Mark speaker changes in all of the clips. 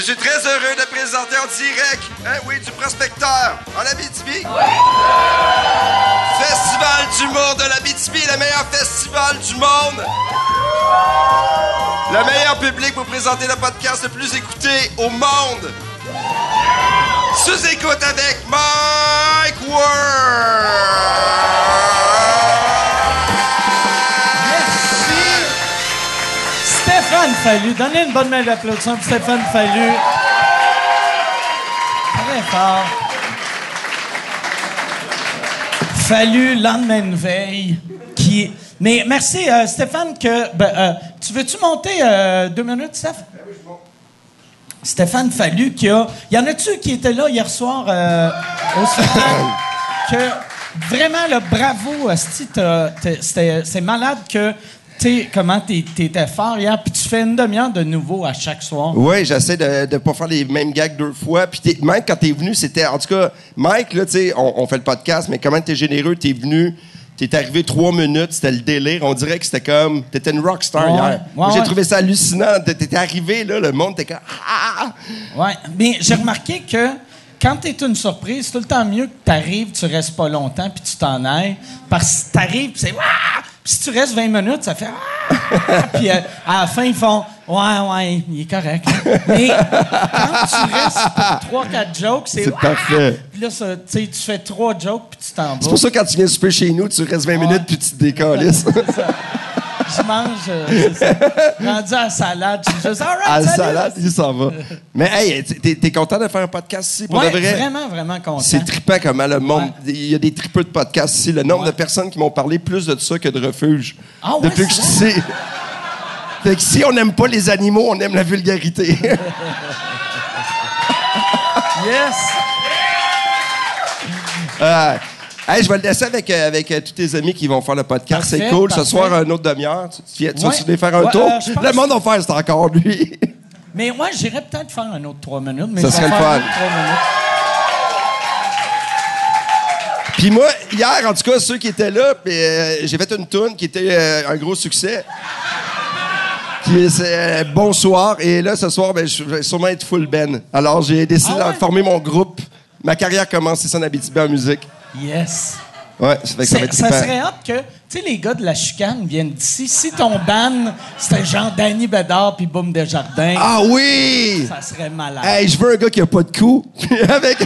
Speaker 1: suis très heureux de présenter en direct, hein, oui, du prospecteur en Abitibi. Festival du monde de l'Abitibi, le meilleur festival du monde. Le meilleur public pour présenter le podcast le plus écouté au monde. Sous-écoute avec Mike Ward.
Speaker 2: Stéphane Fallu, donnez une bonne main d'applaudissement pour Stéphane Fallu. Très fort. Fallu, lendemain de veille. Qui... Mais merci, euh, Stéphane, que. ben, euh, tu veux-tu monter euh, deux minutes, Steph? Stéphane Fallu, qui a. Y en a-tu qui était là hier soir euh, au spectacle? Que vraiment, le bravo, Asti, t'as- t'es- c'était- c'est malade que. Tu sais, comment t'es- t'étais fort hier, puis tu fais une demi-heure de nouveau à chaque soir.
Speaker 1: Oui, j'essaie de ne pas faire les mêmes gags deux fois. Puis t'es- même quand t'es venu, c'était. En tout cas, Mike, là, tu sais, on, on fait le podcast, mais comment t'es généreux, t'es venu. T'es arrivé trois minutes, c'était le délire. On dirait que c'était comme. T'étais une rockstar
Speaker 2: Ouais,
Speaker 1: hier.
Speaker 2: ouais,
Speaker 1: J'ai
Speaker 2: ouais.
Speaker 1: trouvé ça hallucinant. T'es- T'étais arrivé, là, le monde, t'es comme. Ah!
Speaker 2: Ouais, mais j'ai remarqué que quand t'es une surprise, c'est tout le temps mieux que t'arrives, tu restes pas longtemps, puis tu t'en ailles. Parce que t'arrives, puis c'est Wouah! Puis si tu restes 20 minutes, ça fait Wouah! Puis euh, à la fin, ils font Ouais, ouais, il est correct. Mais quand tu restes pour 3-4 jokes, c'est
Speaker 1: C'est
Speaker 2: Wouah!
Speaker 1: parfait.
Speaker 2: Puis là, ça, tu sais, tu fais 3 jokes, puis tu t'en
Speaker 1: C'est
Speaker 2: vas.
Speaker 1: pour ça que quand tu viens souper chez nous, tu restes 20 minutes puis tu te décalisses.
Speaker 2: Je mange, euh, c'est ça. Rendu à la salade, je suis juste All
Speaker 1: à
Speaker 2: right,
Speaker 1: la
Speaker 2: salut!
Speaker 1: salade, il s'en va. Mais hey, t'es- t'es t'es content de faire un podcast ici pour
Speaker 2: Ouais,
Speaker 1: de vrai?
Speaker 2: vraiment, vraiment content.
Speaker 1: C'est trippant comment le monde.
Speaker 2: Ouais.
Speaker 1: Il y a des tripeux de podcasts ici. Le nombre
Speaker 2: Ouais.
Speaker 1: de personnes qui m'ont parlé plus de ça que de refuge.
Speaker 2: Ah ouais,
Speaker 1: Depuis que je
Speaker 2: c'est
Speaker 1: suis ici. Fait que si on n'aime pas les animaux, on aime la vulgarité.
Speaker 2: Yes!
Speaker 1: Euh, hey, je vais le laisser avec, euh, avec euh, tous tes amis qui vont faire le podcast.
Speaker 2: Parfait,
Speaker 1: C'est cool.
Speaker 2: parfait.
Speaker 1: Ce soir, un autre demi-heure. Tu, tu viens- tu vas
Speaker 2: Ouais.
Speaker 1: les faire un
Speaker 2: Ouais,
Speaker 1: tour.
Speaker 2: euh, je pense-
Speaker 1: le monde en faire, c'est encore lui.
Speaker 2: Mais moi, j'irais peut-être faire un autre 3 minutes. Mais
Speaker 1: Ça
Speaker 2: je vais
Speaker 1: serait le
Speaker 2: faire
Speaker 1: fun.
Speaker 2: un autre trois minutes.
Speaker 1: Puis moi, hier, en tout cas, ceux qui étaient là, puis, euh, j'ai fait une toune qui était euh, un gros succès. Puis c'est euh, bonsoir. Et là, ce soir, ben, je vais sûrement être full ben. Alors, j'ai décidé
Speaker 2: Ah ouais?
Speaker 1: de former mon groupe. Ma carrière commence ici en Abitibi en musique.
Speaker 2: Yes.
Speaker 1: Ouais, ça fait que ça va
Speaker 2: C'est-
Speaker 1: être
Speaker 2: Ça,
Speaker 1: trippant.
Speaker 2: serait hâte que, tu sais, les gars de la chicane viennent d'ici. Si ton ban, c'était genre Danny Bédard puis Boum Desjardins,
Speaker 1: Ah oui!
Speaker 2: ça serait malade.
Speaker 1: Hey, je veux un gars qui a pas de cou. Puis avec,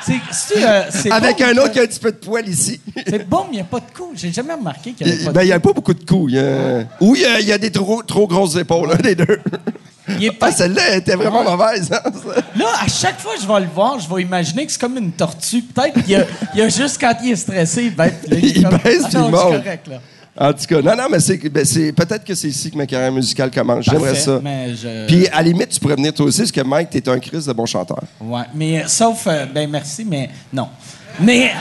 Speaker 2: C'est- c'est, euh, c'est
Speaker 1: avec
Speaker 2: Boum
Speaker 1: un autre
Speaker 2: que-
Speaker 1: qui a un petit peu de poil ici.
Speaker 2: C'est Boum, il n'y a pas de coup. J'ai jamais remarqué qu'il n'y avait
Speaker 1: Il
Speaker 2: pas
Speaker 1: ben,
Speaker 2: de
Speaker 1: il y a pas beaucoup de coups. Il y a- Ou il y a, il y a des trop, trop grosses épaules, un des deux.
Speaker 2: Il est
Speaker 1: Ah,
Speaker 2: pas...
Speaker 1: celle-là elle était vraiment mauvaise. hein?
Speaker 2: Là, à chaque fois que je vais le voir, je vais imaginer que c'est comme une tortue. Peut-être qu'il y a, il y a juste quand il est stressé, il baisse. puis là, est
Speaker 1: Il
Speaker 2: comme,
Speaker 1: baisse,
Speaker 2: Ah
Speaker 1: puis il
Speaker 2: non,
Speaker 1: monte.
Speaker 2: c'est correct, là.
Speaker 1: En tout cas, non, non, mais c'est, ben, c'est- peut-être que c'est ici que ma carrière musicale commence. J'aimerais
Speaker 2: Parfait,
Speaker 1: ça.
Speaker 2: mais euh, je-
Speaker 1: Puis à la limite, tu pourrais venir toi aussi, parce que Mike, t'es un Chris de bon chanteur.
Speaker 2: Ouais, mais euh, sauf, euh, ben merci, mais non. Mais,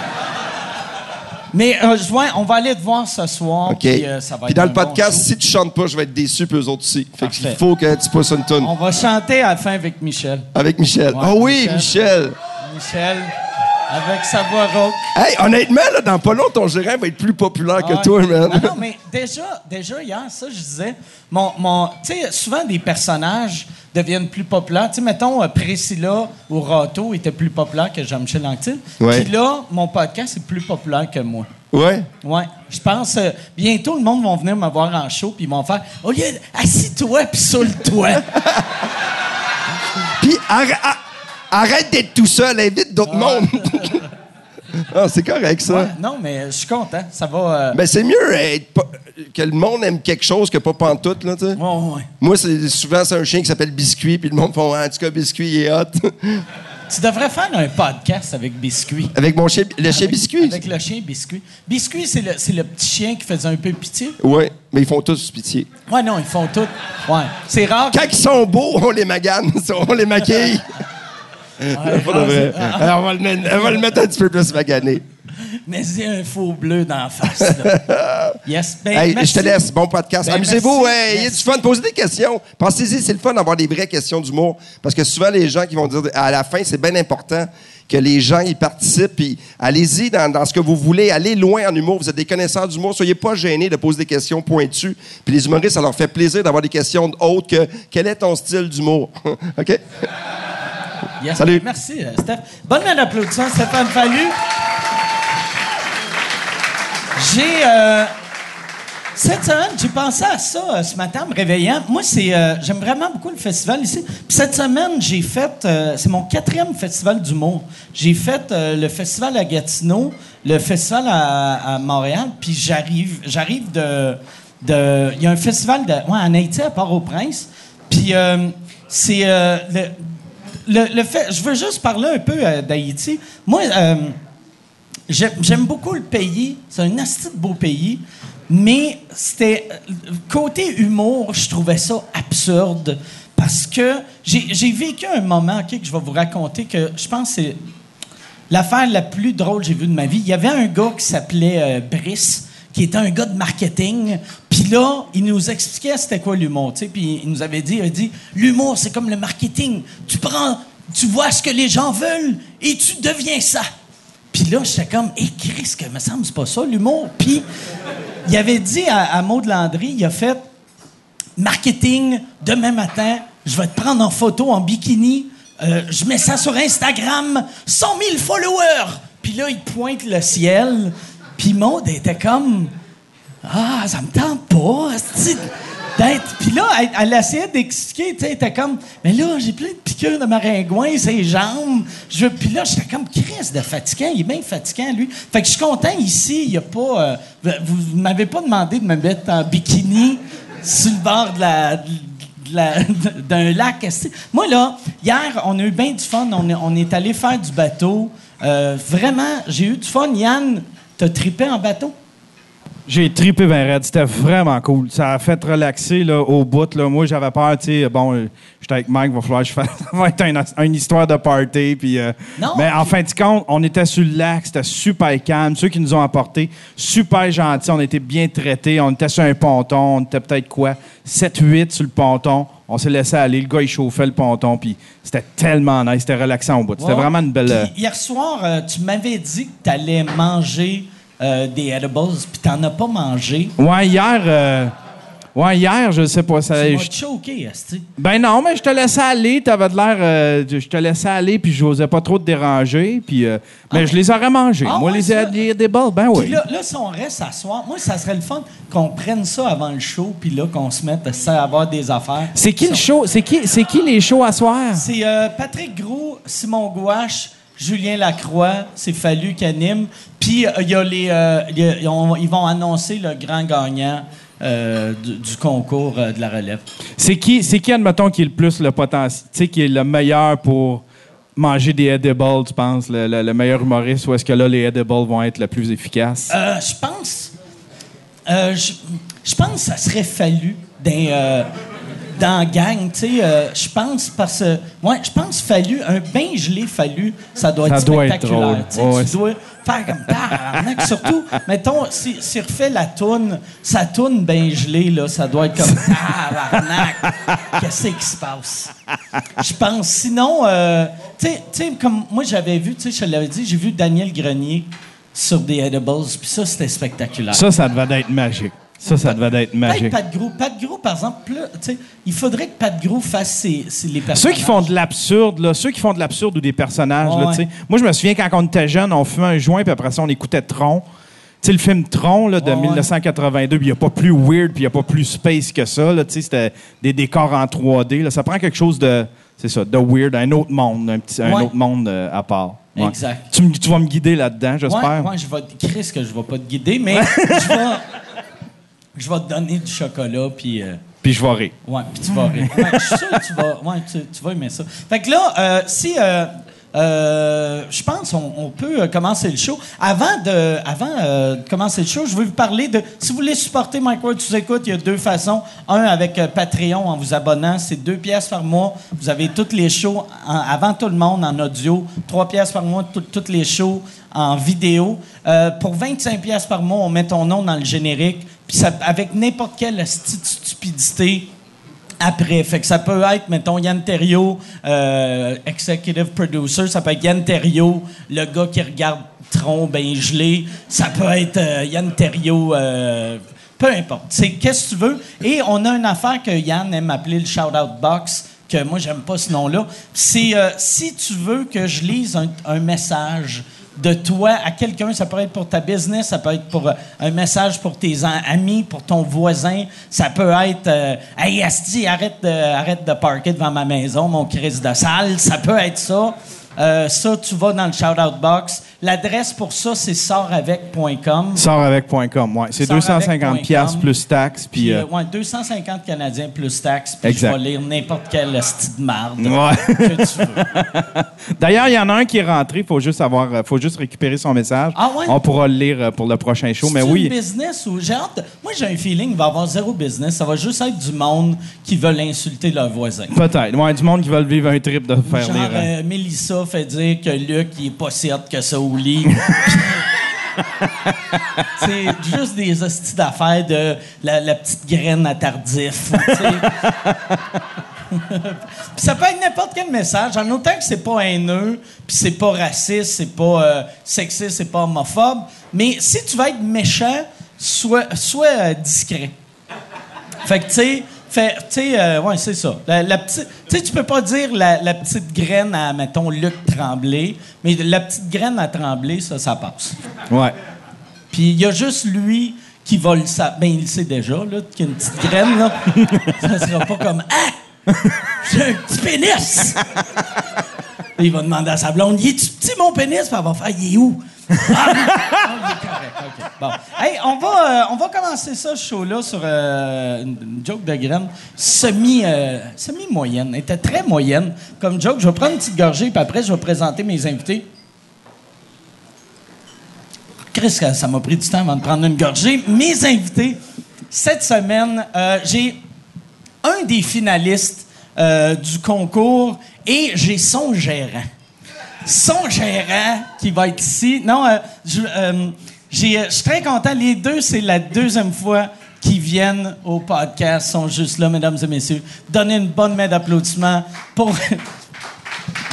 Speaker 2: mais euh, je vois, on va aller te voir ce soir.
Speaker 1: OK?
Speaker 2: Puis, euh, ça va
Speaker 1: Puis
Speaker 2: être
Speaker 1: dans
Speaker 2: un
Speaker 1: le podcast,
Speaker 2: bon show.
Speaker 1: si tu chantes pas, je vais être déçu, puis eux autres aussi. Fait
Speaker 2: Parfait.
Speaker 1: qu'il faut que tu pousses une toune
Speaker 2: on va chanter à la fin avec Michel.
Speaker 1: avec Michel.
Speaker 2: Ouais,
Speaker 1: Ah oui, Michel.
Speaker 2: Michel, avec sa voix rauque.
Speaker 1: Hey, honnêtement, là, dans pas long, ton gérant va être plus populaire
Speaker 2: Ah ouais.
Speaker 1: que toi, man.
Speaker 2: Non, non, mais déjà, déjà hier, ça, je disais, mon, mon, tu sais, souvent des personnages deviennent plus populaires. Tu sais, mettons, euh, Priscilla ou Rato était plus populaire que Jean-Michel Anctil.
Speaker 1: Ouais.
Speaker 2: Puis là, mon podcast est plus populaire que moi.
Speaker 1: Ouais.
Speaker 2: Ouais, je pense euh, bientôt le monde va venir me voir en show puis ils vont faire au lieu de- assis-toi puis saoule-toi.
Speaker 1: Puis arr- ah, arrête d'être tout seul, invite d'autres mondes. ah, c'est correct, ça.
Speaker 2: Ouais, non mais je suis content, ça va euh,
Speaker 1: Ben, c'est mieux être pas- que le monde aime quelque chose que pas pantoute, là, tu sais.
Speaker 2: ouais, ouais.
Speaker 1: Moi, c'est souvent, c'est un chien qui s'appelle Biscuit, puis le monde font Ah, En tout cas, Biscuit, il est hot.
Speaker 2: Tu devrais faire un podcast avec Biscuit.
Speaker 1: Avec mon chien, le chien Biscuit.
Speaker 2: Avec le chien Biscuit. Biscuit c'est le c'est le petit chien qui faisait un peu pitié.
Speaker 1: Ouais, mais ils font tous pitié.
Speaker 2: Ouais non, ils font tout. Ouais, c'est rare. que-
Speaker 1: Quand ils sont beaux, on les magane, on les maquille.
Speaker 2: Ouais,
Speaker 1: Pas de vrai.
Speaker 2: ah,
Speaker 1: Alors, on, va le mettre, on va le mettre un petit peu plus magané.
Speaker 2: Mais c'est un faux bleu dans la face. là. yes, ben,
Speaker 1: Hey, je
Speaker 2: merci.
Speaker 1: te laisse, bon podcast.
Speaker 2: Ben,
Speaker 1: Amusez-vous,
Speaker 2: merci,
Speaker 1: hey, ayez du
Speaker 2: merci.
Speaker 1: fun, posez des questions. Pensez-y, c'est le fun d'avoir des vraies questions d'humour. Parce que souvent, les gens qui vont dire à la fin, c'est bien important. que les gens y participent. Puis allez-y dans, dans ce que vous voulez. Allez loin en humour. Vous êtes des connaisseurs d'humour. Soyez pas gênés de poser des questions pointues. Puis les humoristes, ça leur fait plaisir d'avoir des questions autres que quel est ton style d'humour? OK?
Speaker 2: Yes.
Speaker 1: Salut.
Speaker 2: Merci, euh, Steph. Bonne main d'applaudissement, Stéphane Fallu. J'ai. euh, cette semaine, j'ai pensé à ça euh, ce matin en me réveillant. Moi, c'est, euh, j'aime vraiment beaucoup le festival ici. Puis cette semaine, j'ai fait. euh, c'est mon quatrième festival d'humour. J'ai fait euh, le festival à Gatineau, le festival à, à Montréal, puis j'arrive, j'arrive de. de- Il y a un festival de, ouais, en Haïti, à Port-au-Prince. Puis euh, c'est. euh, le- le, le fait, je veux juste parler un peu euh, d'Haïti. Moi, euh, j'ai- j'aime beaucoup le pays. C'est un assez beau pays. Mais c'était. euh, Côté humour, je trouvais ça absurde. Parce que j'ai j'ai vécu un moment ok, que je vais vous raconter que je pense que c'est l'affaire la plus drôle que j'ai vue de ma vie. Il y avait un gars qui s'appelait euh, Brice, qui était un gars de marketing. Puis là, il nous expliquait c'était quoi l'humour, tu sais. Puis il nous avait dit, il a dit, l'humour, c'est comme le marketing. Tu prends, tu vois ce que les gens veulent et tu deviens ça. Puis là, j'étais comme, hé, Chris, que me semble, c'est pas ça, l'humour. Puis il avait dit à, à Maud Landry, il a fait, marketing, demain matin, je vais te prendre en photo en bikini. Euh, je mets ça sur Instagram. 100 000 followers! Puis là, il pointe le ciel. Puis Maud était comme... Ah, ça me tente pas, asti, d'être. Puis là, elle, elle essayait d'expliquer, tu sais, elle était comme, mais là, j'ai plein de piqûres de maringouin, ses jambes. Je, puis là, j'étais comme, Chris de fatigant, il est bien fatigant, lui. Fait que je suis content ici, il y a pas. euh, vous vous m'avez pas demandé de me mettre en bikini sur le bord de la. de la- d'un lac. asti. Moi, là, hier, on a eu bien du fun. On est, on est allé faire du bateau. Euh, vraiment, j'ai eu du fun. Yann, t'as trippé en bateau?
Speaker 3: J'ai tripé ben raide. C'était vraiment cool. Ça a fait relaxer là, au bout. Là. Moi, j'avais peur, tu sais, bon, euh, j'étais avec Mike, va falloir que je fasse ça va être une, une histoire de party. Puis, euh,
Speaker 2: Non,
Speaker 3: mais en
Speaker 2: puis-
Speaker 3: fin de compte, on était sur le lac, c'était super calme. Ceux qui nous ont apporté, super gentils, on était bien traités. On était sur un ponton, on était peut-être quoi, 7-8 sur le ponton. On s'est laissé aller, le gars il chauffait le ponton, puis c'était tellement nice, c'était relaxant au bout. C'était
Speaker 2: Ouais.
Speaker 3: vraiment une belle. euh,
Speaker 2: Puis hier soir, euh, tu m'avais dit que tu allais manger euh, des edibles, puis t'en as pas mangé.
Speaker 3: Ouais, hier, euh, ouais, hier, je sais pas, ça,
Speaker 2: Tu m'as
Speaker 3: Euh, je-
Speaker 2: choqué, Asti.
Speaker 3: Ben non, mais je te laissais aller, t'avais de l'air. euh, je te laissais aller, puis j'osais pas trop te déranger, puis. euh, mais je les aurais mangés.
Speaker 2: Ah
Speaker 3: Moi,
Speaker 2: ouais,
Speaker 3: les
Speaker 2: ça-
Speaker 3: alliés des balles, ben
Speaker 2: Puis
Speaker 3: oui.
Speaker 2: là, là, si on reste à soir, moi, ça serait le fun qu'on prenne ça avant le show, puis là, qu'on se mette à avoir des affaires.
Speaker 3: C'est qui le show? C'est qui, c'est qui les shows à soir?
Speaker 2: C'est euh, Patrick Gros, Simon Gouache, Julien Lacroix, c'est Fallu qui anime. Puis euh, il y a les, euh, il y a- on- ils vont annoncer le grand gagnant euh, du, du concours euh, de la relève.
Speaker 3: C'est qui, c'est qui, admettons, qui est le plus le potentiel, tu sais, qui est le meilleur pour manger des edibles, tu penses, le, le- le meilleur humoriste, ou est-ce que là, les edibles vont être le plus efficaces?
Speaker 2: Euh, je pense. euh, je je pense que ça serait fallu dans, euh, dans la gang, tu sais. euh, je pense parce que. Ouais, je pense fallu. Un bain gelé fallu, ça doit être
Speaker 3: Ça doit être
Speaker 2: spectaculaire.
Speaker 3: drôle.
Speaker 2: tu sais,
Speaker 3: Ouais, ouais.
Speaker 2: Tu dois faire comme tabarnak. Surtout, mettons, si, si refait la toune, sa toune bain gelé, là, ça doit être comme tabarnak. Qu'est-ce qui se passe? Je pense. Sinon, euh, tu sais- tu sais, comme moi j'avais vu, tu sais, je te l'avais dit, j'ai vu Daniel Grenier sur des edibles, puis ça, c'était spectaculaire.
Speaker 3: Ça, ça devait être magique. Ça, ça devait être
Speaker 2: Peut-être
Speaker 3: magique.
Speaker 2: Pat Gros. Pat Gros, par exemple, plus, tu sais, il faudrait que Pat Gros fasse ses, ses- les personnages.
Speaker 3: Ceux qui font de l'absurde, là, ceux qui font de l'absurde ou des personnages, là,
Speaker 2: Ouais.
Speaker 3: tu sais. Moi, je me souviens quand on était jeune, on fumait un joint, puis après ça, on écoutait Tron. Tu sais, le film Tron, là, de
Speaker 2: Ouais, ouais.
Speaker 3: 1982, puis il n'y a pas plus weird, puis il n'y a pas plus space que ça, là, tu sais. C'était des décors en 3D, là. Ça prend quelque chose de, c'est ça, de weird, un autre monde, un, petit, un
Speaker 2: Ouais.
Speaker 3: autre monde euh, à part. Ouais.
Speaker 2: Exact.
Speaker 3: Tu, me- tu vas me guider là-dedans, j'espère.
Speaker 2: Ouais, ouais, je vais te- Chris, que je vais pas te guider, mais je vais. Je vais te donner du chocolat, puis. euh,
Speaker 3: Puis je vais rire.
Speaker 2: Ouais, puis tu vas rire. Ouais, je suis sûr que tu vas, ouais, tu, tu vas aimer ça. Fait que là, euh, si. euh, euh, je pense on, on peut euh, commencer le show. Avant de, avant, euh, de commencer le show, je veux vous parler de... Si vous voulez supporter Mike Ward, tu écoutes, il y a deux façons. Un avec euh, Patreon en vous abonnant, c'est deux pièces par mois. Vous avez toutes les shows en- avant tout le monde en audio, trois pièces par mois, tout- toutes les shows en vidéo. Euh, pour 25 pièces par mois, on met ton nom dans le générique. Puis ça- avec n'importe quelle esti de stupidité, après. Fait que ça peut être, mettons, Yann Terriot, euh, executive producer. Ça peut être Yann Terriot, le gars qui regarde Tron ben gelé. Ça peut être euh, Yann Terriot... euh, peu importe. C'est qu'est-ce que tu veux. Et on a une affaire que Yann aime appeler le shout-out box, que moi, j'aime pas ce nom-là. C'est euh, si tu veux que je lise un, un message de toi à quelqu'un, ça peut être pour ta business, ça peut être pour euh, un message pour tes en- amis, pour ton voisin, ça peut être euh, Hey Asti, arrête de, arrête de parker devant ma maison, mon crise de salle, ça peut être ça. Euh, ça, tu vas dans le shout-out box. L'adresse pour ça, c'est sortavec.com.
Speaker 3: Sortavec.com, ouais. C'est
Speaker 2: Sortavec.com.
Speaker 3: 250 piastres plus taxes, puis...
Speaker 2: Puis,
Speaker 3: euh,
Speaker 2: euh, ouais, 250 Canadiens plus taxes, puis je
Speaker 3: Exact.
Speaker 2: vais lire n'importe quel style de marde
Speaker 3: ouais.
Speaker 2: que tu veux.
Speaker 3: D'ailleurs, il y en a un qui est rentré. Faut juste avoir, euh, faut juste récupérer son message.
Speaker 2: Ah ouais?
Speaker 3: On pourra le lire euh, pour le prochain show. Mais
Speaker 2: C'est-tu
Speaker 3: oui,
Speaker 2: une business ou j'ai hâte. de- Moi, j'ai un feeling qu'il va y avoir zéro business. Ça va juste être du monde qui veulent insulter leur voisin.
Speaker 3: peut-être. Ouais, du monde qui veut vivre un trip de faire
Speaker 2: Genre,
Speaker 3: lire. euh,
Speaker 2: euh, Mélissa fait dire que Luc, il est pas si hot que ça au lit. C'est juste des hosties d'affaires de la, la petite graine à tardif. tu sais. Puis ça peut être n'importe quel message, en autant que c'est pas haineux, puis c'est pas raciste, c'est pas euh, sexiste, c'est pas homophobe. Mais si tu vas être méchant, sois, sois euh, discret. Fait que, tu sais, fait- tu sais, euh, ouais, c'est ça. La, la petite- tu sais, tu peux pas dire la, la petite graine à, mettons, Luc Tremblay, mais la petite graine à Tremblay, ça, ça passe.
Speaker 3: Ouais.
Speaker 2: Puis il y a juste lui qui va le sa- Ben, il le sait déjà, là, qu'il y a une petite graine, là. ça sera pas comme Ah! J'ai un petit pénis! Et il va demander à sa blonde Il est-tu petit, mon pénis? Puis elle va faire Il est où? Ah, ah, il est correct, ok. Bon. Hey, on va, euh, on va commencer ça, ce show-là, sur euh, une une joke de graine semi, euh, semi-moyenne. Elle était très moyenne comme joke. Je vais prendre une petite gorgée, puis après, je vais présenter mes invités. Chris, que ça m'a pris du temps avant de prendre une gorgée. Mes invités, cette semaine, euh, j'ai un des finalistes euh, du concours et j'ai son gérant. Son gérant qui va être ici. Non, euh, je euh, j'ai- euh, je suis très content. Les deux, c'est la deuxième fois qu'ils viennent au podcast. Ils sont juste là, mesdames et messieurs. Donnez une bonne main d'applaudissement pour...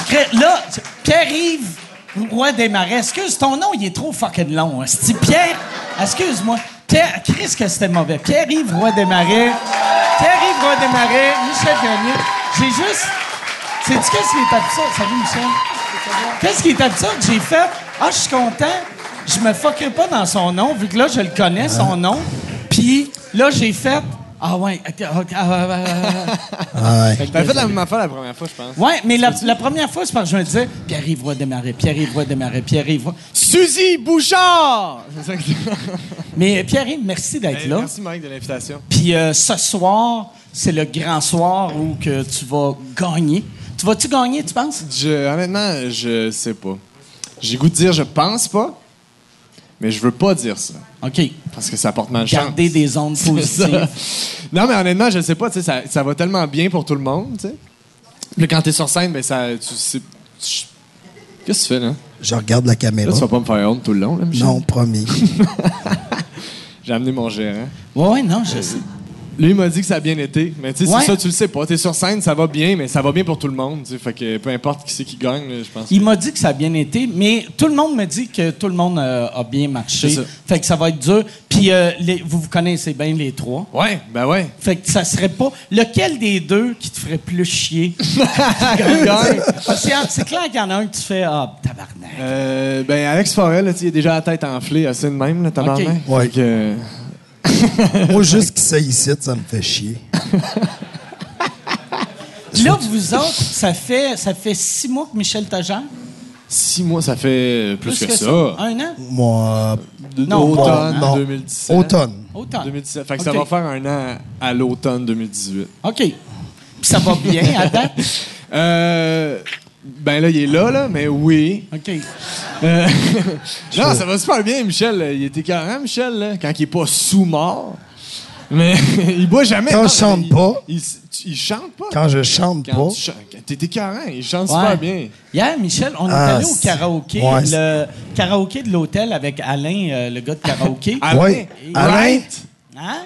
Speaker 2: Cré- Là, tu- Pierre-Yves Roy Desmarais, excuse, ton nom, il est trop fucking long. hein. C'est-tu Pierre, excuse-moi. Pierre, Chris, que c'était mauvais. Pierre-Yves Roy Desmarais. Pierre-Yves Roy Desmarais, Michel Grenier. J'ai juste. Sais-tu qu'est-ce qui est absurde? Salut, Michel. Qu'est-ce qui est absurde? J'ai fait. Ah, je suis content. Je me fuckerai pas dans son nom, vu que là, je le connais, son nom. Puis là, j'ai fait. Ah ouais. ok, ok, ah, ah, ah, ah, ah. Fait que
Speaker 4: T'as fait la même affaire la première fois, je pense.
Speaker 2: Ouais, mais la, la première fois, c'est parce que je me disais Pierre-Yves Roy démarrer, Pierre-Yves Roy démarrer, Pierre-Yves Roy.
Speaker 4: Suzy Bouchard! C'est ça que-
Speaker 2: Mais euh, Pierre-Yves, merci d'être
Speaker 4: Hey,
Speaker 2: là.
Speaker 4: Ben, Merci, Mike, de l'invitation.
Speaker 2: Puis euh, ce soir, c'est le grand soir où que tu vas gagner. Tu vas-tu gagner, tu penses?
Speaker 4: Je, honnêtement, je sais pas. J'ai goût de dire je pense pas, mais je veux pas dire ça.
Speaker 2: OK.
Speaker 4: Parce que ça porte malchance.
Speaker 2: Garder des ondes positives.
Speaker 4: Non, mais honnêtement, je sais pas, tu sais, ça, ça va tellement bien pour tout le monde, tu sais. Puis quand t'es sur scène, ben ça. Tu, sais- tu- Qu'est-ce que tu fais, là?
Speaker 5: Je regarde la
Speaker 4: Là,
Speaker 5: caméra.
Speaker 4: tu vas pas me faire honte tout le long, là, Michel?
Speaker 5: Non, promis.
Speaker 4: J'ai amené mon gérant.
Speaker 2: Ouais, ouais, non, je sais.
Speaker 4: Lui, il m'a dit que ça a bien été. Mais tu sais,
Speaker 2: Ouais.
Speaker 4: c'est ça, tu le sais pas. T'es sur scène, ça va bien, mais ça va bien pour tout le monde, tu sais. Fait que peu importe qui c'est qui gagne, là, je pense.
Speaker 2: Il m'a dit que ça a bien été, mais tout le monde me dit que tout le monde euh, a bien marché.
Speaker 4: C'est ça.
Speaker 2: Fait que ça va être dur. Puis euh, les- vous vous connaissez bien les trois.
Speaker 4: Ouais, ben ouais.
Speaker 2: Fait que ça serait pas. Lequel des deux qui te ferait plus chier? Parce que ah, c'est clair qu'il y en a un que tu fais Ah, tabarnak.
Speaker 4: Euh, ben, Alex Forel, là, tu sais, il est déjà la tête enflée, assez de même, là, tabarnak.
Speaker 2: Ok.
Speaker 5: Ouais.
Speaker 4: Fait que- euh,
Speaker 5: Moi, juste qu'il ça ici, ça me fait chier.
Speaker 2: Là, vous autres, ça fait, ça fait six mois que Michel te gère?
Speaker 4: Six mois, ça fait plus, que, ça.
Speaker 2: Un an?
Speaker 5: Moi,
Speaker 4: De-
Speaker 2: Non,
Speaker 4: automne
Speaker 5: non.
Speaker 4: 2017.
Speaker 5: automne.
Speaker 2: Autant.
Speaker 4: 2017. Fait que ça
Speaker 2: Ok.
Speaker 4: va faire un an à l'automne 2018.
Speaker 2: OK. Puis ça va bien à date?
Speaker 4: Euh, ben là, il est là, là, mais oui.
Speaker 2: OK.
Speaker 4: Euh, non, ça va super bien, Michel. Il était carrément, Michel, là, quand il est pas sous-mort. Mais il boit jamais.
Speaker 5: Quand
Speaker 4: Non,
Speaker 5: je chante
Speaker 4: il-
Speaker 5: pas.
Speaker 4: Il, s- tu- il chante pas.
Speaker 5: Quand je chante
Speaker 4: Quand
Speaker 5: pas,
Speaker 4: tu chantes. quand T'es écœurant, il chante
Speaker 2: Ouais.
Speaker 4: super bien.
Speaker 2: Hier, Michel, on est
Speaker 5: Ah,
Speaker 2: allé au
Speaker 5: c'est-
Speaker 2: karaoké,
Speaker 5: ouais,
Speaker 2: le karaoké de l'hôtel avec
Speaker 4: Ah.
Speaker 2: Alain, euh, le gars de karaoké.
Speaker 4: Alain.
Speaker 5: Ouais. Alain.
Speaker 2: Hein?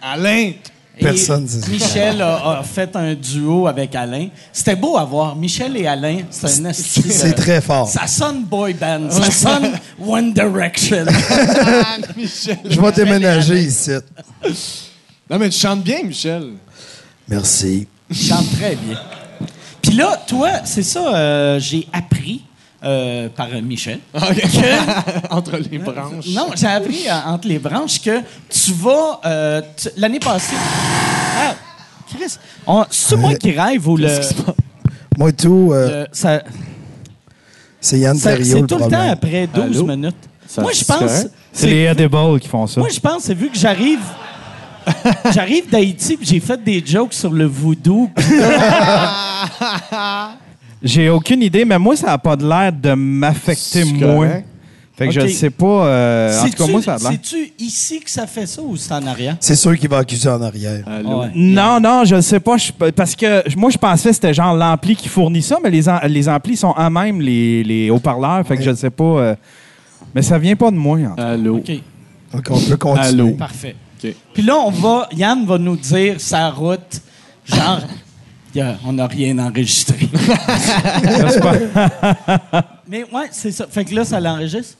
Speaker 4: Alain.
Speaker 2: Et
Speaker 5: Personne, c'est ça.
Speaker 2: Michel a, a fait un duo avec Alain. C'était beau à voir. Michel et Alain, c'est un esti de-
Speaker 5: C'est très fort.
Speaker 2: Ça sonne boy band. Ça sonne One Direction.
Speaker 5: Je vais déménager ici.
Speaker 4: Non, mais tu chantes bien, Michel.
Speaker 5: Merci.
Speaker 2: Il chante très bien. Puis là, toi, c'est ça, euh, j'ai appris euh, par euh, Michel.
Speaker 4: Entre les branches.
Speaker 2: Non, j'ai appris euh, entre les branches que tu vas. euh, tu- L'année passée. Ah, Chris, on- c'est moi qui rêve ou le.
Speaker 5: Moi et tout, euh,
Speaker 2: le- ça-
Speaker 5: c'est Yann
Speaker 2: ça-
Speaker 5: Thériault
Speaker 2: c'est
Speaker 5: le
Speaker 2: tout le temps
Speaker 5: problème.
Speaker 2: après 12
Speaker 3: Allô?
Speaker 2: minutes.
Speaker 3: Ça-
Speaker 2: moi, je
Speaker 3: c'est
Speaker 2: pense.
Speaker 3: correct? C'est les Edibles qui font ça.
Speaker 2: Moi, je pense, c'est vu que j'arrive. J'arrive d'Haïti puis j'ai fait des jokes sur le voodoo.
Speaker 3: J'ai aucune idée, mais moi, ça n'a pas de l'air de m'affecter,
Speaker 4: C'est
Speaker 3: moi.
Speaker 4: correct.
Speaker 3: Fait que je
Speaker 2: Ok.
Speaker 3: ne sais pas. euh, en tout cas,
Speaker 2: C'est-tu-
Speaker 3: moi, ça a de l'air.
Speaker 2: C'est-tu ici que ça fait ça ou c'est en arrière?
Speaker 5: C'est sûr qu'il va accuser en arrière.
Speaker 4: Allô?
Speaker 2: Ouais.
Speaker 3: Non, non, je ne sais pas. je- parce que moi, je pensais que c'était genre l'ampli qui fournit ça, mais les, am- les amplis sont en même, les, les haut-parleurs. Fait que je ne sais pas. euh, mais ça vient pas de moi. en tout cas.
Speaker 4: Allô?
Speaker 2: OK,
Speaker 5: Donc, on peut continuer.
Speaker 4: Allô?
Speaker 2: parfait.
Speaker 4: OK.
Speaker 2: Puis là, on va, Yann va nous dire sa route, genre, y a- on n'a rien enregistré. Mais ouais, c'est ça. Fait que là, ça l'enregistre?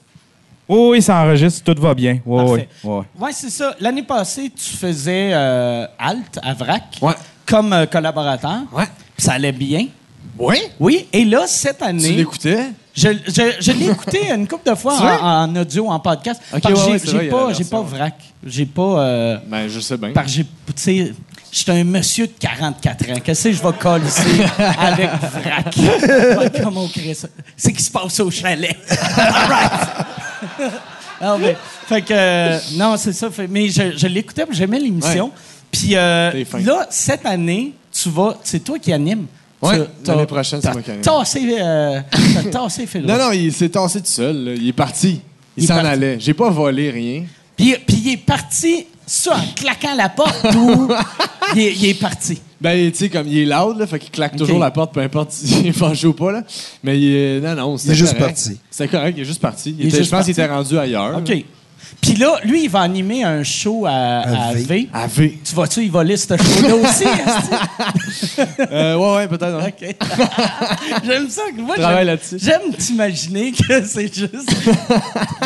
Speaker 3: Oh, oui, ça enregistre, tout va bien. Ouais,
Speaker 2: Parfait.
Speaker 3: ouais, ouais.
Speaker 2: Ouais, c'est ça. L'année passée, tu faisais euh, Alt à VRAC
Speaker 4: Ouais.
Speaker 2: comme euh, collaborateur.
Speaker 4: Ouais.
Speaker 2: Puis ça allait bien.
Speaker 4: Ouais?
Speaker 2: Oui, et là, cette
Speaker 4: Tu
Speaker 2: année,
Speaker 4: l'écoutais?
Speaker 2: je, je- je l'ai écouté une couple de fois
Speaker 4: C'est vrai?
Speaker 2: en, en audio, en podcast.
Speaker 4: Ok,
Speaker 2: parce que
Speaker 4: ouais,
Speaker 2: j'ai-
Speaker 4: ouais, c'est
Speaker 2: j'ai
Speaker 4: vrai, il y a
Speaker 2: pas,
Speaker 4: la
Speaker 2: j'ai pas
Speaker 4: version.
Speaker 2: VRAC. J'ai pas... euh,
Speaker 4: Ben, je sais bien.
Speaker 2: Parce que j'ai. Tu sais, j'étais un monsieur de 44 ans. Qu'est-ce que je vais coller ici avec vrac? Pas Comme on crée ça. C'est qui se passe au chalet. All right. non, mais. Fait que. euh, non, c'est ça. Fait- mais je, je l'écoutais, puis j'aimais l'émission.
Speaker 4: Ouais.
Speaker 2: Puis euh,
Speaker 4: T'es fin.
Speaker 2: là, cette année, tu vas. C'est toi qui anime.
Speaker 4: Ouais, l'année prochaine, c'est moi qui anime.
Speaker 2: Tassé, euh, t'as tassé Phil.
Speaker 4: Non, non, il s'est tassé tout seul. là. Il est parti.
Speaker 2: Il
Speaker 4: Il,
Speaker 2: est
Speaker 4: s'en
Speaker 2: parti.
Speaker 4: allait. J'ai pas volé rien.
Speaker 2: Puis, puis il est parti, ça, en claquant la porte ou. il, est- il est parti.
Speaker 4: Ben, tu sais, comme il est loud, là, fait qu'il claque toujours la porte, peu importe s'il est fâché ou pas, là. Mais il est... non, non, c'est
Speaker 5: Il est juste
Speaker 4: correct.
Speaker 5: parti.
Speaker 4: C'est correct, il est juste parti. Il
Speaker 2: est
Speaker 4: était-
Speaker 2: juste
Speaker 4: je pense qu'il
Speaker 2: parti.
Speaker 4: était rendu ailleurs. là.
Speaker 2: OK. Puis là, lui, il va animer un show à,
Speaker 5: À
Speaker 2: à
Speaker 5: V.
Speaker 2: v.
Speaker 4: À V.
Speaker 2: Tu vas-tu y voler ce show-là aussi? hein? esti?
Speaker 4: Euh, ouais, ouais, peut-être. hein.
Speaker 2: OK. j'aime ça. que Moi,
Speaker 4: Travaille
Speaker 2: j'aime-
Speaker 4: là-dessus.
Speaker 2: J'aime t'imaginer que c'est juste...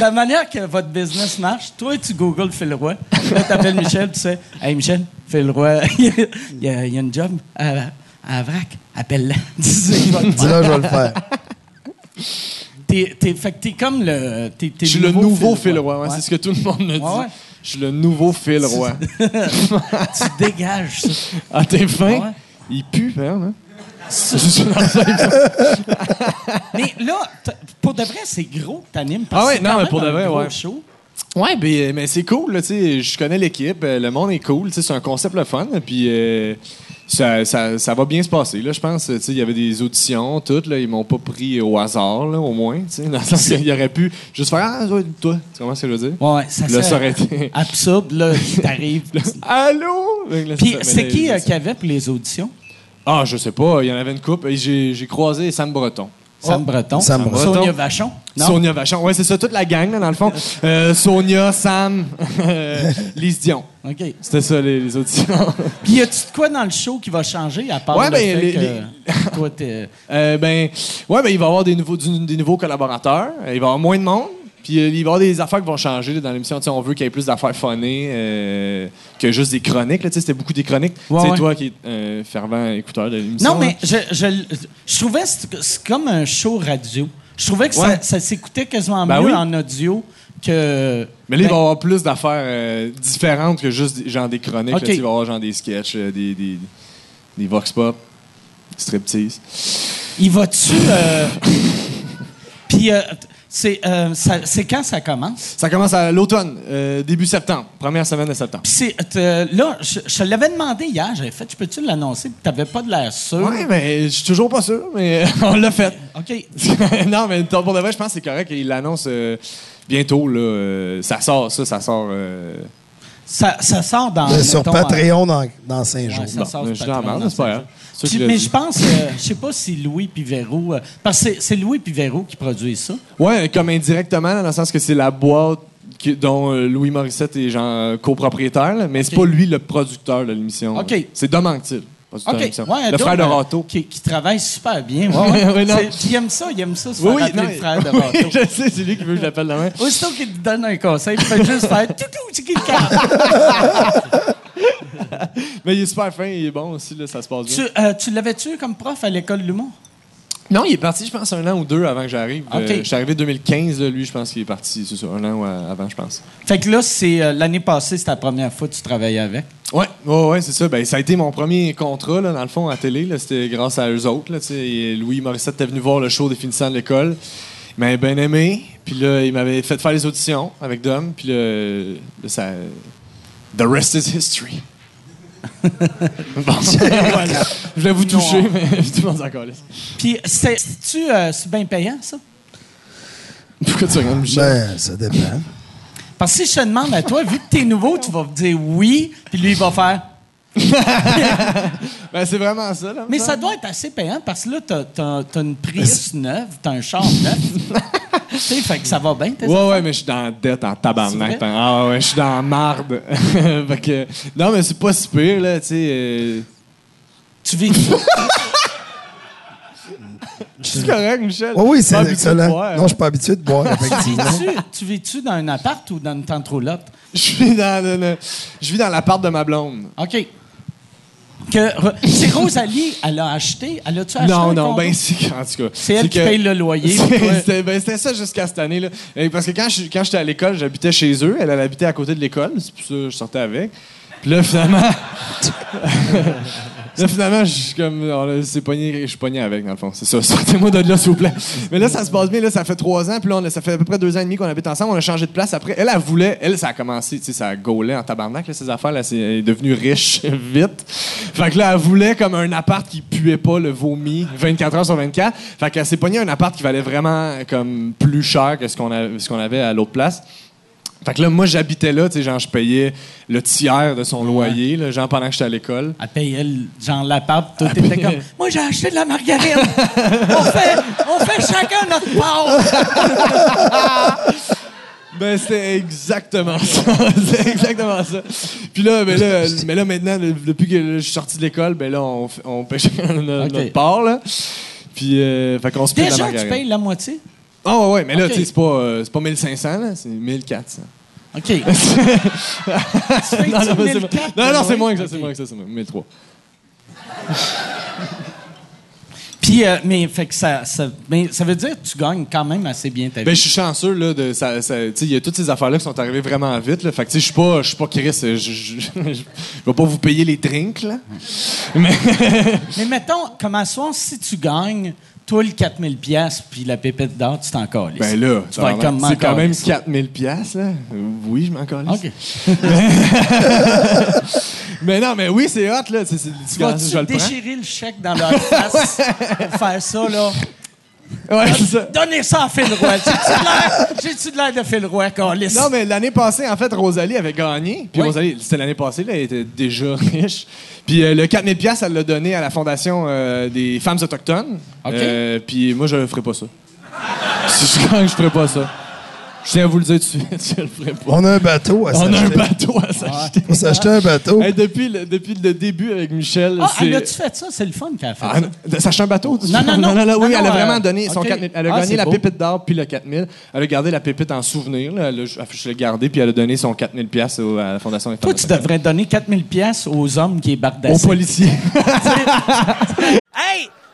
Speaker 2: la manière que votre business marche, toi, tu googles Phil Roy. Là, t'appelles Michel, tu sais, « Hey, Michel, Phil Roy, il y, a- il y a une job à, à VRAC. Appelle-la. Dis-lui que je vais le
Speaker 5: Dis
Speaker 2: prendre.
Speaker 5: là, je vais le faire.
Speaker 2: T'es- t'es- Fait que t'es comme le... t'es- t'es
Speaker 4: Je suis le nouveau Phil Roy.
Speaker 2: Roy.
Speaker 4: ouais,
Speaker 2: Ouais.
Speaker 4: C'est ce que tout le monde me dit.
Speaker 2: Ouais, ouais.
Speaker 4: Je suis le nouveau Phil Roy.
Speaker 2: Tu dégages ça.
Speaker 4: Ah, t'es fin?
Speaker 2: Ah ouais.
Speaker 4: Il pue, hein?
Speaker 2: Mais là, t- pour de vrai, c'est gros que t'animes.
Speaker 4: Ah
Speaker 2: parce que
Speaker 4: ouais,
Speaker 2: c'est
Speaker 4: non,
Speaker 2: quand
Speaker 4: mais
Speaker 2: même
Speaker 4: pour de
Speaker 2: un
Speaker 4: vrai,
Speaker 2: gros
Speaker 4: ouais.
Speaker 2: show.
Speaker 4: Ouais, ben, euh, mais c'est cool, là, tu sais, je connais l'équipe, euh, le monde est cool, tu sais, c'est un concept le fun, puis euh, ça, ça- ça va bien se passer, là, je pense, tu sais, il y avait des auditions, toutes, là, ils m'ont pas pris au hasard, là, au moins, tu sais, dans le sens qu'il aurait pu juste faire, ah, ouais, toi, tu comprends ce que je veux dire?
Speaker 2: Ouais, ça
Speaker 4: Là,
Speaker 2: serait
Speaker 4: ça aurait été-
Speaker 2: absurde, là, qui t'arrive.
Speaker 4: Allô? Là, ça-
Speaker 2: Puis
Speaker 4: mais
Speaker 2: c'est
Speaker 4: là,
Speaker 2: qui
Speaker 4: là,
Speaker 2: euh,
Speaker 4: ça-
Speaker 2: qui avait pour les auditions?
Speaker 4: Ah, je sais pas, il y en avait une coupe, et j'ai j'ai croisé Sam Breton.
Speaker 2: Sam Breton.
Speaker 5: Oh, Sam Breton.
Speaker 2: Sonia Vachon. Non?
Speaker 4: Sonia Vachon, ouais, c'est ça, toute la gang, là, dans le fond. Euh, Sonia, Sam, euh, Lise Dion.
Speaker 2: OK. Puis
Speaker 4: C'était ça, les- les auditions.
Speaker 2: y a-tu de quoi dans le show qui va changer à part
Speaker 4: Ouais,
Speaker 2: le
Speaker 4: ben,
Speaker 2: fait
Speaker 4: les-
Speaker 2: que
Speaker 4: les-
Speaker 2: euh, toi, t'es...
Speaker 4: Euh, ben, ouais, ben, il va y avoir des nouveaux, du- des nouveaux collaborateurs. Euh, Il va y avoir moins de monde. Puis euh, il va y avoir des affaires qui vont changer là, dans l'émission. Tu sais, on veut qu'il y ait plus d'affaires funnées euh, que juste des chroniques. là. Tu sais, C'était beaucoup des chroniques.
Speaker 2: Ouais,
Speaker 4: c'est
Speaker 2: ouais.
Speaker 4: toi qui es euh, fervent écouteur de l'émission.
Speaker 2: Non, mais je, je, je trouvais que c'est- c'est comme un show radio. Je trouvais que
Speaker 4: Ouais.
Speaker 2: ça, ça s'écoutait quasiment
Speaker 4: Ben
Speaker 2: mieux
Speaker 4: oui.
Speaker 2: en audio que...
Speaker 4: Mais là, il
Speaker 2: Ben,
Speaker 4: va y avoir plus d'affaires euh, différentes que juste des- genre des chroniques. là.
Speaker 2: Ok.
Speaker 4: Tu sais, il va y avoir genre des sketchs, euh, des, des, des vox pop, striptease.
Speaker 2: Il va-tu. euh, Puis, euh, c'est euh, ça- c'est quand ça commence?
Speaker 4: Ça commence à l'automne, euh, début septembre, première semaine de septembre.
Speaker 2: Puis, c'est, euh, là, je, je te l'avais demandé hier, j'avais fait, je peux-tu l'annoncer? Puis, t'avais pas de l'air sûr.
Speaker 4: Ouais, mais je suis toujours pas sûr, mais on l'a fait.
Speaker 2: OK.
Speaker 4: non, mais pour de vrai, je pense que c'est correct. Il l'annonce euh, bientôt. Là, euh, ça sort, ça, ça sort. euh,
Speaker 2: Ça, ça sort dans.
Speaker 5: Euh, sur
Speaker 2: mettons,
Speaker 5: Patreon dans, dans cinq
Speaker 2: euh,
Speaker 5: jours.
Speaker 2: ouais, ça sort
Speaker 4: mais
Speaker 2: sur
Speaker 4: je hein. l'en
Speaker 2: Patreon
Speaker 4: demande,
Speaker 2: dans
Speaker 4: c'est pas
Speaker 2: cinq
Speaker 4: grave.
Speaker 2: jours.
Speaker 4: C'est
Speaker 2: Puis-
Speaker 4: qui l'a
Speaker 2: mais
Speaker 4: dit.
Speaker 2: je pense, euh, je sais pas si Louis puis Véro. euh, parce que c'est- c'est Louis puis Véro qui produisent ça.
Speaker 4: ouais, comme indirectement, là, dans le sens que c'est la boîte qui- dont euh, Louis Morissette est genre copropriétaire, là, mais c'est
Speaker 2: Ok.
Speaker 4: pas lui le producteur de l'émission.
Speaker 2: Ok.
Speaker 4: là. C'est Dom Anctil, producteur de
Speaker 2: OK.
Speaker 4: l'émission.
Speaker 2: Ouais,
Speaker 4: le
Speaker 2: Dom,
Speaker 4: frère de
Speaker 2: euh,
Speaker 4: Rato.
Speaker 2: Qui, qui travaille super bien. Ouais, ouais.
Speaker 4: Ouais, non.
Speaker 2: C'est- il aime ça, il aime ça, se
Speaker 4: Oui,
Speaker 2: faire
Speaker 4: oui,
Speaker 2: appeler
Speaker 4: non,
Speaker 2: le
Speaker 4: il-
Speaker 2: frère de
Speaker 4: Oui,
Speaker 2: Rato.
Speaker 4: je sais, c'est lui qui veut que je l'appelle demain.
Speaker 2: Aussitôt qu'il te donne un conseil, il fait juste faire toutou, c'est qui le cap?
Speaker 4: Mais il est super fin, il est bon aussi, là, ça se passe bien.
Speaker 2: Tu, euh, tu l'avais-tu comme prof à l'école de l'humour?
Speaker 4: Non, il est parti, je pense, un an ou deux avant que j'arrive.
Speaker 2: Ok.
Speaker 4: Euh, je suis arrivé 2015, là, lui, je pense qu'il est parti, c'est ça, un an ou, euh, avant, je pense.
Speaker 2: Fait que là, c'est euh, l'année passée, c'était la première fois que tu travaillais avec.
Speaker 4: Ouais, ouais, ouais, c'est ça. Ben, ça a été mon premier contrat, là, dans le fond, à télé. là. C'était grâce à eux autres. Là, tu sais. Et Louis Morissette était venu voir le show des finissants de l'école. Il m'avait bien aimé. Puis là, il m'avait fait faire les auditions avec Dom. Puis là, là, ça... The rest is history. bon, voilà. Je voulais vous toucher, mais tout le monde s'en calisse.
Speaker 2: Puis, c'est- c'est-tu euh, c'est bien payant, ça?
Speaker 4: Pourquoi tu regardes Michel?
Speaker 5: Ben, ça dépend.
Speaker 2: Parce que si je te demande à toi, vu que t'es nouveau, tu vas me dire oui, puis lui, il va faire.
Speaker 4: Ben, c'est vraiment ça. Là,
Speaker 2: Mais ça doit être assez payant parce que là, t'as, t'as- t'as une Prius neuve, t'as un char neuf. tu sais, fait que ça va bien, t'es
Speaker 4: Ouais, ouais, mais je suis dans la dette en
Speaker 2: C'est
Speaker 4: tabarnak.
Speaker 2: vrai?
Speaker 4: Ah ouais, je suis dans la marde. Fait que- non, mais c'est pas si pire, là, tu sais. euh,
Speaker 2: Tu vis.
Speaker 4: C'est correct, Michel.
Speaker 5: Oh Oui, oui,
Speaker 4: Pas
Speaker 5: c'est
Speaker 4: habitué de
Speaker 5: excellent.
Speaker 4: boire. hein.
Speaker 5: Non, je suis pas habitué de boire, effectivement.
Speaker 2: tu, tu vis-tu dans un appart ou dans une tente-roulotte?
Speaker 4: Je vis dans, le- le- je vis dans l'appart de ma blonde.
Speaker 2: OK. Que, re- c'est Rosalie, elle a acheté. Elle a-tu acheté?
Speaker 4: Non,
Speaker 2: un
Speaker 4: non,
Speaker 2: condo?
Speaker 4: ben c'est en tout cas.
Speaker 2: C'est elle qui paye le loyer,
Speaker 4: C'est-
Speaker 2: puis toi-
Speaker 4: C'était ben, c'était ça jusqu'à cette année-là. Et Parce que quand je- quand j'étais à l'école, j'habitais chez eux. Elle, elle habitait à côté de l'école. C'est pour ça que je sortais avec. Puis là, finalement. là, finalement, je suis comme. on a- c'est pogné- je suis pogné avec, dans le fond. C'est ça. Sortez-moi de là, s'il vous plaît. Mais là, ça se passe bien. Là, ça fait trois ans. Puis là, on a- ça fait à peu près deux ans et demi qu'on habite ensemble. On a changé de place. Après, elle, elle voulait. Elle, ça a commencé. Tu sais, ça a gaulé en tabarnak, là, ses affaires. Là, c'est- elle est devenue riche vite. Fait que là, elle voulait comme un appart qui puait pas le vomi 24 heures sur 24. Fait qu'elle s'est pognée un appart qui valait vraiment comme plus cher que ce qu'on a- ce qu'on avait à l'autre place. Fait que là, moi, j'habitais là, tu sais, genre, je payais le tiers de son loyer, là, genre, pendant que j'étais à l'école.
Speaker 2: Elle payait, le- genre, l'appart. Tout était comme, moi, j'ai acheté de la margarine. on, fait, on fait chacun notre part.
Speaker 4: Ben, c'était exactement ça. c'est exactement ça. Puis là, ben là, mais là maintenant, le- depuis que je suis sorti de l'école, ben là, on, f- on pêche notre,
Speaker 2: Ok.
Speaker 4: notre part, là. Puis, euh, fait qu'on se paye de la
Speaker 2: Déjà, tu
Speaker 4: margarine.
Speaker 2: payes la moitié?
Speaker 4: Ah, ouais, ouais, mais là,
Speaker 2: Ok.
Speaker 4: tu sais, c'est pas, euh, c'est pas 1500, là, c'est 1400.
Speaker 2: OK. tu fais
Speaker 4: non, non, mais c'est moins- non, non, c'est moins que ça, c'est
Speaker 2: OK.
Speaker 4: moins que ça, c'est moins. 1300.
Speaker 2: Puis, euh, mais, fait que ça, ça, mais ça veut dire que tu gagnes quand même assez bien ta vie.
Speaker 4: Ben, je suis chanceux, là, de ça. ça- tu sais, il y a toutes ces affaires-là qui sont arrivées vraiment vite, là. Fait que, tu sais, je suis pas, je suis pas Chris. euh, Je je- je vais pas vous payer les drinks, là.
Speaker 2: mais mettons, comme à soir, si tu gagnes, toi, le 4000 pièces puis la pépite d'or, tu t'en calisses.
Speaker 4: Ben là,
Speaker 2: tu vas être comme
Speaker 4: c'est quand même
Speaker 2: même...
Speaker 4: 4000 pièces là. Euh, Oui, je m'en calisse.
Speaker 2: OK.
Speaker 4: Mais non, mais oui, c'est hot, là. C'est, c'est, tu
Speaker 2: Tu
Speaker 4: commences- je
Speaker 2: vas-tu
Speaker 4: le prends.
Speaker 2: déchirer le chèque dans leur face pour faire ça, là?
Speaker 4: Ouais, c'est ça.
Speaker 2: Donnez ça à Phil Roy. J'ai-tu de l'air- J'ai-tu de l'air de Phil Roy, calice?
Speaker 4: Non, mais l'année passée, en fait, Rosalie avait gagné. Puis
Speaker 2: Oui.
Speaker 4: Rosalie, c'était l'année passée, là, elle était déjà riche. Puis euh, le 4000 pièces elle l'a donné à la Fondation euh, des femmes autochtones.
Speaker 2: OK.
Speaker 4: Euh, puis moi, je ne ferai pas ça. si je gagne, je ferai pas ça. Je tiens à vous le dire tout de suite, je le ferai pas.
Speaker 5: On a un bateau à
Speaker 4: On a un
Speaker 5: s'acheter.
Speaker 4: bateau à s'acheter.
Speaker 5: On s'acheter un bateau.
Speaker 4: Hey, depuis, le, depuis le début avec Michel,
Speaker 2: Ah,
Speaker 4: c'est...
Speaker 2: elle a-tu fait ça? C'est le fun qu'elle a fait
Speaker 4: Ah,
Speaker 2: ça.
Speaker 4: non, ça acheter un bateau? tu
Speaker 2: Non,
Speaker 4: dis?
Speaker 2: non, non.
Speaker 4: oui,
Speaker 2: Non,
Speaker 4: elle a
Speaker 2: non, euh,
Speaker 4: vraiment donné son
Speaker 2: ok.
Speaker 4: 4000. Elle a
Speaker 2: Ah, c'est
Speaker 4: gagné la
Speaker 2: beau.
Speaker 4: pépite d'or puis le 4000. Elle a gardé la pépite en souvenir. là. Elle a, je je l'ai gardé puis elle a donné son 4000 pièces au- à la Fondation des
Speaker 2: Toi,
Speaker 4: femmes
Speaker 2: tu devrais donner 4000 pièces aux hommes qui est
Speaker 4: Aux
Speaker 2: bardassés.
Speaker 4: policiers.
Speaker 6: Hey,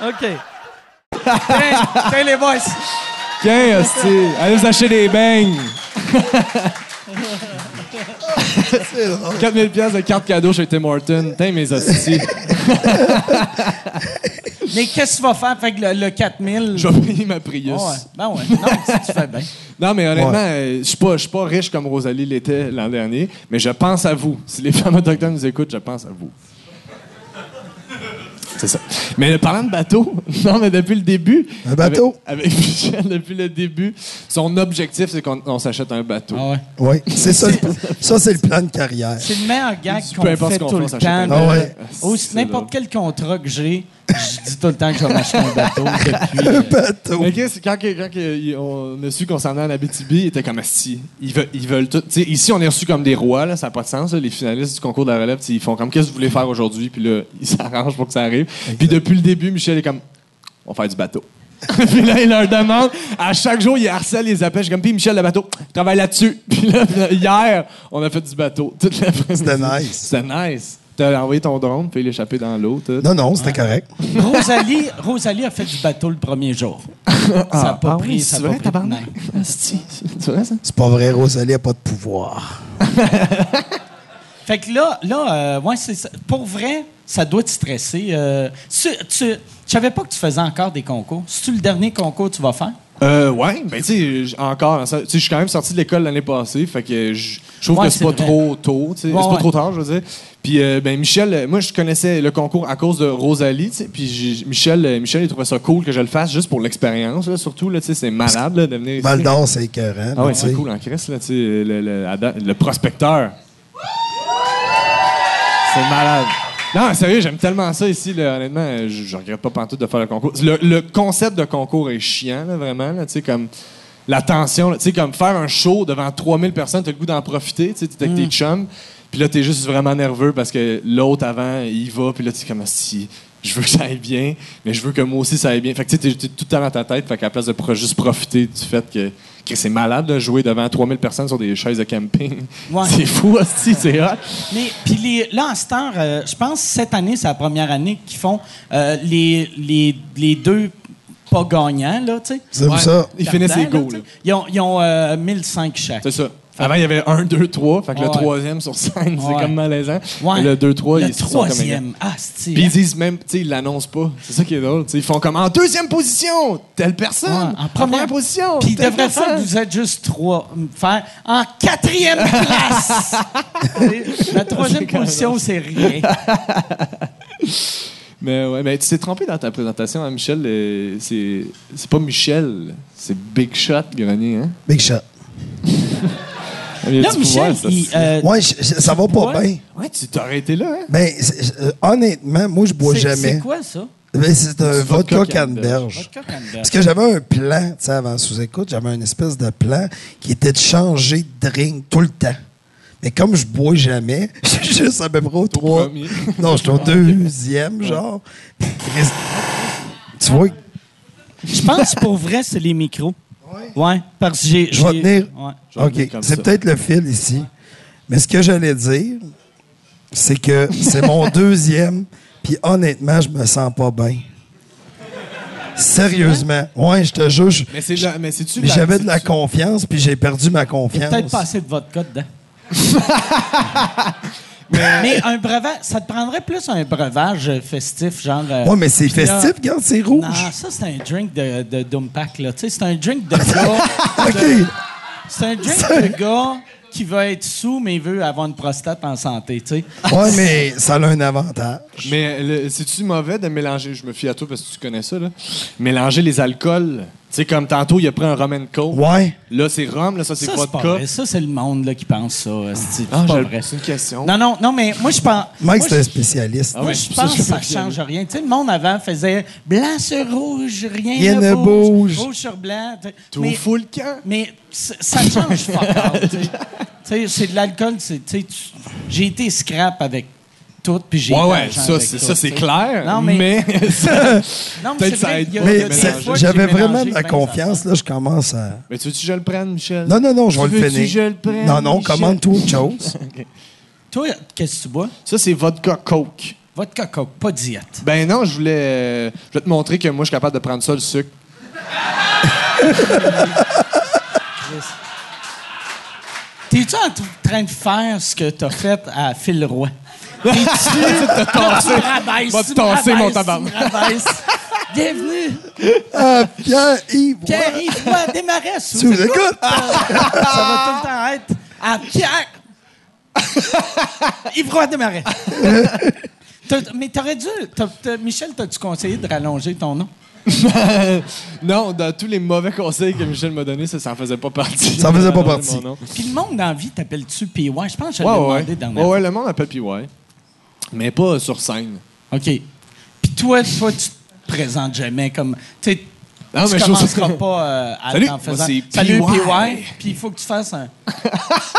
Speaker 6: OK. Tiens, tiens, les boys.
Speaker 4: Tiens, hostie, allez vous acheter des bangs.
Speaker 5: C'est drôle.
Speaker 4: 4000 pièces de carte cadeau chez Tim Horton. Tiens, mes hosties.
Speaker 2: Mais qu'est-ce que tu vas faire avec le, le 4000?
Speaker 4: Je vais payer ma Prius.
Speaker 2: Ah ouais. Ben ouais, non, ça, tu fais bien.
Speaker 4: Non, mais honnêtement, euh, je suis pas, je suis pas riche comme Rosalie l'était l'an dernier, mais je pense à vous. Si les femmes autochtones nous écoutent, je pense à vous. C'est ça. Mais euh, parlant de bateau, non, mais depuis le début.
Speaker 5: Un bateau.
Speaker 4: Avec, avec Michel, depuis le début, son objectif, c'est qu'on on s'achète un bateau.
Speaker 2: Ah ouais.
Speaker 5: Oui, c'est ça. le- Ça, c'est le plan de carrière.
Speaker 2: C'est le meilleur gag qu'on
Speaker 4: Peu importe
Speaker 2: fait
Speaker 4: ce qu'on
Speaker 2: tout
Speaker 4: fait,
Speaker 2: le
Speaker 4: on
Speaker 2: temps.
Speaker 4: s'achète
Speaker 5: un
Speaker 2: de-
Speaker 5: bateau. Ah ouais.
Speaker 2: Au- N'importe quel contrat que j'ai, je dis tout le temps que je vais m'acheter un bateau depuis. euh,
Speaker 5: Bateau.
Speaker 4: Mais qu'est-ce- quand, que- quand que- il- on a su qu'on s'en allait en Abitibi, il était comme si ils veulent, ils veulent tout. Tu sais, ici, on est reçus comme des rois, là, ça n'a pas de sens. là. les finalistes du concours de la relève, tu sais, ils font comme qu'est-ce que vous voulez faire aujourd'hui, puis là, ils s'arrangent pour que ça arrive. Puis depuis le début, Michel est comme on va faire du bateau. puis là, il leur demande, à chaque jour, il harcèle les appels. Je suis comme, puis Michel, le bateau, je travaille là-dessus. Puis là, puis là, hier, on a fait du bateau. Toute la
Speaker 5: C'était nice.
Speaker 4: C'était nice. T'as envoyé ton drone, puis l'échapper dans l'eau. tout.
Speaker 5: Non, non, c'était correct.
Speaker 2: Rosalie, Rosalie a fait du bateau le premier jour. ça n'a pas
Speaker 4: ah oui,
Speaker 2: pris. ça
Speaker 4: c'est
Speaker 2: a pas
Speaker 4: vrai,
Speaker 2: pris.
Speaker 4: tabarnak?
Speaker 2: Non.
Speaker 4: Asti, C'est c'est vrai, ça?
Speaker 5: C'est pas vrai, Rosalie a pas de pouvoir.
Speaker 2: Fait que là, là euh, ouais, c'est ça. pour vrai, ça doit te stresser. euh. tu, tu, je savais pas que tu faisais encore des concours. C'est-tu le dernier concours que tu vas faire?
Speaker 4: Euh, ouais, ben tu sais, j- encore, ça- tu sais, je suis quand même sorti de l'école l'année passée, fait que je je trouve
Speaker 2: Ouais,
Speaker 4: que c'est
Speaker 2: c'est
Speaker 4: pas
Speaker 2: vrai.
Speaker 4: trop tôt, tu sais,
Speaker 2: Ouais,
Speaker 4: c'est pas
Speaker 2: ouais.
Speaker 4: trop tard, je veux dire. Puis euh, ben Michel, euh, moi je connaissais le concours à cause de Rosalie, tu sais, puis j'ai- Michel, euh, Michel il trouvait ça cool que je le fasse juste pour l'expérience, là, surtout là, tu sais, c'est malade là, de venir.
Speaker 5: Val
Speaker 4: ici.
Speaker 5: d'Or, c'est écœurant.
Speaker 4: Ah
Speaker 5: mais
Speaker 4: ouais,
Speaker 5: tu
Speaker 4: c'est
Speaker 5: sais,
Speaker 4: cool en Christ, là, tu sais, le, le- Adam- le prospecteur. C'est malade. Non, sérieux, j'aime tellement ça ici, là, honnêtement, euh, je, je regrette pas pantoute de faire le concours. Le, le concept de concours est chiant, là, vraiment, là, tu sais, comme la tension, là, tu sais, comme faire un show devant 3000 personnes, t'as le goût d'en profiter, tu sais, t'es avec tes chums, puis là, t'es juste vraiment nerveux parce que l'autre avant, il va, puis là, tu es comme, si, je veux que ça aille bien, mais je veux que moi aussi ça aille bien. Fait que, tu sais, t'es- t'es tout le temps dans ta tête, fait qu'à la place de pro- juste profiter du fait que, que c'est malade de jouer devant 3000 personnes sur des chaises de camping.
Speaker 2: Ouais.
Speaker 4: C'est fou, aussi, c'est hot.
Speaker 2: Mais puis les- là, en ce temps, euh, je pense que cette année, c'est la première année qu'ils font euh, les, les, les deux pas gagnants, là, tu sais.
Speaker 5: C'est
Speaker 4: Ouais.
Speaker 5: ça.
Speaker 4: Ils finissent les
Speaker 2: Là,
Speaker 4: goals,
Speaker 2: tu sais.
Speaker 4: là.
Speaker 2: Ils ont, ils ont euh, 1005 chaque.
Speaker 4: C'est ça. Avant, il y avait un, deux, trois. Fait que le
Speaker 2: Ouais.
Speaker 4: troisième sur scène,
Speaker 2: Ouais.
Speaker 4: c'est comme malaisant.
Speaker 2: Ouais.
Speaker 4: Et le deux, trois,
Speaker 2: Le
Speaker 4: ils se sont comme-
Speaker 2: troisième. Ah, c'est
Speaker 4: Puis ils disent même, tu sais, ils l'annoncent pas. C'est ça qui est drôle. tu sais, ils font comme en deuxième position, telle personne.
Speaker 2: Ouais,
Speaker 4: en, première position.
Speaker 2: Puis il
Speaker 4: telle
Speaker 2: devrait faire que
Speaker 4: personne.
Speaker 2: vous êtes juste trois. Faire en quatrième place. La troisième position, c'est rien.
Speaker 4: Mais ouais, mais tu t'es trompé dans ta présentation, hein, Michel. euh, c'est, c'est pas Michel, c'est Big Shot Grenier, hein?
Speaker 5: Big shot.
Speaker 4: Il y a
Speaker 2: Là,
Speaker 4: du pouvoir,
Speaker 2: Michel,
Speaker 4: ça.
Speaker 2: il, euh,
Speaker 5: Ouais, je- je- ça va pas
Speaker 2: Ouais.
Speaker 5: bien.
Speaker 4: Ouais, tu t'aurais été là, hein?
Speaker 5: Ben, c'est- euh, honnêtement, moi, je bois
Speaker 2: c'est- c'est
Speaker 5: jamais.
Speaker 2: quoi ça?
Speaker 5: Ben, c'est un
Speaker 4: Du vodka
Speaker 5: vodka
Speaker 4: canneberge.
Speaker 5: canneberge.
Speaker 2: Vodka Canberra.
Speaker 5: Parce que j'avais un plan, tu sais, avant sous-écoute, j'avais une espèce de plan qui était de changer de drink tout le temps. Mais comme je bois jamais, je suis juste à peu près au trois.
Speaker 4: premier. Ah,
Speaker 5: Non, je suis au deuxième, genre. Chris- Tu vois,
Speaker 2: Je pense pour vrai, c'est les micros. Ouais, parce que j'ai.
Speaker 5: Je vais
Speaker 2: j'ai-
Speaker 5: tenir.
Speaker 2: ouais.
Speaker 4: Je vais le
Speaker 5: OK,
Speaker 4: dire comme
Speaker 5: c'est
Speaker 4: ça.
Speaker 5: peut-être le fil ici. Mais ce que j'allais dire, c'est que c'est mon deuxième, puis honnêtement, je me sens pas bien.
Speaker 2: Hein?
Speaker 5: Sérieusement. Ouais, je te jure. je-
Speaker 4: Mais, c'est la- mais c'est-tu
Speaker 5: Mais
Speaker 4: la-
Speaker 5: J'avais de la
Speaker 4: c'est-tu-
Speaker 5: confiance, puis j'ai perdu ma
Speaker 2: Il y a
Speaker 5: confiance.
Speaker 2: peut-être pas assez de vodka dedans. mais... un breuvage, ça te prendrait plus un breuvage festif, genre. euh,
Speaker 5: Ouais, mais c'est
Speaker 2: puis là-
Speaker 5: festif, regarde, c'est rouge.
Speaker 2: Non, ça, c'est un drink de, de Dompac, là. Tu sais, c'est un drink de gars.
Speaker 5: OK.
Speaker 2: de- C'est un drink de gars qui veut être sous, mais il veut avoir une prostate en santé, tu sais.
Speaker 5: Ouais, mais ça a un avantage.
Speaker 4: Mais le- c'est-tu mauvais de mélanger, je me fie à toi parce que tu connais ça, là, mélanger les alcools? Tu sais, comme tantôt, il a pris un rum and coke.
Speaker 5: Ouais.
Speaker 4: Là, c'est rhum, là, ça, c'est
Speaker 2: Ça, c'est pas
Speaker 4: vodka.
Speaker 2: vrai. Ça, c'est le monde là, qui pense ça. euh, C'est c'est
Speaker 4: Ah,
Speaker 2: pas
Speaker 4: j'ai-
Speaker 2: vrai.
Speaker 4: c'est une question.
Speaker 2: Non, non, non, mais moi, je pense.
Speaker 5: Mike,
Speaker 2: moi,
Speaker 5: c'est un spécialiste.
Speaker 4: Ah
Speaker 2: Moi,
Speaker 4: ouais,
Speaker 2: je
Speaker 4: ça,
Speaker 2: pense
Speaker 4: je
Speaker 2: que ça
Speaker 4: peux
Speaker 2: change rien. Tu sais, le monde avant faisait blanc sur rouge, rien,
Speaker 5: Rien
Speaker 2: ne
Speaker 5: ne
Speaker 2: bouge,
Speaker 5: bouge.
Speaker 2: Rouge sur blanc. tu sais.
Speaker 4: Tout
Speaker 2: mais,
Speaker 4: fout le camp.
Speaker 2: mais c- ça change fuck all, tu sais. Tu sais, c'est de l'alcool. c'est- tu sais, tu- J'ai été scrap avec tout, puis j'ai
Speaker 4: Ouais,
Speaker 2: été
Speaker 4: ouais,
Speaker 2: argent
Speaker 4: ça,
Speaker 2: avec
Speaker 4: c'est,
Speaker 2: tout,
Speaker 4: ça, c'est
Speaker 2: tu sais.
Speaker 4: clair.
Speaker 2: Non, mais-
Speaker 4: mais. ça-
Speaker 2: Non, mais
Speaker 4: Peut-être
Speaker 2: c'est vrai,
Speaker 4: ça aide
Speaker 2: il y a-
Speaker 4: pas.
Speaker 2: il y a
Speaker 5: Mais
Speaker 2: des
Speaker 5: ça-
Speaker 2: fois que j'ai
Speaker 5: j'avais vraiment
Speaker 2: mélangé
Speaker 5: de la
Speaker 2: plein
Speaker 5: confiance.
Speaker 2: d'affaires.
Speaker 5: Là, je commence à.
Speaker 4: Mais tu veux-tu que je le prenne, Michel?
Speaker 5: Non, non, non, je vais
Speaker 4: Tu
Speaker 5: le
Speaker 4: veux-tu
Speaker 5: finir.
Speaker 4: que je le prenne,
Speaker 5: non, non,
Speaker 4: Michel?
Speaker 5: commande-toi autre chose.
Speaker 2: Toi, qu'est-ce que tu bois?
Speaker 4: Ça, c'est vodka coke.
Speaker 2: Votre coco, pas de diète.
Speaker 4: Ben non, je voulais, euh, je vais te montrer que moi, je suis capable de prendre ça, le sucre.
Speaker 2: T'es-tu en t- train de faire ce que t'as fait à Phil Roy? T'es-tu... Là, tu me rabaisses,
Speaker 4: Va te
Speaker 2: tu me
Speaker 4: tasser, mon
Speaker 2: rabaisses,
Speaker 4: tabarnak.
Speaker 2: tu me rabaisses. Bienvenue,
Speaker 5: Ah, Pierre-Yves.
Speaker 2: Pierre-Yves Roy Desmarais.
Speaker 5: Tu nous écoutes?
Speaker 2: Ça va tout le temps être à Pierre. Yves Roy Desmarais. T'as- Mais t'aurais dû. t'as- t'as- Michel, t'as-tu conseillé de rallonger ton nom?
Speaker 4: non, dans tous les mauvais conseils que Michel m'a donnés, ça, ça en faisait pas partie.
Speaker 5: Ça en faisait pas
Speaker 4: Mon
Speaker 5: partie.
Speaker 4: nom.
Speaker 2: Puis le monde dans la vie, t'appelles-tu PY? Je pense que je l'ai
Speaker 4: Ouais, ouais.
Speaker 2: demandé dans
Speaker 4: Ouais, ouais, le monde appelle PY. Mais pas sur scène.
Speaker 2: OK. Puis toi, toi, tu te présentes jamais comme. Tu sais,
Speaker 4: Non,
Speaker 2: tu
Speaker 4: mais je trouve ça-
Speaker 2: commenceras pas euh, à,
Speaker 4: Salut,
Speaker 2: en
Speaker 4: moi,
Speaker 2: faisant.
Speaker 4: c'est
Speaker 2: Salut,
Speaker 4: PY.
Speaker 2: PY. Puis il faut que tu fasses un,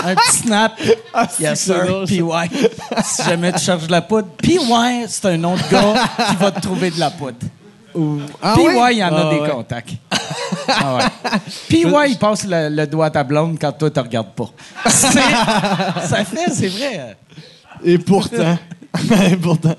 Speaker 2: un petit snap. yes,
Speaker 4: Ah, c'est
Speaker 2: sir,
Speaker 4: drôle, ça.
Speaker 2: PY. si jamais tu cherches de la poudre. PY, c'est un nom de gars qui va te trouver de la poudre.
Speaker 4: Ah
Speaker 2: PY,
Speaker 4: ouais?
Speaker 2: il y en a
Speaker 4: Ah
Speaker 2: des
Speaker 4: ouais.
Speaker 2: contacts. Ah ouais. PY, il passe le, le doigt à ta blonde quand toi, tu regardes pas. C'est- Ça fait, c'est vrai. euh,
Speaker 4: Et pourtant. Et pourtant.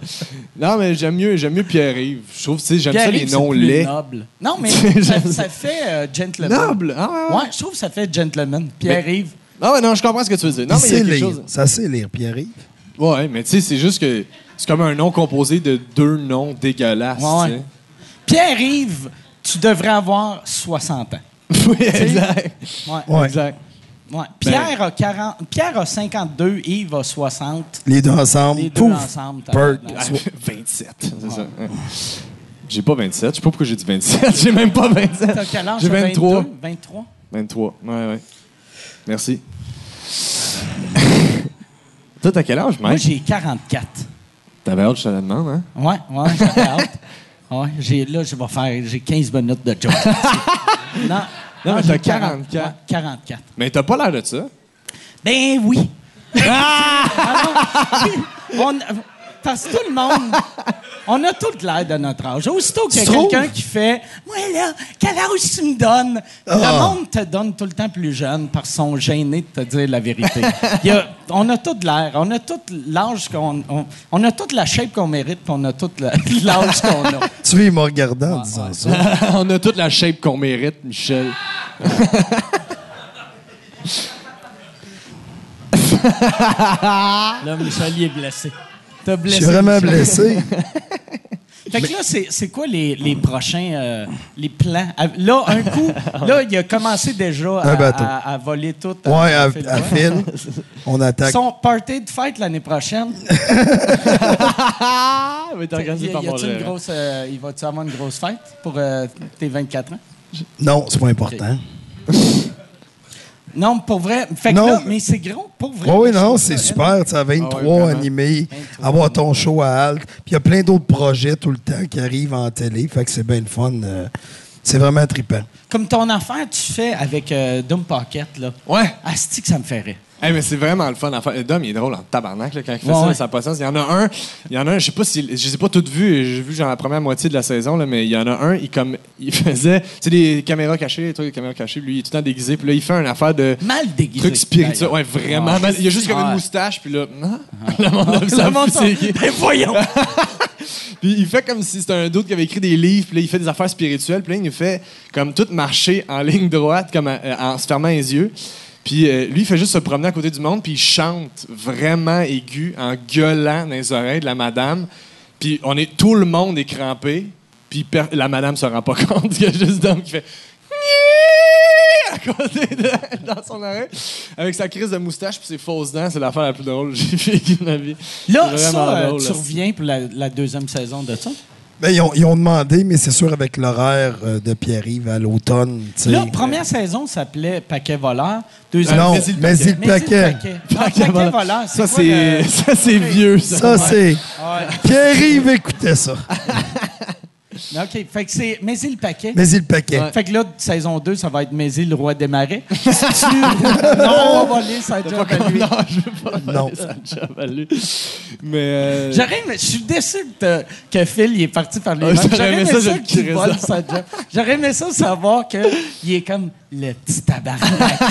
Speaker 4: Non, mais j'aime mieux, j'aime mieux Pierre-Yves. Je trouve, tu sais, j'aime ça
Speaker 2: Pierre-Yves,
Speaker 4: les
Speaker 2: c'est
Speaker 4: noms
Speaker 2: plus
Speaker 4: laids.
Speaker 2: noble. Non, mais
Speaker 4: J'aime
Speaker 2: ça,
Speaker 4: ça.
Speaker 2: ça fait euh, gentleman.
Speaker 4: Noble. Ah, ouais, Ben, ouais.
Speaker 2: Ouais, je trouve que ça fait gentleman. Pierre-Yves.
Speaker 4: Non, mais Ah non, je comprends ce que tu veux dire. Non,
Speaker 5: Il
Speaker 4: mais il y a
Speaker 5: sait
Speaker 4: quelque
Speaker 5: lire.
Speaker 4: chose.
Speaker 5: Ça sait lire, Pierre-Yves.
Speaker 4: Ouais, mais tu sais, c'est juste que c'est comme un nom composé de deux noms dégueulasses.
Speaker 2: Ouais,
Speaker 4: tu
Speaker 2: ouais. Pierre-Yves, tu devrais avoir 60 ans.
Speaker 4: sais. oui, exact.
Speaker 2: Ouais.
Speaker 5: Ouais.
Speaker 4: Exact.
Speaker 2: ouais.
Speaker 4: Ben-
Speaker 2: Pierre, a 40, Pierre a 52, Yves a 60.
Speaker 5: Les deux ensemble.
Speaker 2: Les deux
Speaker 5: pouf,
Speaker 2: ensemble, t'as-
Speaker 5: perk.
Speaker 2: non.
Speaker 4: Ah, 27, c'est ça. Ouais. J'ai pas 27. Je sais pas pourquoi j'ai dit 27. J'ai même pas 27.
Speaker 2: T'as quel âge?
Speaker 4: J'ai 23.
Speaker 2: 22, 23?
Speaker 4: 23. Ouais, ouais. Merci. Toi, t'as quel âge,
Speaker 2: Moi,
Speaker 4: mec?
Speaker 2: j'ai 44.
Speaker 4: T'avais hâte, je te la demande, hein?
Speaker 2: Ouais, ouais, j'ai hâte. Ouais, j'ai, là, je vais faire j'ai 15 minutes de joke. non,
Speaker 4: Non, mais
Speaker 2: j'ai
Speaker 4: t'as
Speaker 2: 40,
Speaker 4: 44.
Speaker 2: ouais, 44.
Speaker 4: Mais t'as pas l'air de ça.
Speaker 2: Ben oui. Ah non. On- parce que tout le monde, on a tout l'air de notre âge. Aussitôt qu'il y a
Speaker 5: Tu
Speaker 2: quelqu'un
Speaker 5: trouves?
Speaker 2: qui fait Moi là, quel âge tu me donnes Le monde te donne tout le temps plus jeune parce qu'ils sont gênés de te dire la vérité. Il y a- on a tout l'air, on a tout l'âge qu'on. On, on a toute la shape qu'on mérite, puis on a tout la- l'âge qu'on a.
Speaker 5: Tu vois, il m'a regardé en disant ça.
Speaker 4: On a toute la shape qu'on mérite, Michel.
Speaker 2: Là, Michel, il est blessé. T'as
Speaker 5: Je
Speaker 2: blessé.
Speaker 5: suis vraiment
Speaker 2: Michel.
Speaker 5: blessé.
Speaker 2: Fait que là, c'est c'est quoi les, les prochains euh, les plans? Ah, Là, un coup, là, il a commencé déjà à,
Speaker 5: Un bateau.
Speaker 2: à- à voler tout. euh, à-
Speaker 5: Ouais, à,
Speaker 2: Phil
Speaker 5: à
Speaker 2: Roy.
Speaker 5: Phil. On attaque.
Speaker 2: Son party de fête l'année prochaine.
Speaker 4: Ah, mais t'as
Speaker 2: Y,
Speaker 4: organisé par mon
Speaker 2: a-tu une
Speaker 4: gérant.
Speaker 2: grosse, euh, il va-tu avoir une grosse fête pour euh, tes 24 ans?
Speaker 5: Non, c'est pas important.
Speaker 2: Non, pour vrai. Fait que
Speaker 5: Non.
Speaker 2: là, mais c'est gros, pour vrai.
Speaker 5: Oui, oui,
Speaker 2: Je
Speaker 5: non,
Speaker 2: trouve
Speaker 5: c'est
Speaker 2: ça-
Speaker 5: super. Tu as 23 animés, avoir ton show à Halte. Puis il y a plein d'autres projets tout le temps qui arrivent en télé. Fait que c'est bien le fun. euh, c'est vraiment trippant.
Speaker 2: Comme ton affaire, tu fais avec euh, Doom Pocket, là.
Speaker 4: Ouais.
Speaker 2: Asti que ça me ferait.
Speaker 4: Hey, mais c'est vraiment le fun à faire. Dom, il est drôle en tabarnak là, quand il fait
Speaker 2: Ouais,
Speaker 4: ça,
Speaker 2: ouais.
Speaker 4: ça a pas de sens. Il y en a un, il y en a un, je sais pas si, je les ai pas toutes vues, j'ai vu genre la première moitié de la saison, là, mais il y en a un, il comme, il faisait, tu sais, des caméras cachées, des trucs de caméras cachées, lui, il est tout le temps déguisé, puis là, il fait une affaire de
Speaker 2: Mal déguisé.
Speaker 4: truc spirituel.
Speaker 2: d'ailleurs.
Speaker 4: Ouais, vraiment.
Speaker 2: Ouais.
Speaker 4: mal- Il y a juste comme
Speaker 2: Ouais. Ah.
Speaker 4: une moustache, puis là, non, le monde aime ça.
Speaker 2: Le monde s'en-
Speaker 4: c'est qui.
Speaker 2: Ben voyons!
Speaker 4: Puis il fait comme si c'était un doute qui avait écrit des livres, puis là, il fait des affaires spirituelles, puis là, il nous fait comme tout marcher en ligne droite, comme euh, en se fermant les yeux. Puis euh, lui, il fait juste se promener à côté du monde, puis il chante vraiment aigu, en gueulant dans les oreilles de la madame. Puis on est, tout le monde est crampé, puis per- la madame se rend pas compte qu'il y a juste d'homme qui fait à côté de- dans son oreille, avec sa crise de moustache puis ses fausses dents, c'est l'affaire la plus drôle que j'ai vécue de ma vie.
Speaker 2: Là,
Speaker 4: C'est vraiment
Speaker 2: ça, euh,
Speaker 4: drôle,
Speaker 2: tu
Speaker 4: là.
Speaker 2: reviens pour la, la deuxième saison de ça.
Speaker 5: Ben, ils, ont, ils ont demandé, mais c'est sûr, avec l'horaire euh, de Pierre-Yves à l'automne. tu sais.
Speaker 2: Là, première saison s'appelait Paquet voleur. Deuxième
Speaker 5: Non,
Speaker 4: Vas-y, le
Speaker 5: mais
Speaker 4: paquet.
Speaker 2: Mais c'est
Speaker 5: c'est le paquet.
Speaker 2: Non, Paquet voleur,
Speaker 4: Ça,
Speaker 2: quoi
Speaker 4: c'est
Speaker 2: le-
Speaker 4: ça, c'est vieux, ça.
Speaker 5: Ça, c'est. Pierre-Yves écoutait ça.
Speaker 2: Non, OK, fait que c'est Mais c'est le paquet.
Speaker 5: Mais il le paquet.
Speaker 2: Fait que là, saison 2, ça va être Mésil, le roi des marais. Tu- non, on va voler sa job à lui.
Speaker 5: Bah Non.
Speaker 4: Chavalu. Mais. euh,
Speaker 2: J'aurais aimé- je suis déçu que, euh, que Phil il est parti par lui-même.
Speaker 4: Ah, j'aurais
Speaker 2: J'aurais
Speaker 4: aimé
Speaker 2: aimé
Speaker 4: ça,
Speaker 2: ça
Speaker 4: je le
Speaker 2: qu'il
Speaker 4: crierais
Speaker 2: vole
Speaker 4: ça.
Speaker 2: sa job. J'aurais aimé ça savoir qu'il est comme le petit tabarnak.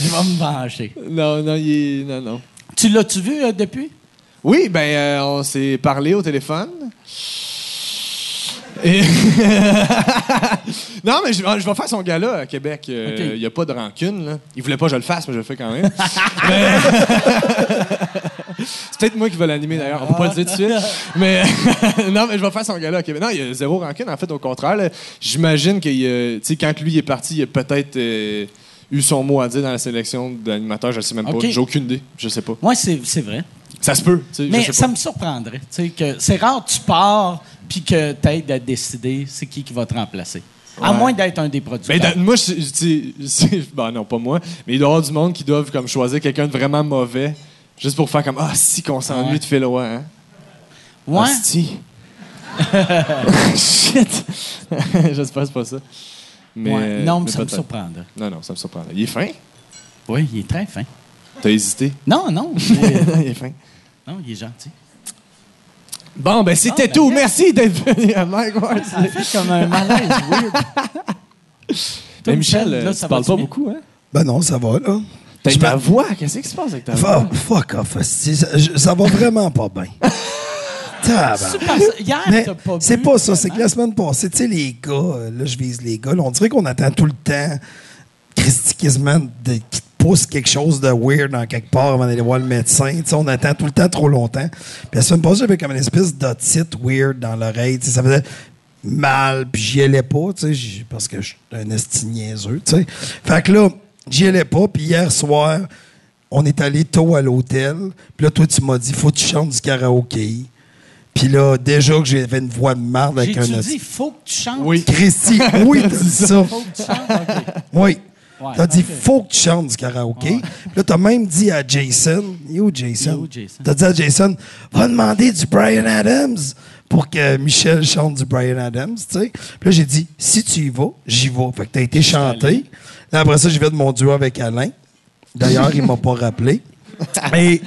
Speaker 2: je vais me venger.
Speaker 4: non, non, il est- Non, non.
Speaker 2: Tu l'as-tu vu euh, depuis?
Speaker 4: Oui, ben, euh, on s'est parlé au téléphone. Et- non, mais je, je vais faire son gala à Québec. Euh, Il
Speaker 2: Ok.
Speaker 4: n'y a pas de rancune. Là. Il voulait pas que je le fasse, mais je le fais quand même. Mais- c'est C'est peut-être moi qui vais l'animer d'ailleurs, on peut pas le dire tout de suite. Mais non, mais je vais faire son gala à Québec. Non, il y a zéro rancune. En fait, au contraire, là, j'imagine que euh, tu sais, quand lui est parti, il a peut-être euh, eu son mot à dire dans la sélection d'animateurs. Je sais même
Speaker 2: Ok.
Speaker 4: pas. J'ai aucune idée. Je sais pas.
Speaker 2: Moi, c'est c'est vrai.
Speaker 4: Ça se peut. tu sais, je sais
Speaker 2: Mais
Speaker 4: pas.
Speaker 2: ça me surprendrait. tu sais, que C'est rare que tu pars puis que tu aides à décider c'est qui qui va te remplacer. À moins d'être un des
Speaker 4: Mais
Speaker 2: producteurs.
Speaker 4: dans- moi, je, je- tu sais, c'est- ben non, pas moi, mais il doit y avoir du monde qui doivent comme choisir quelqu'un de vraiment mauvais, juste pour faire comme ah si qu'on s'ennuie
Speaker 2: Ouais.
Speaker 4: de Phil Roy, hein. Ah,
Speaker 2: ouais.
Speaker 4: Asti. Shit. J'espère que c'est pas ça. Mais,
Speaker 2: ouais. Non, mais
Speaker 4: mais
Speaker 2: ça me
Speaker 4: peut-être.
Speaker 2: surprendrait.
Speaker 4: Non, non, ça me surprend. Il est fin.
Speaker 2: Oui, il est très fin.
Speaker 4: T'as hésité.
Speaker 2: Non, non. il est-
Speaker 4: il est fin.
Speaker 2: non, il est gentil.
Speaker 4: Bon, ben c'était
Speaker 2: ben,
Speaker 4: tout. Merci d'être venu à Mike Ward.
Speaker 2: Ça fait comme un malaise weird. Toi,
Speaker 4: Mais Michel,
Speaker 2: là,
Speaker 4: euh,
Speaker 2: ça
Speaker 4: tu
Speaker 2: va
Speaker 4: parles
Speaker 2: tu
Speaker 4: pas
Speaker 2: mieux?
Speaker 4: beaucoup, hein?
Speaker 5: Ben non, ça va, là.
Speaker 4: T'as
Speaker 5: Je
Speaker 4: ta
Speaker 5: me-
Speaker 4: voix. Ah, Qu'est-ce qui se passe avec ta voix?
Speaker 5: Fa- Fuck off, esti. ça, je- ça va vraiment pas bien. Tabarnak.
Speaker 2: Super, ça- Hier,
Speaker 5: Mais
Speaker 2: t'as pas
Speaker 5: c'est
Speaker 2: bu,
Speaker 5: pas ça, c'est
Speaker 2: vraiment.
Speaker 5: que la semaine passée, tu sais, les gars, euh, là, je vise les gars, là, on dirait qu'on attend tout le temps, christiquement, de, qu'ils te poussent quelque chose de weird dans quelque part avant d'aller voir le médecin. Tu sais, on attend tout le temps trop longtemps. Puis la semaine passée, j'avais comme une espèce d'otite weird dans l'oreille. Tu sais, ça faisait mal, puis j'y allais pas, tu sais, j'y- parce que je suis un esti niaiseux, tu sais. Fait que là, j'y allais pas, puis hier soir, on est allé tôt à l'hôtel, puis là, toi, tu m'as dit, faut que tu chantes du karaoké. Puis là, déjà que j'avais une voix de marde avec un
Speaker 2: J'ai-tu
Speaker 5: esti-
Speaker 2: dit, faut que tu chantes?
Speaker 4: Oui.
Speaker 5: Christy, oui, t'as dit ça.
Speaker 2: Faut que tu chantes? OK.
Speaker 5: Oui.
Speaker 2: Ouais,
Speaker 5: T'as dit,
Speaker 2: ok.
Speaker 5: faut que tu chantes du karaoké. Puis Là, t'as même dit à Jason, yo Jason,
Speaker 2: Yo, Jason.
Speaker 5: t'as dit à Jason, va demander du Brian Adams pour que Michel chante du Brian Adams, tu sais. Puis là, j'ai dit, si tu y vas, j'y vais. Fait que t'as été chanté. Là, après ça, j'ai fait de mon duo avec Alain. D'ailleurs, il m'a pas rappelé. Mais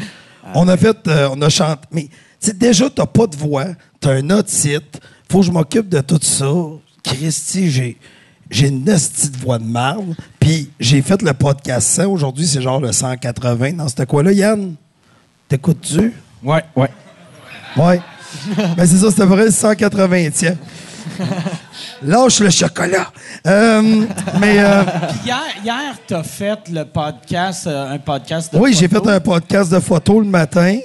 Speaker 5: on a fait, euh, on a chanté. Mais tu sais, déjà, t'as pas de voix, t'as un otite, faut que je m'occupe de tout ça. Christy, j'ai. J'ai une petite voix de marbre. Puis j'ai fait le podcast 100. Aujourd'hui, c'est genre le 180 dans ce quoi-là. Yann, t'écoutes-tu?
Speaker 3: Ouais, ouais.
Speaker 5: Ouais. Ben c'est ça, c'était vrai, le 180e. Lâche le chocolat. Euh, mais euh,
Speaker 2: Hier, hier t'as fait le podcast, euh, un podcast de
Speaker 5: oui, j'ai fait
Speaker 2: photo.
Speaker 5: un podcast de photos le matin.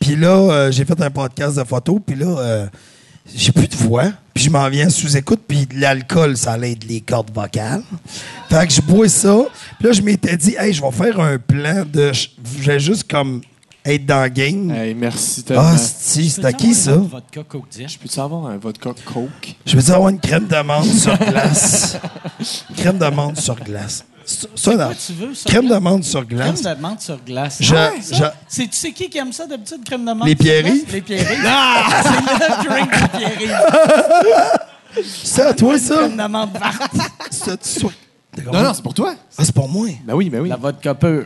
Speaker 5: Puis là, euh, j'ai fait un podcast de photos. Puis là, euh, j'ai plus de voix. Puis je m'en viens sous écoute. Puis de l'alcool, ça aide les cordes vocales. Fait que je bois ça. Puis là, je m'étais dit, hey, je vais faire un plan de. Je vais juste comme être dans le game.
Speaker 4: Hey, merci tellement.
Speaker 5: Ah, si, c'est à
Speaker 2: Peux-tu
Speaker 5: qui ça?
Speaker 2: avoir votre vodka Coke Diet?
Speaker 4: Je peux-tu avoir un vodka Coke?
Speaker 5: Je veux dire avoir une crème d'amande sur glace. crème d'amande sur glace. C'est Ça, non.
Speaker 2: Quoi tu veux, sur
Speaker 5: Crème
Speaker 2: glace?
Speaker 5: d'amande sur
Speaker 2: Crème
Speaker 5: glace.
Speaker 2: de menthe sur glace.
Speaker 5: Hein? Je-
Speaker 2: Ah ouais, ça?
Speaker 5: je-
Speaker 2: C'est, tu sais qui qui aime ça d'habitude, crème de menthe
Speaker 5: Les
Speaker 2: sur glace?
Speaker 5: Pierry?
Speaker 2: Les Pierry. C'est le drink de Pierry.
Speaker 5: C'est à toi, ça?
Speaker 2: Crème de menthe verte.
Speaker 5: C'est à toi. D'accord.
Speaker 4: Non, non, c'est pour toi.
Speaker 5: Ah, c'est pour moi.
Speaker 4: Ben oui, ben oui.
Speaker 2: La vodka pure.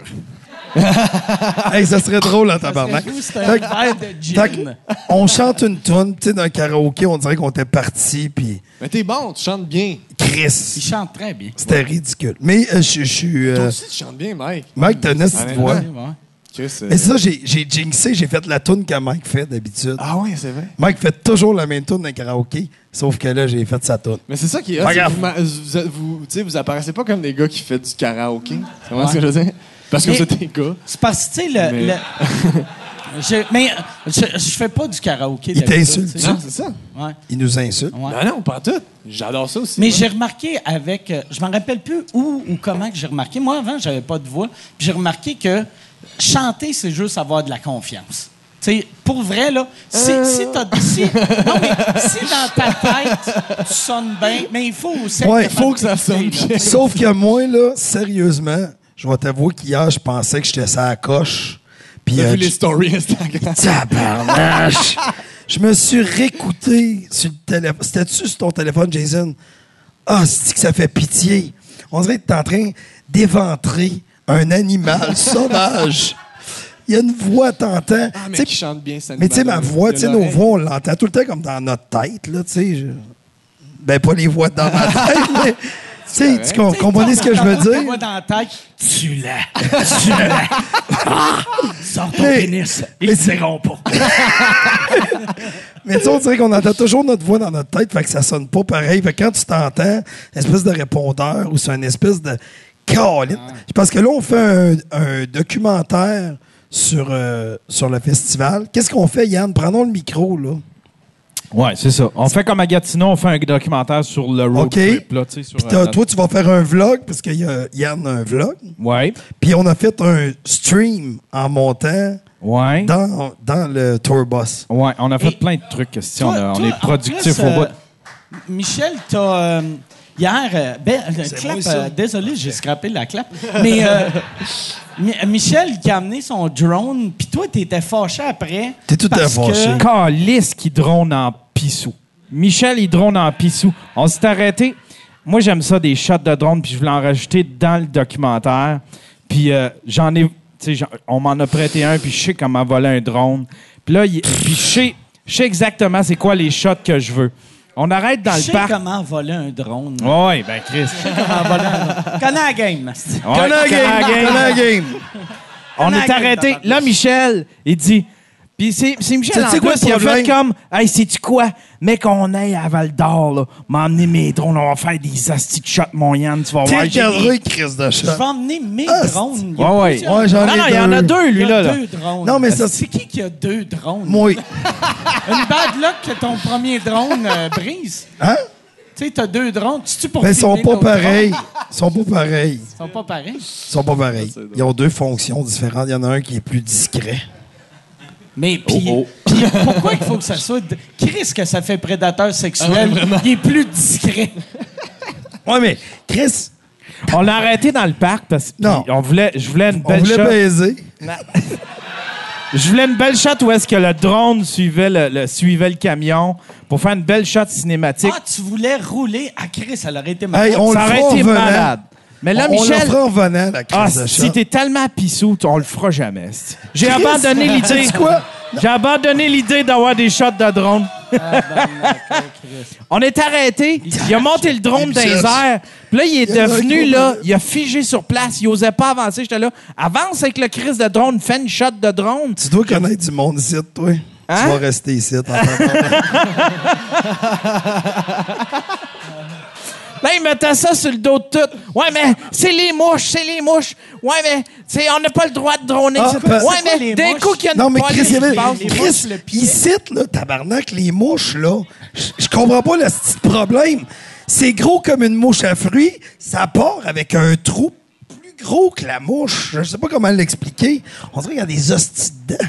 Speaker 5: hey, ça serait drôle, en tabarnak.
Speaker 2: C'est c'est un
Speaker 5: Fait que-
Speaker 2: verre de
Speaker 5: fait que
Speaker 2: gin.
Speaker 5: on chante une toune, tu sais, dans le karaoké, on dirait qu'on était parti, puis
Speaker 4: Mais t'es bon, tu chantes bien.
Speaker 2: Il
Speaker 5: Chris.
Speaker 2: chante très bien.
Speaker 5: C'était ridicule. Mais euh, je je suis.
Speaker 4: Toi
Speaker 5: euh,
Speaker 4: aussi, tu chantes bien, Mike.
Speaker 5: Mike, t'as une petite voix.
Speaker 2: Ouais, ouais.
Speaker 4: Chris, euh,
Speaker 5: Mais ça, j'ai j'ai jinxé, j'ai fait la toune que Mike fait d'habitude.
Speaker 4: Ah ouais, c'est vrai.
Speaker 5: Mike fait toujours la même toune dans le karaoké, sauf que là, j'ai fait sa toune.
Speaker 4: Mais c'est ça qui est.
Speaker 5: Pas
Speaker 4: c'est que
Speaker 5: grave.
Speaker 4: Vous, ma- vous, êtes- vous, tu sais, vous apparaissez pas comme des gars qui font du karaoké. C'est vraiment ce que je veux dire? Parce que
Speaker 2: Mais-
Speaker 4: vous êtes des gars.
Speaker 2: C'est parce que, tu sais, le.
Speaker 4: Mais-
Speaker 2: le- je, mais je, je fais pas du karaoké.
Speaker 5: Il
Speaker 2: d'habitude,
Speaker 5: t'insulte,
Speaker 2: tu sais.
Speaker 4: Non, c'est ça. Ben
Speaker 2: Ouais,
Speaker 5: Il nous insulte.
Speaker 2: ouais.
Speaker 4: Non, non, pas tout. J'adore ça aussi.
Speaker 2: Mais
Speaker 4: moi.
Speaker 2: j'ai remarqué avec. euh, je m'en rappelle plus où ou comment que j'ai remarqué. Moi, avant, j'avais pas de voix. Puis j'ai remarqué que chanter, c'est juste avoir de la confiance. Tu sais, pour vrai, là, si, si t'as- si- non, mais si dans ta tête, tu sonnes bien, mais il faut aussi. être
Speaker 5: Ouais,
Speaker 2: capable
Speaker 4: faut que ça
Speaker 2: d'écouter,
Speaker 4: sonne
Speaker 2: là.
Speaker 4: bien.
Speaker 5: Sauf que moi, là, sérieusement, je vais t'avouer qu'hier, je pensais que j'étais ça à coche. Puis,
Speaker 4: T'as
Speaker 5: euh,
Speaker 4: vu les
Speaker 5: je-
Speaker 4: stories Instagram.
Speaker 5: tabarnache! je me suis réécouté sur le téléphone. C'était-tu sur ton téléphone, Jason? Ah, c'est que ça fait pitié. On dirait que t'es en train d'éventrer un animal sauvage. Il y a une voix, t'entends.
Speaker 4: Ah,
Speaker 5: Tu sais,
Speaker 4: mais qui chante bien, ça
Speaker 5: Mais tu sais, ma voix, tu sais, nos voix, on l'entend tout le temps comme dans notre tête, là, tu sais. je- Ben, pas les voix dans ma tête, mais. Tu sais, tu com-
Speaker 2: Tu sais,
Speaker 5: comprenez ce que je veux
Speaker 2: t'as ta voix
Speaker 5: dire?
Speaker 2: dans la tête.
Speaker 7: Tu l'as. Tu l'as. Ah, sors ton
Speaker 5: Mais-
Speaker 7: pénis.
Speaker 5: mais-
Speaker 7: Ils seront pas.
Speaker 5: Mais tu sais, on dirait qu'on entend toujours notre voix dans notre tête, fait que ça sonne pas pareil. Fait que quand tu t'entends, une espèce de répondeur ou c'est une espèce de. Caline. Parce que là, on fait un, un documentaire sur, euh, sur le festival. Qu'est-ce qu'on fait, Yann? Prenons le micro, là.
Speaker 3: Ouais, c'est ça. On fait comme à Gatineau, on fait un documentaire sur le road
Speaker 5: OK.
Speaker 3: trip. Là, tu sais, sur,
Speaker 5: Puis t'as-
Speaker 3: euh,
Speaker 5: toi, tu vas faire un vlog, parce qu'il y a Yann a un vlog.
Speaker 3: Ouais.
Speaker 5: Puis on a fait un stream en montant
Speaker 3: Ouais.
Speaker 5: dans, dans le tour bus.
Speaker 3: Ouais, on a fait plein de trucs. si on, a- on
Speaker 2: Toi,
Speaker 3: est productif
Speaker 2: en
Speaker 3: au
Speaker 2: plus,
Speaker 3: bout.
Speaker 2: euh, Michel, t'as. euh, hier, euh, ben, euh, clap,
Speaker 5: moi, ça.
Speaker 2: euh, désolé, j'ai scrappé la clap. Mais euh, Mi- Michel qui a amené son drone, puis toi, t'étais fâché après.
Speaker 5: T'es tout à
Speaker 2: parce
Speaker 5: fâché.
Speaker 2: que-
Speaker 3: Calice qui drone en pissou. Michel, il drone en pissou. On s'est arrêté. Moi, j'aime ça, des shots de drone, puis je voulais en rajouter dans le documentaire. Puis euh, j'en ai... tu sais, j'en- on m'en a prêté un, puis je sais comment voler un drone. Puis là, il- puis je sais- je sais exactement c'est quoi les shots que je veux. On arrête dans
Speaker 2: Je
Speaker 3: le
Speaker 2: sais
Speaker 3: parc.
Speaker 2: comment voler un drone.
Speaker 3: Ouais, ben Chris.
Speaker 2: Connais la game. asti.
Speaker 3: Ouais, Connais la game. On est arrêté. Là, Michel, il dit. Puis c'est c'est Michel
Speaker 5: Tu sais
Speaker 3: en
Speaker 5: quoi
Speaker 3: plus,
Speaker 5: le
Speaker 3: il a fait
Speaker 5: problème?
Speaker 3: comme Hey, sais-tu quoi? Mais qu'on aille à Val d'Or, là, m'emmener mes drones, on va faire des astis de shots, mon Yann, tu vas
Speaker 5: T'es
Speaker 3: voir. j'ai-
Speaker 5: cadré, Chris de
Speaker 2: Je vais
Speaker 5: chat.
Speaker 2: emmener mes
Speaker 5: Ah,
Speaker 2: drones. Il y a
Speaker 3: Ouais, ouais.
Speaker 2: plusieurs-
Speaker 5: Ouais, j'en
Speaker 3: Non,
Speaker 5: ai
Speaker 3: non, il y en a deux,
Speaker 2: Il y
Speaker 3: lui,
Speaker 2: a
Speaker 3: là. là.
Speaker 2: deux drones.
Speaker 5: Non, mais ça,
Speaker 2: C'est qui qui a deux drones?
Speaker 5: Moi.
Speaker 2: Une bad luck que ton premier drone euh, brise.
Speaker 5: Hein?
Speaker 2: Tu sais, t'as deux drones. C'est-tu pour
Speaker 5: Ben, ils sont
Speaker 2: filmer
Speaker 5: pas
Speaker 2: nos drones?
Speaker 5: pareils. Ils sont pas pareils.
Speaker 2: Ils sont pas pareils.
Speaker 5: Ils sont pas pareils. Ils ont deux fonctions différentes. Il y en a un qui est plus discret.
Speaker 2: Mais puis
Speaker 4: Oh,
Speaker 2: puis pourquoi il faut que ça soit... d- Chris, que ça fait prédateur
Speaker 5: Ah,
Speaker 2: sexuel. il est plus discret.
Speaker 5: Ouais, mais Chris,
Speaker 3: On l'a arrêté dans le parc parce que
Speaker 5: Non.
Speaker 3: on voulait, je voulais une
Speaker 5: on
Speaker 3: belle
Speaker 5: voulait
Speaker 3: shot.
Speaker 5: baiser.
Speaker 3: Je voulais une belle shot où est-ce que le drone suivait le, le- suivait le camion pour faire une belle shot cinématique.
Speaker 2: Ah, tu voulais rouler à Chris. Elle aurait été malade.
Speaker 5: Hey, on le
Speaker 3: Ça
Speaker 5: fera
Speaker 3: aurait
Speaker 5: en
Speaker 3: été
Speaker 5: venant.
Speaker 3: malade. Mais là,
Speaker 5: on,
Speaker 3: Michel,
Speaker 5: On le fera en venant, la
Speaker 3: Ah,
Speaker 5: crise de
Speaker 3: si
Speaker 5: chat.
Speaker 3: t'es tellement pissou, t- on le fera jamais. c'ti. J'ai
Speaker 5: Chris,
Speaker 3: abandonné l'idée.
Speaker 5: sais-tu quoi?
Speaker 3: J'ai abandonné l'idée d'avoir des shots de drone. on est arrêté. ben, Il a monté le drone dans les airs. Puis là, il est
Speaker 5: Il y en a un
Speaker 3: devenu
Speaker 5: qui
Speaker 3: là.
Speaker 5: va-
Speaker 3: Il a figé sur place. Il osait pas avancer. J'étais là. Avance avec le Chris de drone. Fais une shot de drone.
Speaker 5: Tu dois connaître du monde ici, toi.
Speaker 3: Hein?
Speaker 5: Tu vas rester ici. t'entends?
Speaker 3: Là, Ben, il mettait ça sur le dos de tout. Ouais, mais c'est les mouches, c'est les mouches. Ouais, mais c'est- on n'a pas le droit de droner.
Speaker 5: Ah,
Speaker 3: C'est-
Speaker 5: ben-
Speaker 3: ouais,
Speaker 5: c'est
Speaker 2: quoi,
Speaker 3: mais
Speaker 2: les
Speaker 3: d'un
Speaker 2: mouches?
Speaker 3: coup qu'il y a une
Speaker 5: Non, mais
Speaker 3: police
Speaker 5: Chris, il y avait.
Speaker 3: qui passe.
Speaker 5: Chris, ici, là, tabarnak, les mouches, là. Je je comprends pas le petit problème. C'est gros comme une mouche à fruits. Ça part avec un trou plus gros que la mouche. Je sais pas comment l'expliquer. On dirait qu'il y a des hosties dedans.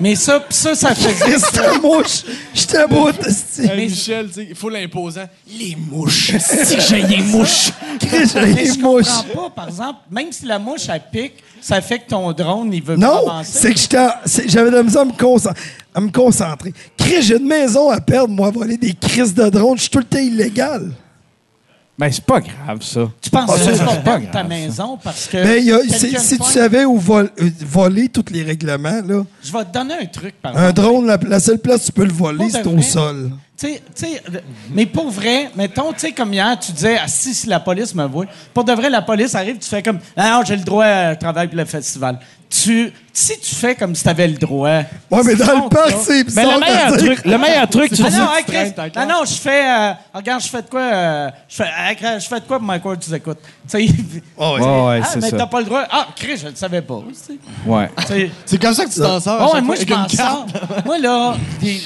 Speaker 2: Mais ça, pis ça, ça faisait...
Speaker 5: Chris, la mouche. Je te boute, hostie.
Speaker 4: Hey, Michel, tu sais, il faut l'imposant. Les mouches.
Speaker 3: Si j'ai les mouches.
Speaker 5: Chris, j'ai
Speaker 2: Mais
Speaker 5: les
Speaker 2: je
Speaker 5: mouches.
Speaker 2: comprends pas, par exemple, même si la mouche, elle pique, ça fait que ton drone, il veut pas
Speaker 5: Non,
Speaker 2: avancer.
Speaker 5: c'est que j'étais en- c'est- j'avais de la misère à me, concen- à me concentrer. Chris, j'ai une maison à perdre, moi, voler des crises de drone. Je suis tout le temps illégal.
Speaker 2: Euh,
Speaker 3: Mais c'est pas grave, ça.
Speaker 2: Tu penses
Speaker 5: Ah, ça,
Speaker 2: que
Speaker 5: c'est
Speaker 2: qu'on
Speaker 3: pas
Speaker 2: perd ta
Speaker 3: grave,
Speaker 2: maison parce que...
Speaker 5: Mais il y a-
Speaker 2: quelqu'un
Speaker 5: c'est-
Speaker 2: te
Speaker 5: si tu
Speaker 2: pogne.
Speaker 5: savais où vol- euh, voler tous les règlements, là,
Speaker 2: Je vais te donner un truc, par
Speaker 5: un
Speaker 2: exemple.
Speaker 5: drone, la, la seule place où tu peux le voler,
Speaker 2: Ah Pour
Speaker 5: c'est
Speaker 2: de
Speaker 5: au
Speaker 2: vrai.
Speaker 5: sol.
Speaker 2: Tu sais- tu sais, euh, mais pour vrai, mettons, tu sais, comme hier, tu disais, ah, si, si la police me voit. Pour de vrai, la police arrive, tu fais comme, ah non, j'ai le droit à travailler pour le festival. Tu, si tu fais comme si t'avais le droit.
Speaker 5: Ouais, mais dans le parc,
Speaker 2: ça.
Speaker 5: c'est
Speaker 3: Mais
Speaker 5: bizarre.
Speaker 3: le meilleur
Speaker 5: de dire-
Speaker 3: truc, le meilleur truc, tu
Speaker 2: Ah
Speaker 3: dis.
Speaker 2: non, hey, Chris, ah non, je fais, euh, regarde, je fais de quoi, euh, je fais, hey, Chris, je fais de quoi pour ma cour, tu écoutes. Tu sais,
Speaker 5: Ah ouais.
Speaker 3: Ouais, ouais,
Speaker 2: ah,
Speaker 3: c'est
Speaker 2: mais
Speaker 3: ça.
Speaker 2: t'as pas le droit. Ah, Chris, je le savais pas. tu sais.
Speaker 3: Ouais.
Speaker 2: Tu sais.
Speaker 4: C'est comme ça que tu t'en sors. à
Speaker 2: Ah ouais,
Speaker 4: chaque
Speaker 2: moi,
Speaker 4: fois
Speaker 2: je
Speaker 4: avec une
Speaker 2: m'en
Speaker 4: carte.
Speaker 2: sors. moi, là, des-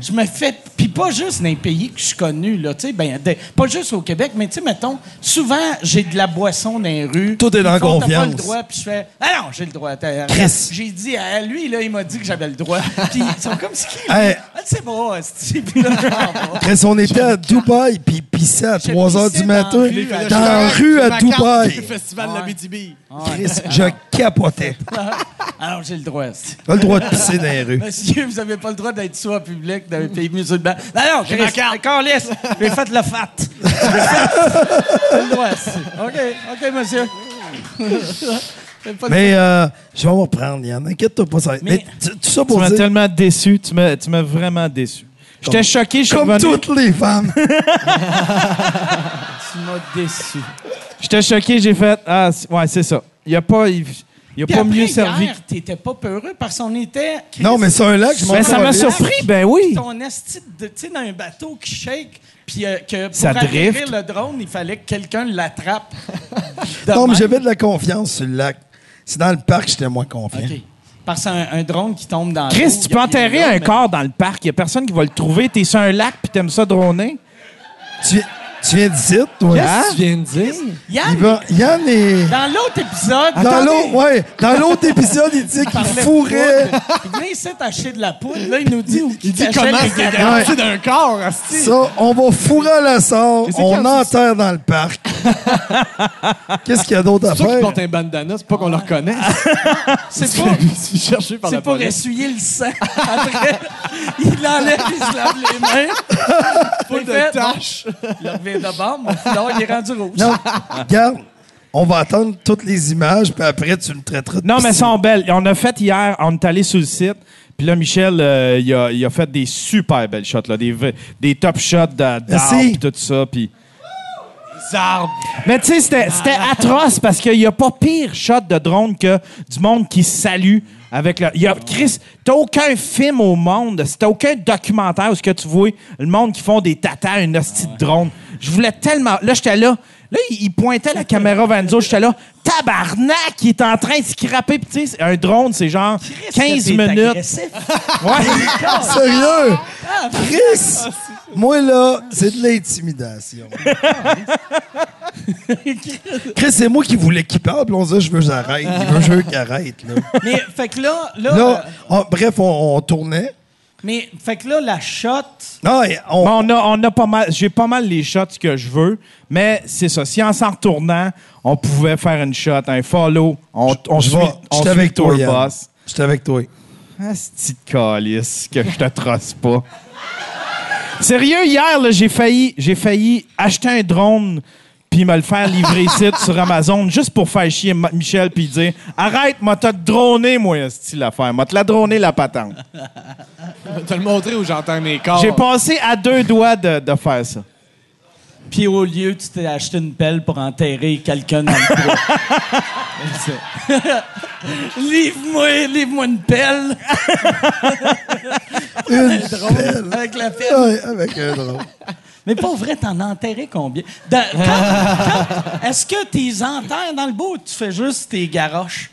Speaker 2: je me fais. Puis pas juste dans les pays que je suis connu, là. Tu sais, ben, des- pas juste au Québec, mais tu sais, mettons, souvent, j'ai de la boisson dans les rues.
Speaker 5: Tout est dans
Speaker 2: Ils font, T'as pas
Speaker 5: confiance.
Speaker 2: le droit, puis je fais. Ah non, j'ai le droit. T'as-
Speaker 5: Chris.
Speaker 2: J'ai dit à lui, là, il m'a dit que j'avais le droit. Puis ils sont comme, c'est qui? lui?
Speaker 5: Hey.
Speaker 2: Ah, tu sais pas, c'est Puis là, je Ah, m'en vais.
Speaker 5: Chris, on était à Dubaï, puis il pissait à 3 h du
Speaker 2: pissé dans la
Speaker 5: matin,
Speaker 2: rue, à
Speaker 5: dans la rue à
Speaker 4: Ma carte du
Speaker 5: Dubaï.
Speaker 4: festival de la BTB.
Speaker 2: Ah
Speaker 5: Chris, je capotais.
Speaker 2: Alors, Ah j'ai le droit, c'est-
Speaker 5: T'as le droit de pisser dans les rues.
Speaker 2: Monsieur, vous avez pas le droit d'être soi public dans un pays musulman. Non, non, j'ai J'ai fait le fat. J'ai fait le droit. OK, OK, monsieur. J'ai pas le-
Speaker 5: Mais euh, je vais me reprendre, Yann. Inquiète-toi pas. Ça... va être- Mais,
Speaker 2: Mais-
Speaker 5: tu- tout ça
Speaker 3: Tu
Speaker 5: pour
Speaker 3: m'as
Speaker 5: dire,
Speaker 3: tellement déçu. Tu m'as tu m'as vraiment déçu. J'étais choqué. Je suis
Speaker 5: comme
Speaker 3: revenu-
Speaker 5: toutes les femmes,
Speaker 2: Tu m'as déçu.
Speaker 3: J'étais choqué. J'ai fait. Ah, c'est- ouais, c'est ça. Il n'y a pas, il, il a
Speaker 2: Puis
Speaker 3: pas
Speaker 2: après,
Speaker 3: mieux servi.
Speaker 2: Hier, t'étais pas peureux parce qu'on était.
Speaker 5: Non, mais c'est un lac, je m'en
Speaker 3: Ben, ça m'a
Speaker 5: calisse.
Speaker 3: surpris. Ben oui.
Speaker 2: Ton esti de. Tu sais, dans un bateau qui shake, puis euh, que pour
Speaker 3: Ça
Speaker 2: atterrir
Speaker 3: drift.
Speaker 2: le drone, il fallait que quelqu'un l'attrape.
Speaker 5: Non, mais
Speaker 2: Demain.
Speaker 5: j'avais de la confiance sur le lac. C'est dans le parc que j'étais moins confiant.
Speaker 2: OK. parce qu'un un drone qui tombe dans l'eau,
Speaker 3: Chris,
Speaker 2: il
Speaker 3: tu
Speaker 2: y
Speaker 3: peux
Speaker 2: a- il y
Speaker 3: enterrer
Speaker 2: a-
Speaker 3: un
Speaker 2: mais-
Speaker 3: corps dans le parc. Il n'y a personne qui va le trouver. T'es sur un lac puis t'aimes ça droner. Hein?
Speaker 5: Tu, tu viens d'ici, toi?
Speaker 3: Yes.
Speaker 4: Tu viens de dire?
Speaker 2: Yann,
Speaker 5: Il va- Yann est...
Speaker 2: dans l'autre épisode,
Speaker 5: Dans l'autre, ouais, dans l'autre épisode, il dit qu'il
Speaker 2: parlait de
Speaker 5: fourrait.
Speaker 2: poudre. Il venait ici t'acheter de la poudre. Là, il nous dit où il dit
Speaker 5: Ouais.
Speaker 4: C'est d'un corps, asti.
Speaker 5: Ça, on va fourrer à la sorte,
Speaker 4: Mais c'est
Speaker 5: on
Speaker 4: quand
Speaker 5: enterre dans le parc. Qu'est-ce qu'il y a d'autre à
Speaker 4: C'est sûr qu'ils
Speaker 5: faire?
Speaker 4: portent un bandana, c'est pas qu'on le reconnaisse.
Speaker 2: C'est
Speaker 4: Tu
Speaker 2: pas.
Speaker 4: suis cherché par
Speaker 2: C'est
Speaker 4: la
Speaker 2: pour
Speaker 4: police.
Speaker 2: essuyer le sang. Après, il l'enlève, il se lave les mains. Pas
Speaker 4: de tâche.
Speaker 2: Il revient de bord, mon foulard, il est rendu rouge.
Speaker 5: Non, regarde, on va attendre toutes les images, puis après, tu le traiteras de
Speaker 3: Non, mais elles
Speaker 5: piscine.
Speaker 3: sont belles. On a fait hier, on est allé sur le site. Puis là, Michel, euh, il, a, il a fait des super belles shots, là, des, v- des top shots d'a- d'arbres
Speaker 5: Merci.
Speaker 3: puis tout ça. Puis...
Speaker 4: arbres.
Speaker 3: Mais tu sais, c'était c'était atroce parce qu'il n'y a pas pire shot de drone que du monde qui se salue avec le. il Y a, Chris, t'as aucun film au monde, si t'as aucun documentaire où ce que tu vois le monde qui font des tatas, une hostie de drone. Je voulais tellement. Là, j'étais là. Là, il il pointait la caméra vers nous autres. J'étais là, tabarnak, il est en train de scraper. Puis, tu sais, un drone, c'est genre 15 minutes. Ouais.
Speaker 5: Sérieux? Chris, moi là, c'est de l'intimidation. Chris, c'est moi qui voulais qu'il parle, puis on dit je veux que j'arrête. Il veut je veux qu'il arrête. Là,
Speaker 2: Mais fait que là, là,
Speaker 5: Là,
Speaker 2: euh,
Speaker 5: on- bref, on, on tournait.
Speaker 2: mais fait que là, la shot.
Speaker 5: Non, et on,
Speaker 3: Bon, on a, on a pas mal, j'ai pas mal les shots que je veux, mais c'est ça. Si en s'en retournant, on pouvait faire une shot, un follow, on, on
Speaker 5: je
Speaker 3: suit,
Speaker 5: vais-
Speaker 3: on
Speaker 5: j'étais
Speaker 3: suit
Speaker 5: avec
Speaker 3: Tour
Speaker 5: toi, Yann.
Speaker 3: Boss.
Speaker 5: J'étais avec toi.
Speaker 3: Asti de calice, que je te trosse pas. Sérieux, hier, là, j'ai failli, j'ai failli acheter un drone puis me le faire livrer ici sur Amazon juste pour faire chier M- Michel puis dire arrête, m'a te droné moi asti l'affaire, m'a te la droné la patente.
Speaker 4: Te le montrer où j'entends mes
Speaker 5: Ah
Speaker 4: corps.
Speaker 3: J'ai passé à deux doigts de, de faire ça.
Speaker 2: Puis au lieu, tu t'es acheté une pelle pour enterrer quelqu'un dans le bois. livre-moi, livre-moi une pelle.
Speaker 5: Une
Speaker 2: Avec la pelle.
Speaker 5: Ouais, avec euh, un drone.
Speaker 2: Mais pas vrai, t'en as enterré combien? Dans- quand- quand- Est-ce que t'es enterres dans le bout ou tu fais juste tes garoches?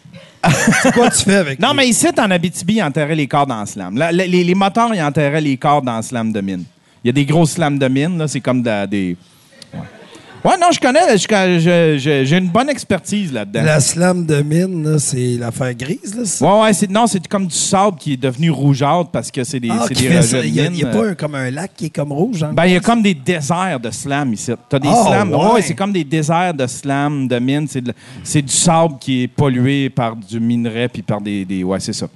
Speaker 5: C'est quoi tu fais avec
Speaker 3: Non,
Speaker 5: lui?
Speaker 3: mais ici, en Abitibi, ils enterraient les corps dans le slam. La- la- les, les moteurs, ils enterraient les corps dans le slam de mine. Il y a des gros slams de mine, là, c'est comme de la- des. Ouais. Ouais, non, je connais, je- je- je- j'ai une bonne expertise là-dedans.
Speaker 5: La slam de mine, là, c'est l'affaire grise. Là, c'est-
Speaker 3: Ouais, ouais, c'est, non, c'est comme du sable qui est devenu rougeâtre parce que c'est des,
Speaker 5: Ah,
Speaker 3: c'est
Speaker 5: qui
Speaker 3: des
Speaker 5: fait
Speaker 3: rejets
Speaker 5: ça?
Speaker 3: de
Speaker 5: Il y a,
Speaker 3: mine.
Speaker 5: il y a pas un- comme un lac qui est comme rouge. hein?
Speaker 3: Ben, il y a comme des déserts de slam ici. T'as des
Speaker 5: Ah,
Speaker 3: slams.
Speaker 5: ouais.
Speaker 3: Ouais, c'est comme des déserts de slam, de mine. C'est, de- c'est du sable qui est pollué par du minerai puis par des. des ouais, c'est ça.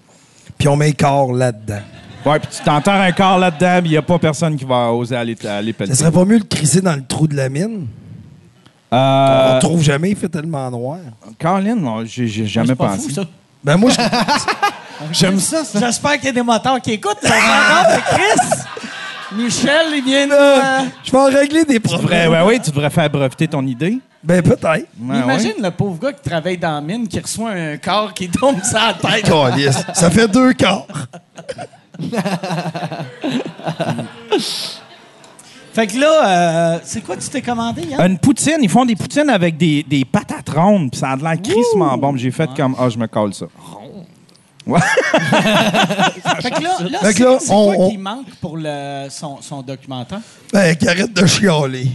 Speaker 5: Puis on met le corps là-dedans.
Speaker 3: Ouais, puis tu t'entends un corps là-dedans, puis il n'y a pas personne qui va oser aller, aller
Speaker 5: Ça
Speaker 3: pelleter.
Speaker 5: serait pas mieux de crisser dans le trou de la mine? On
Speaker 3: Euh,
Speaker 5: le trouve jamais, il fait tellement noir.
Speaker 3: Colin, non, j'ai j'ai jamais
Speaker 2: C'est pas fou,
Speaker 3: pensé.
Speaker 2: ça.
Speaker 5: Ben moi, je-
Speaker 4: J'aime ça, ça.
Speaker 2: J'espère qu'il y a des moteurs qui écoutent. là, on rencontre Chris. Michel, il vient de... euh,
Speaker 5: je vais en régler des
Speaker 3: Tu devrais,
Speaker 5: problèmes.
Speaker 3: ouais, ouais, tu devrais faire breveter ton idée.
Speaker 5: Ben peut-être.
Speaker 3: Ouais,
Speaker 2: Imagine
Speaker 3: ouais.
Speaker 2: le pauvre gars qui travaille dans la mine qui reçoit un corps qui tombe sur la tête.
Speaker 5: Ça fait deux quarts.
Speaker 2: Fait que là, euh, c'est quoi tu t'es commandé, hein? Yann?
Speaker 3: Une poutine, ils font des poutines avec des, des patates rondes, puis ça a de l'air crissement bon. puis J'ai fait comme, ah, je me colle ça.
Speaker 2: fait que là, là,
Speaker 5: Fait que
Speaker 2: c'est
Speaker 5: là,
Speaker 2: c'est
Speaker 5: on-
Speaker 2: quoi
Speaker 5: on-
Speaker 2: qui manque pour le, son, son documentaire?
Speaker 5: Ben qu'arrête de chialer.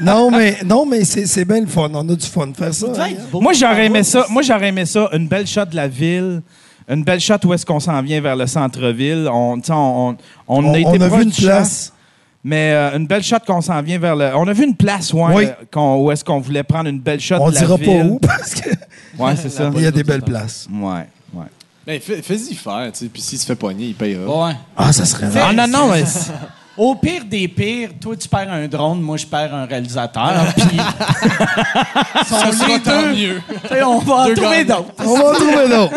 Speaker 5: non, mais, non, mais c'est c'est bien le fun. On a du fun de faire ça.
Speaker 2: Tu vas
Speaker 5: hein.
Speaker 2: être beau.
Speaker 3: Moi, j'aurais aimé ça. Moi, j'aurais aimé ça. Une belle shot de la ville. Une belle shot où est-ce qu'on s'en vient vers le centre-ville. On, tu sais, on, on, on
Speaker 5: On-
Speaker 3: a été
Speaker 5: on a
Speaker 3: proche
Speaker 5: vu une
Speaker 3: du champ,
Speaker 5: place.
Speaker 3: mais euh, une belle shot qu'on s'en vient vers le. On a vu une place, ouais,
Speaker 5: Oui.
Speaker 3: euh, qu'on- où est-ce qu'on voulait prendre une belle shot
Speaker 5: On
Speaker 3: de la
Speaker 5: dira
Speaker 3: ville.
Speaker 5: pas où parce qu'il
Speaker 3: Ouais, c'est ça.
Speaker 5: y a des belles places.
Speaker 3: Ouais, ouais.
Speaker 4: Ben, fais- fais-y faire, tu sais. Puis s'il se fait pogner, il payera.
Speaker 2: Ouais.
Speaker 5: Ah, ça serait
Speaker 2: Fais-
Speaker 3: Ah non, non, mais
Speaker 2: Au pire des pires, toi tu perds un drone, moi je perds un réalisateur. Puis
Speaker 4: Ça sera tant mieux.
Speaker 2: tu sais, on va en
Speaker 4: Deux
Speaker 2: trouver
Speaker 4: gagnants.
Speaker 2: d'autres.
Speaker 5: On va en trouver d'autres.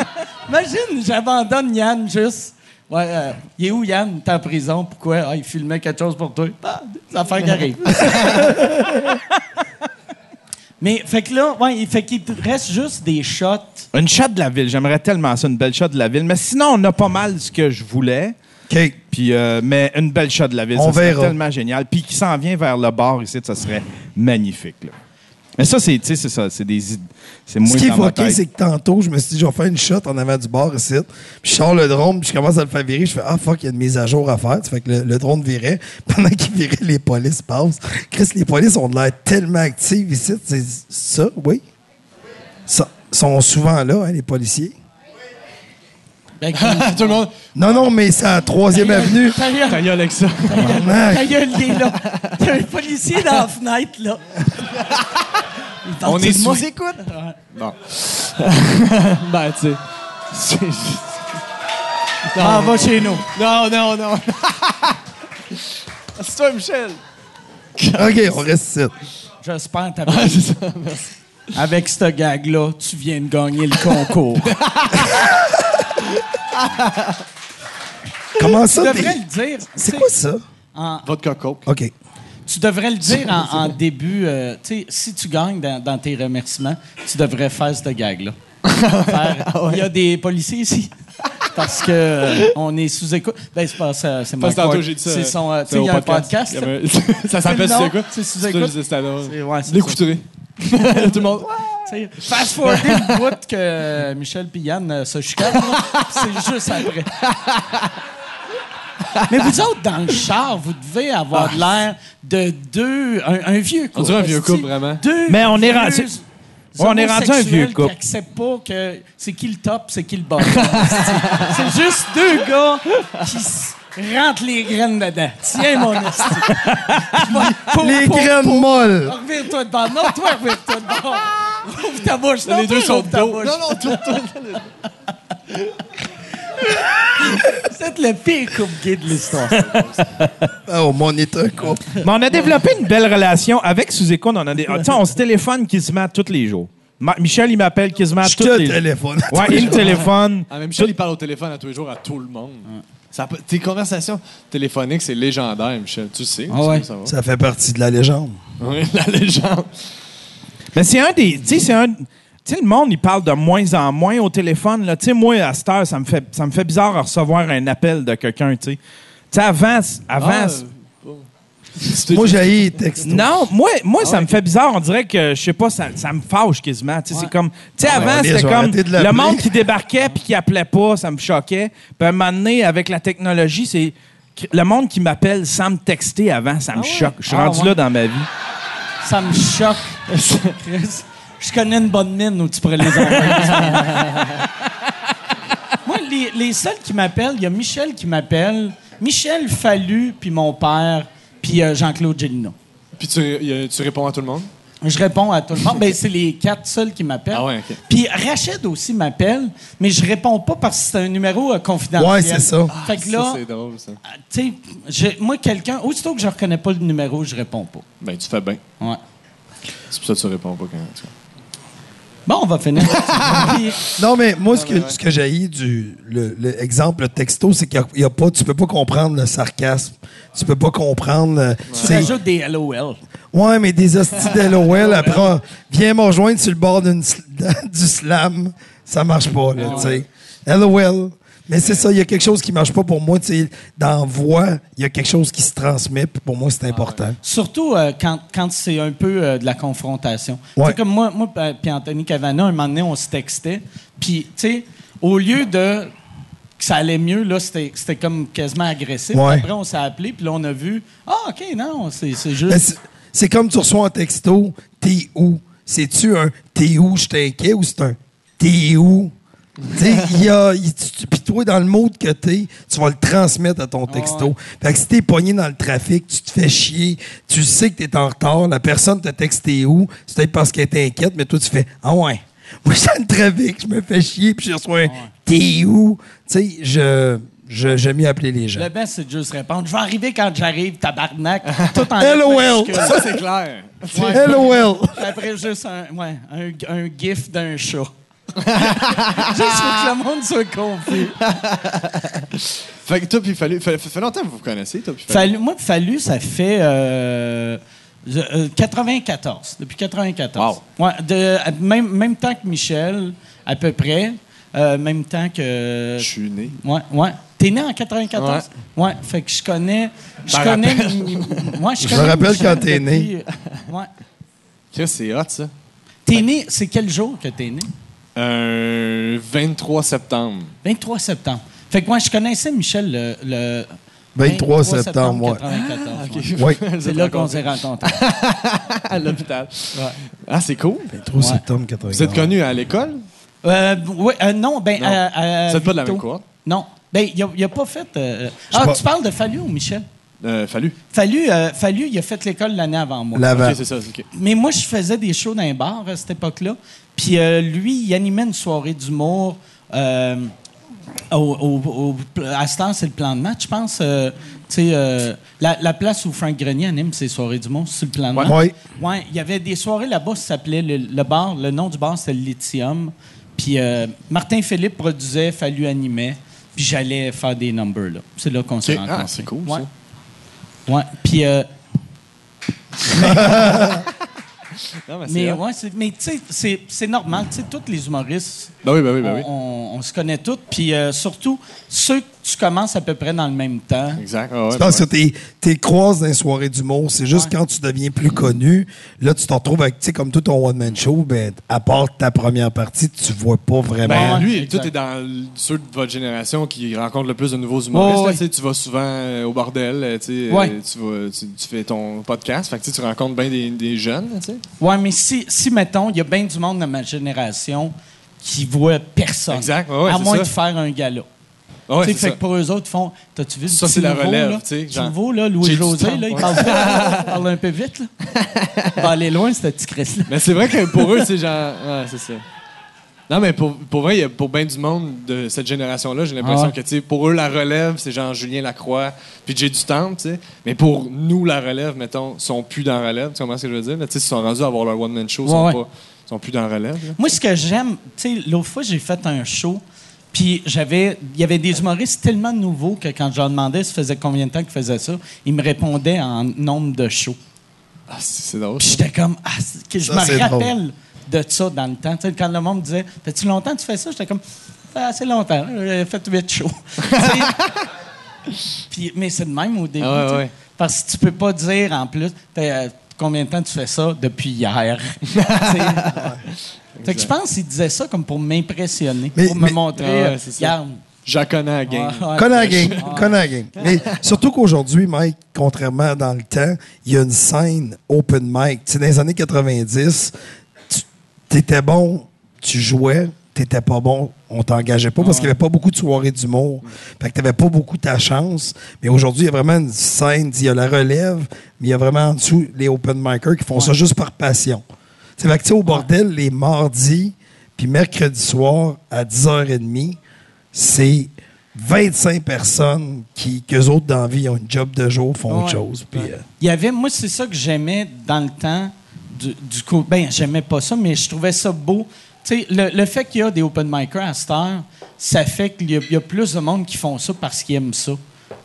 Speaker 2: Imagine, j'abandonne Yann juste. Ouais, euh, il est où Yann? T'es en prison, pourquoi? Ah, il filmait quelque chose pour toi. Ah, des affaires qui arrivent. Mais fait que là, ouais, il- fait qu'il te reste juste des shots.
Speaker 3: une shot de la ville. J'aimerais tellement ça, une belle shot de la ville. Mais sinon, on a pas mal ce que je voulais.
Speaker 5: OK.
Speaker 3: Puis, euh, mais une belle shot de la ville,
Speaker 5: On
Speaker 3: ça serait
Speaker 5: verra.
Speaker 3: tellement génial. Puis qui s'en vient vers le bord ici, ça serait magnifique. là. Mais ça, c'est, tu sais, c'est ça, c'est des, id- c'est moins
Speaker 5: Ce qui est
Speaker 3: dans ma
Speaker 5: fucké,
Speaker 3: tête.
Speaker 5: c'est que tantôt, je me suis dit, je vais faire une shot en avant du bar ici. Puis je sors le drone, puis je commence à le faire virer. Je fais, ah fuck, il y a une mise à jour à faire. Ça fait que le, le drone virait. Pendant qu'il virait, les polices passent. Chris, les polices ont de l'air tellement actives ici. C'est ça, oui. Ça, sont souvent là, hein, les policiers.
Speaker 2: Ben,
Speaker 4: Tout le monde.
Speaker 5: Non, non, mais c'est à la troisième avenue.
Speaker 2: Ta gueule,
Speaker 4: Ta gueule avec ça.
Speaker 2: ta gueule, il est là. Il y a un policier dans la fenêtre, là. Il tente
Speaker 4: On
Speaker 2: de
Speaker 4: est
Speaker 2: moi.
Speaker 4: sous écoute.
Speaker 2: Ouais.
Speaker 4: Bon. ben, tu sais. c'est juste-
Speaker 2: Ah, va chez nous.
Speaker 4: Non, non, non. c'est toi, Michel.
Speaker 5: OK, on reste ici.
Speaker 2: J'espère
Speaker 4: Ah,
Speaker 2: que Avec ce gag-là, tu viens de gagner le concours.
Speaker 5: Comment
Speaker 2: tu
Speaker 5: ça?
Speaker 2: devrais
Speaker 5: t'es-
Speaker 2: le dire.
Speaker 5: C'est
Speaker 2: tu
Speaker 5: quoi
Speaker 2: sais,
Speaker 5: ça?
Speaker 2: en-
Speaker 4: Votre coco.
Speaker 5: OK.
Speaker 2: tu devrais le dire en, en début. euh, tu sais, si tu gagnes dans, dans tes remerciements, tu devrais faire ce gag-là. Faire,
Speaker 4: Ah
Speaker 2: Il y a des policiers ici. Parce que euh, on est sous écoute. Ben, c'est pas ça. C'est Mike
Speaker 4: Parce que tantôt,
Speaker 2: Ward.
Speaker 4: j'ai dit ça.
Speaker 2: C'est son. euh, tu sais,
Speaker 4: au
Speaker 2: il y a un podcast.
Speaker 4: Il y avait- ça
Speaker 2: C'est le
Speaker 4: s'appelle C'est
Speaker 2: nom,
Speaker 4: quoi?
Speaker 2: c'est sous
Speaker 4: ça,
Speaker 2: écoute.
Speaker 4: je disais, c'est alors.
Speaker 2: C'est- ouais, c'est
Speaker 4: L'écouterez. Tout le monde.
Speaker 2: Fast forwarder le bout que euh, Michel et Yann euh, se chicanent, là, pis c'est juste après. Mais vous autres, dans le char, vous devez avoir de l'air de deux. Un, un vieux couple.
Speaker 4: Ah. On dirait un vieux couple,
Speaker 2: Esti,
Speaker 4: vraiment.
Speaker 2: Deux
Speaker 3: Mais on
Speaker 2: vieux
Speaker 3: est rendu- Ouais, on est rendu un vieux
Speaker 2: homosexuels
Speaker 3: couple.
Speaker 2: Qui acceptent pas que c'est qui le top, c'est qui le bottom. Esti. c'est juste deux gars qui s- rentrent les graines dedans. Tiens, mon esti. Pour-
Speaker 5: Les
Speaker 2: pour-
Speaker 5: graines molles.
Speaker 2: Revire-toi de bord. Non, toi, revire-toi de bord. Ouvre ta bouche. Non,
Speaker 4: Les deux
Speaker 2: toi,
Speaker 4: sont
Speaker 2: ouvre ta
Speaker 4: dos.
Speaker 2: bouche.
Speaker 4: Non, non, tout.
Speaker 2: C'est le pire couple gay de l'histoire.
Speaker 5: Ah, Oh, mon état, quoi.
Speaker 3: Mais on a développé une belle relation avec sous écoute. On, a des- ah, tu sais, on se téléphone quasiment tous les jours. Ma- Michel, il m'appelle quasiment
Speaker 5: Je
Speaker 3: tous
Speaker 5: te
Speaker 3: les jours.
Speaker 5: téléphone.
Speaker 3: Ouais, il me téléphone.
Speaker 4: Ah, mais Michel, il parle au téléphone à tous les jours à tout le monde. Ça peut- tes conversations téléphoniques, c'est légendaire, Michel. Tu sais,
Speaker 2: Ah ouais.
Speaker 4: tu sais, ça va.
Speaker 5: Ça fait partie de la légende.
Speaker 4: Oui, la légende.
Speaker 3: Mais c'est un des. Tu sais, c'est un. Tu sais, le monde, il parle de moins en moins au téléphone. là. Tu sais, moi, à cette heure, ça me fait, ça me fait bizarre à recevoir un appel de quelqu'un, tu sais. Tu sais, avant, c- avant
Speaker 4: Ah,
Speaker 3: c-
Speaker 4: bon. C'était-
Speaker 5: Moi, j'ai texte.
Speaker 3: Non, moi,
Speaker 2: Ah
Speaker 3: moi ça me fait bizarre. On dirait que, je sais pas, ça, ça me fâche quasiment. Tu sais, C'est comme, tu sais,
Speaker 5: ben,
Speaker 3: avant,
Speaker 5: allez, je
Speaker 3: c'était
Speaker 5: vais
Speaker 3: comme
Speaker 5: arrêter de l'appeler.
Speaker 3: le monde qui débarquait puis qui appelait pas, ça me choquait. Puis à un moment donné, avec la technologie, c'est le monde qui m'appelle sans me texter avant, ça me choque. Je suis
Speaker 2: Ah,
Speaker 3: rendu
Speaker 2: ouais.
Speaker 3: là dans ma vie.
Speaker 2: Ça me choque. Chris, Je connais une bonne mine où tu pourrais les envoyer. Moi, les, les seuls qui m'appellent, il y a Michel qui m'appelle, Michel Fallu, puis mon père, puis euh, Jean-Claude Gélina.
Speaker 4: Puis tu, y a- tu réponds à tout le monde.
Speaker 2: Je réponds à tout le monde. Ben, c'est les quatre seuls qui m'appellent.
Speaker 4: Ah ouais, ok.
Speaker 2: Puis Rachid aussi m'appelle, mais je réponds pas parce que c'est un numéro euh, confidentiel.
Speaker 5: Ouais, c'est ça.
Speaker 2: Fait que là,
Speaker 4: Ah, Ça, c'est drôle, ça.
Speaker 2: Ah, Tu sais, je- moi, quelqu'un, aussitôt que je reconnais pas le numéro, je réponds pas.
Speaker 4: Ben, tu fais bien.
Speaker 2: Ouais.
Speaker 4: C'est pour ça que tu réponds pas quand.
Speaker 2: Bon, on va finir. Puis,
Speaker 5: Non, mais moi, ce que, ce que j'ai du le, le exemple le texto, c'est qu'il n'y a, pas. Tu peux pas comprendre le sarcasme. Tu peux pas comprendre. euh,
Speaker 2: tu
Speaker 5: c'est-
Speaker 2: rajoutes des LOL.
Speaker 5: Ouais, mais des hosties de LOL, après, on- viens me rejoindre sur le bord d'une sl- du slam. Ça marche pas, là, tu sais. LOL. Mais c'est ça, il y a quelque chose qui marche pas pour moi. tu sais. Dans voix, il y a quelque chose qui se transmet, puis pour moi, c'est important.
Speaker 2: Surtout euh, quand, quand c'est un peu euh, de la confrontation.
Speaker 5: Ouais.
Speaker 2: Tu sais, comme moi, moi euh, puis Anthony Cavana, un moment donné, on se textait. Puis, tu sais, au lieu de que ça allait mieux, là, c'était c'était comme quasiment agressif.
Speaker 5: Ouais.
Speaker 2: Après, on s'est appelé, puis là, on a vu, ah, OK, non, c'est c'est
Speaker 5: Ben,
Speaker 2: juste...
Speaker 5: c'est- c'est comme tu reçois un texto, t'es où? C'est-tu un t'es où, je t'inquiète, ou c'est un t'es où? Tu sais, il y a. il- tu- tu- Puis toi, dans le mode que t'es, tu vas le transmettre à ton texto. Fait que si t'es pogné dans le trafic, tu te fais chier, tu sais que t'es en retard, la personne te texte t'es où, c'est peut-être parce qu'elle t'inquiète, mais toi, tu fais Ah ouais. Moi, je suis dans le trafic, je me fais chier, puis je reçois un t'es où? Tu sais, je. je- J'aime mieux appeler les gens.
Speaker 2: Le best, c'est de juste répondre. Je vais arriver quand j'arrive, tabarnak. Tout en
Speaker 5: LOL.
Speaker 2: majuscule.
Speaker 4: Ça, c'est clair.
Speaker 2: Ouais.
Speaker 5: LOL!
Speaker 2: Puis après, juste un, ouais, un, un gif d'un chat. juste pour que le monde soit confus.
Speaker 4: Fait que toi, puis Fallu, fait, fait longtemps que vous vous connaissez, toi, puis Fallu.
Speaker 2: Fallu, moi, puis Fallu, ça fait euh, euh, 94. Depuis 94. Ouais, de, euh, même, même temps que Michel, à peu près. Euh, même temps que.
Speaker 4: Je suis né.
Speaker 2: Ouais, ouais. T'es né en 94? Ouais. Fait que je connais. Je
Speaker 4: T'en
Speaker 2: connais.
Speaker 4: rappelles?
Speaker 2: Moi, je
Speaker 5: Je me
Speaker 2: connais
Speaker 5: rappelle
Speaker 2: Michel
Speaker 5: quand t'es né.
Speaker 2: depuis- Ouais.
Speaker 4: Chris, c'est hot, ça.
Speaker 2: T'es né, c'est quel jour que t'es né?
Speaker 4: Euh, 23 septembre.
Speaker 2: 23 septembre. Fait que moi, je connaissais Michel le. le
Speaker 5: 23 septembre, ouais. Ah,
Speaker 2: 94,
Speaker 5: ok. Oui.
Speaker 2: C'est là qu'on s'est rencontrés.
Speaker 4: à l'hôpital. Ah, c'est cool.
Speaker 5: 3
Speaker 2: Ouais.
Speaker 5: septembre 94.
Speaker 4: Vous êtes connus à l'école?
Speaker 2: Euh, oui, euh, non, ben.
Speaker 4: Non.
Speaker 2: euh, euh,
Speaker 4: Vous êtes pas de la
Speaker 2: Vito.
Speaker 4: même cohorte?
Speaker 2: Non. Ben, il a, il a pas fait. euh, Ah,
Speaker 5: pas-
Speaker 2: tu parles de Fallu ou Michel?
Speaker 4: Euh, fallu.
Speaker 2: Fallu, euh, Fallu, il a fait l'école l'année avant moi.
Speaker 5: L'avant.
Speaker 4: Ok, c'est ça. ok.
Speaker 2: Mais moi, je faisais des shows dans les bars à cette époque-là. Puis euh, lui, il animait une soirée d'humour. euh, au, au- au- à ce temps, c'est le plan de match, je pense. euh, tu sais, euh, la, la place où Frank Grenier anime ses soirées d'humour, c'est le plan de match.
Speaker 5: Ouais.
Speaker 2: Ouais, il y avait des soirées là-bas, ça s'appelait le, le bar. Le nom du bar, c'était le Lithium. Puis euh, Martin Philippe produisait, Fallu animait. Puis j'allais faire des numbers, là. C'est là qu'on s'est
Speaker 4: Ok.
Speaker 2: rencontrés.
Speaker 4: Ah, c'est cool,
Speaker 2: Ouais. Ouais. Puis. euh,
Speaker 4: ça. Non, mais c'est
Speaker 2: Mais
Speaker 4: hot.
Speaker 2: ouais, c'est- mais tu sais, c'est- c'est normal. Tu sais, tous les humoristes,
Speaker 4: Ben oui, ben oui, ben
Speaker 2: on,
Speaker 4: oui.
Speaker 2: on- on se connaît tous. Puis euh, surtout, ceux que tu commences à peu près dans le même temps.
Speaker 4: Exact. ah ouais,
Speaker 5: Je pense
Speaker 4: ben
Speaker 5: que t'es, t'es croises dans les soirées d'humour. C'est juste quand tu deviens plus connu, là, tu t'en retrouves avec, tu sais, comme tout ton one-man show, ben, à part ta première partie, tu vois pas vraiment.
Speaker 4: Ben,
Speaker 2: Ouais,
Speaker 4: lui,
Speaker 2: exact.
Speaker 4: tout est dans l- ceux de votre génération qui rencontrent le plus de nouveaux humoristes.
Speaker 2: Ouais,
Speaker 4: là,
Speaker 2: ouais.
Speaker 4: tu sais, Tu vas souvent euh, au bordel, euh, tu sais,
Speaker 2: Ouais.
Speaker 4: euh, tu, vas- tu- tu fais ton podcast, fait que, tu sais, tu rencontres bien des, des jeunes. là, tu sais.
Speaker 2: Ouais, mais si, si mettons, il y a bien du monde de ma génération qui voit personne.
Speaker 4: Exact, ouais, ouais,
Speaker 2: à
Speaker 4: c'est
Speaker 2: moins
Speaker 4: ça.
Speaker 2: de faire un gala.
Speaker 4: Ah ouais,
Speaker 2: Tu sais,
Speaker 4: c'est
Speaker 2: fait
Speaker 4: ça.
Speaker 2: que pour eux autres, ils font T'as-tu vu le
Speaker 4: Ça,
Speaker 2: petit
Speaker 4: c'est la
Speaker 2: nouveau,
Speaker 4: relève,
Speaker 2: là?
Speaker 4: tu sais,
Speaker 2: Petit
Speaker 4: genre,
Speaker 2: nouveau, là,
Speaker 4: j'ai du
Speaker 2: Louis-José,
Speaker 4: temps,
Speaker 2: là, il
Speaker 4: ouais.
Speaker 2: parle, il parle un peu vite, là. Il va aller loin, ce petit Chris-là.
Speaker 4: Mais c'est vrai que pour eux, c'est genre. Ouais, c'est ça. Non, mais pour, pour vrai, il y a- pour bien du monde de cette génération-là, j'ai l'impression
Speaker 2: Ah ouais.
Speaker 4: que, tu sais, pour eux, la relève, c'est genre Julien Lacroix, puis Jay Dutemps, tu sais. Mais pour nous, la relève, mettons, sont plus dans la relève, tu comprends ce que je veux dire? là? Tu sais, ils sont rendus à avoir leur one-man show, ils sont,
Speaker 2: Ouais, ouais.
Speaker 4: pas- sont plus dans la relève. là.
Speaker 2: Moi, ce que j'aime, tu sais, l'autre fois, j'ai fait un show, puis j'avais, il y avait des humoristes tellement nouveaux que quand je leur demandais ça faisait combien de temps qu'ils faisaient ça, ils me répondaient en nombre de shows.
Speaker 4: Ah, c'est c'est drôle.
Speaker 2: Puis
Speaker 4: ça.
Speaker 2: j'étais comme, ah, c'est- que je
Speaker 5: Ça, c'est
Speaker 2: me
Speaker 5: drôle.
Speaker 2: rappelle de ça dans le temps. Tu sais, quand le monde me disait, fais-tu longtemps que tu fais ça? J'étais comme, ça fait assez longtemps, j'ai fait huit shows. Tu sais. puis, mais c'est de même au début.
Speaker 4: Ah ouais,
Speaker 2: tu sais.
Speaker 4: ouais.
Speaker 2: Parce que tu peux pas dire en plus, T'es, euh, combien de temps tu fais ça depuis hier? Tu sais. Fait que je pense qu'il disait ça comme pour m'impressionner,
Speaker 5: Mais-
Speaker 2: pour me
Speaker 5: mais-
Speaker 2: montrer,
Speaker 4: Ah ouais,
Speaker 2: euh,
Speaker 4: c'est ça.
Speaker 2: regarde.
Speaker 4: Jacona à gang.
Speaker 2: Ouais, ouais.
Speaker 5: Connais la game. Connais la game. Mais surtout qu'aujourd'hui, Mike, contrairement à dans le temps, il y a une scène open mic. Tu sais, dans les années 90, tu t'étais bon, tu jouais, t'étais pas bon, on t'engageait pas parce qu'il y avait pas beaucoup de soirées d'humour. Fait que t'avais pas beaucoup ta chance. Mais aujourd'hui, il y a vraiment une scène, il y a la relève, mais il y a vraiment en dessous les open micers qui font ça juste par passion. C'est fait que tu sais, au bordel, les mardis, puis mercredi soir, à 10h30, c'est 25 personnes qui, qu'eux autres dans la vie, ont une job de jour, font autre
Speaker 2: Ouais.
Speaker 5: chose. Puis, euh,
Speaker 2: Il y avait, moi, c'est ça que j'aimais dans le temps du, du coup. Ben, j'aimais pas ça, mais je trouvais ça beau. Tu sais, le, le fait qu'il y a des open micers à cette heure, ça fait qu'il y, a- il y a plus de monde qui font ça parce qu'ils aiment ça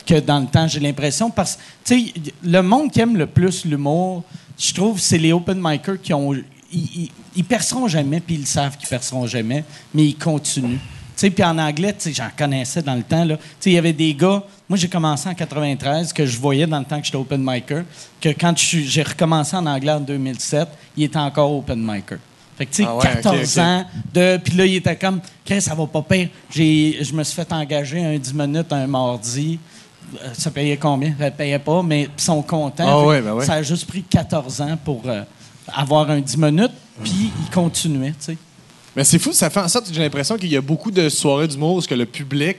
Speaker 2: que dans le temps, j'ai l'impression. Parce tu sais, y- le monde qui aime le plus l'humour, je trouve, c'est les open micers qui ont. Ils, ils, ils perceront jamais, puis ils le savent qu'ils perceront jamais, mais ils continuent. Tu sais, puis en anglais, tu sais, j'en connaissais dans le temps. là. Tu sais, il y avait des gars. Moi, j'ai commencé en 93, que je voyais dans le temps que j'étais open micer, que quand je suis- j'ai recommencé en anglais en 2007, il était encore open micer. Fait que, tu sais,
Speaker 4: Ah ouais, ok,
Speaker 2: 14
Speaker 4: ok.
Speaker 2: ans de. Puis là, il était comme, Chris, ça va pas pire. J'ai- Je me suis fait engager un 10 minutes un mardi. Euh, Ça payait combien? Ça payait pas, mais ils sont contents.
Speaker 4: Ah
Speaker 2: Fait
Speaker 4: ouais,
Speaker 2: que
Speaker 4: ben ouais.
Speaker 2: Ça a juste pris 14 ans pour euh, avoir un 10 minutes, puis ils continuaient, tu sais.
Speaker 4: Mais c'est fou, ça fait en sorte que j'ai l'impression qu'il y a beaucoup de soirées d'humour où ce que le public,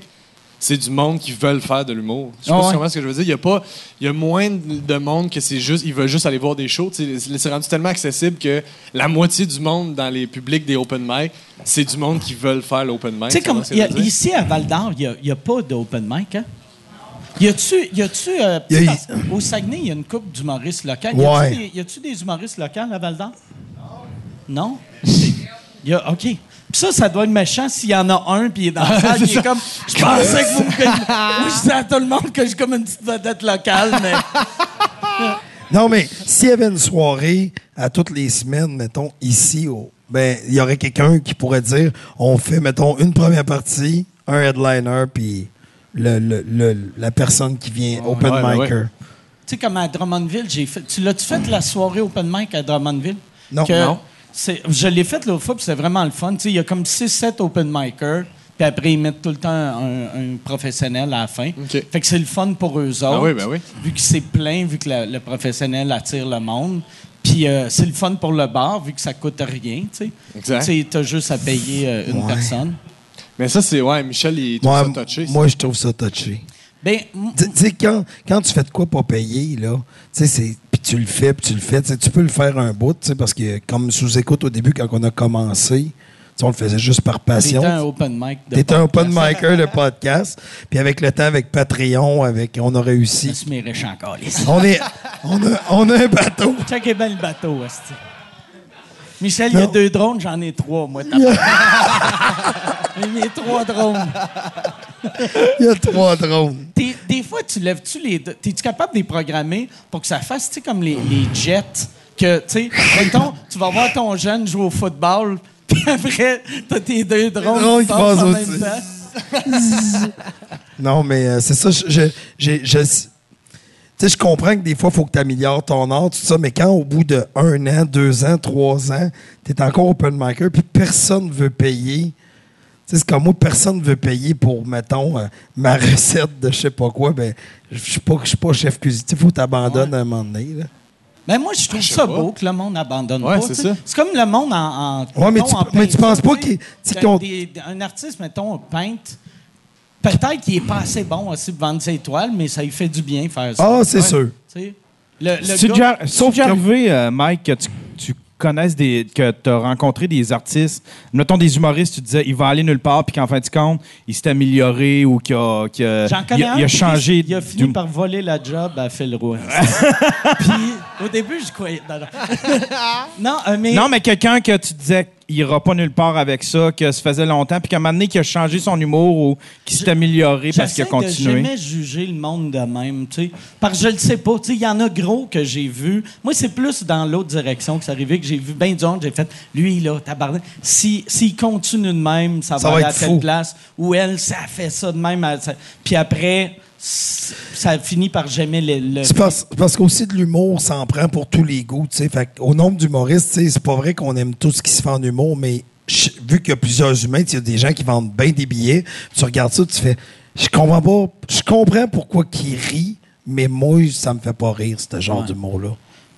Speaker 4: c'est du monde qui veulent faire de l'humour. Je sais
Speaker 2: Ah
Speaker 4: pas
Speaker 2: ouais.
Speaker 4: si tu comprends ce que je veux dire. Il y a pas, il y a moins de de monde que c'est juste, ils veulent juste aller voir des shows. Tu sais, C'est rendu tellement accessible que la moitié du monde dans les publics des open mic, c'est du monde qui veulent faire l'open mic.
Speaker 2: Tu sais, comme
Speaker 4: comprends ce que
Speaker 2: il y a-
Speaker 4: je veux dire?
Speaker 2: ici à Val d'Or, il n'y a, pas d'open mic, hein? Y a-tu. Y a-tu. euh,
Speaker 5: Y a-
Speaker 2: parce- Au Saguenay, il y a une coupe d'humoristes locaux.
Speaker 5: Ouais.
Speaker 2: Y a-tu des humoristes locaux à Val d'Or? Non. C'est- y a- OK. Puis ça, ça doit être méchant s'il y en a un, puis il est dans
Speaker 5: Ah,
Speaker 2: la salle, puis il est comme. Je pensais que vous me. conna- Moi, je disais à tout le monde que je suis comme une petite vedette locale, mais.
Speaker 5: Non, mais s'il y avait une soirée à toutes les semaines, mettons, ici, au, ben, il y aurait quelqu'un qui pourrait dire on fait, mettons, une première partie, un headliner, puis le, le- le- la personne qui vient, open
Speaker 4: ouais, ben
Speaker 5: micer.
Speaker 2: Tu sais, comme à Drummondville, j'ai fait. Tu l'as-tu fait la soirée open mic à Drummondville?
Speaker 5: Non,
Speaker 2: que
Speaker 5: non.
Speaker 2: c'est- Je l'ai fait l'autre fois, puis c'est vraiment le fun. Tu sais, Il y a comme 6-7 open micers, puis après, ils mettent tout le temps un, un professionnel à la fin.
Speaker 4: OK.
Speaker 2: Fait que c'est le fun pour eux autres.
Speaker 4: oui, ben oui.
Speaker 2: Vu que c'est plein, vu que la- le professionnel attire le monde. Puis euh, c'est le fun pour le bar, vu que ça coûte rien. Tu sais.
Speaker 4: Exact.
Speaker 2: Tu sais, t'as juste à payer euh, une
Speaker 5: Ouais.
Speaker 2: personne.
Speaker 4: Mais ça, c'est. Ouais, Michel, il trouve
Speaker 5: Moi,
Speaker 4: ça touché. ça.
Speaker 5: moi, je trouve ça touché.
Speaker 2: Ben, m-
Speaker 5: Tu tu sais, quand, quand tu fais de quoi pas payer, là, tu sais, c'est- puis tu le fais, puis tu le fais, tu sais, tu peux le faire un bout, tu sais, parce que comme sous-écoute au début, quand on a commencé, tu sais, on le faisait juste par passion.
Speaker 2: t'es un open mic. de
Speaker 5: T'es un open
Speaker 2: podcast.
Speaker 5: micer de podcast. Puis avec le temps, avec Patreon, avec on
Speaker 2: Je
Speaker 5: a
Speaker 2: me
Speaker 5: réussi.
Speaker 2: suis mes riches encore, les
Speaker 5: On, est, on, a, on a un bateau.
Speaker 2: Check bien le bateau, hostie. Michel, il y a
Speaker 5: Non.
Speaker 2: deux drones, j'en ai trois, moi. t'as pas- Mes trois drones.
Speaker 5: Il y a trois drones.
Speaker 2: T'es- des fois, tu lèves-tu les... deux- T'es-tu capable de les programmer pour que ça fasse, tu sais, comme les, les jets, que, tu sais, mettons, tu vas voir ton jeune jouer au football, puis après, t'as tes deux drones,
Speaker 5: drones qui
Speaker 2: qui passent
Speaker 5: passent
Speaker 2: en
Speaker 5: au-dessus.
Speaker 2: même temps.
Speaker 5: Non, mais euh, c'est ça. Je, je, j'ai- je- tu sais, je comprends que des fois, il faut que tu améliores ton art, tout ça, mais quand au bout de un an, deux ans, trois ans, tu es encore open micer, puis personne veut payer. Tu sais, c'est comme moi, personne veut payer pour, mettons, euh, ma recette de je sais pas quoi. Ben, je suis pas, je suis pas chef cuisinier. Il faut t'abandonner à un moment donné. Là.
Speaker 2: Mais Ben, moi, je trouve ça beau que le monde abandonne
Speaker 4: Ouais,
Speaker 2: pas,
Speaker 4: c'est
Speaker 2: tu sais.
Speaker 4: ça.
Speaker 2: C'est comme le monde en. en
Speaker 5: Ouais, mais
Speaker 2: mettons,
Speaker 5: tu-
Speaker 2: en
Speaker 5: mais tu
Speaker 2: peinture,
Speaker 5: penses
Speaker 2: tu
Speaker 5: pas
Speaker 2: sais.
Speaker 5: qu'il- tu sais
Speaker 2: Des-
Speaker 5: qu'on-
Speaker 2: des- Un artiste, mettons, peintre, peut-être qu'il est pas assez bon aussi pour vendre ses toiles, mais ça lui fait du bien faire ça.
Speaker 5: Ah, c'est sûr.
Speaker 2: Tu sais. Le, le
Speaker 3: C'est
Speaker 2: gars-
Speaker 3: déjà- Sauf déjà arrivé, euh, Mike, que tu, tu connaisses des. que tu as rencontré des artistes, mettons des humoristes, tu disais, il va aller nulle part, puis qu'en fin de compte, il s'est amélioré ou qu'il a, qu'il a,
Speaker 2: J'en connais
Speaker 3: il a-
Speaker 2: un
Speaker 3: il a
Speaker 2: qui-
Speaker 3: changé.
Speaker 2: Il a fini
Speaker 3: du-
Speaker 2: par voler la job à Phil Roy. Puis, au début, je croyais. Non, non. Non, euh, mais.
Speaker 3: Non, mais quelqu'un que tu disais il ira pas nulle part avec ça, que ça faisait longtemps, puis qu'à un moment donné, qu'il a changé son humour ou qu'il s'est amélioré parce qu'il
Speaker 2: J'essaie
Speaker 3: a
Speaker 2: de
Speaker 3: continué.
Speaker 2: jamais juger le monde de même, tu sais. Parce que je le sais pas, tu sais, il y en a gros que j'ai vu. Moi, c'est plus dans l'autre direction que c'est arrivé, que j'ai vu bien du monde, j'ai fait, lui, là, tabarnak, si- s'il continue de même, ça,
Speaker 5: Ça
Speaker 2: va
Speaker 5: va
Speaker 2: aller à
Speaker 5: être
Speaker 2: telle
Speaker 5: fou.
Speaker 2: place. Ou elle, ça fait ça de même. elle, ça- Puis après, c- ça finit par jamais le... le-
Speaker 5: C'est parce, parce qu'aussi de l'humour s'en prend pour tous les goûts. tu sais. Fait qu'au nombre d'humoristes, tu sais, c'est pas vrai qu'on aime tout ce qui se fait en humour, mais ch- vu qu'il y a plusieurs humains, tu sais, il y a des gens qui vendent bien des billets, tu regardes ça, tu fais Je comprends pas, je comprends pourquoi qui rit, mais moi, ça me fait pas rire, ce genre d'humour-là.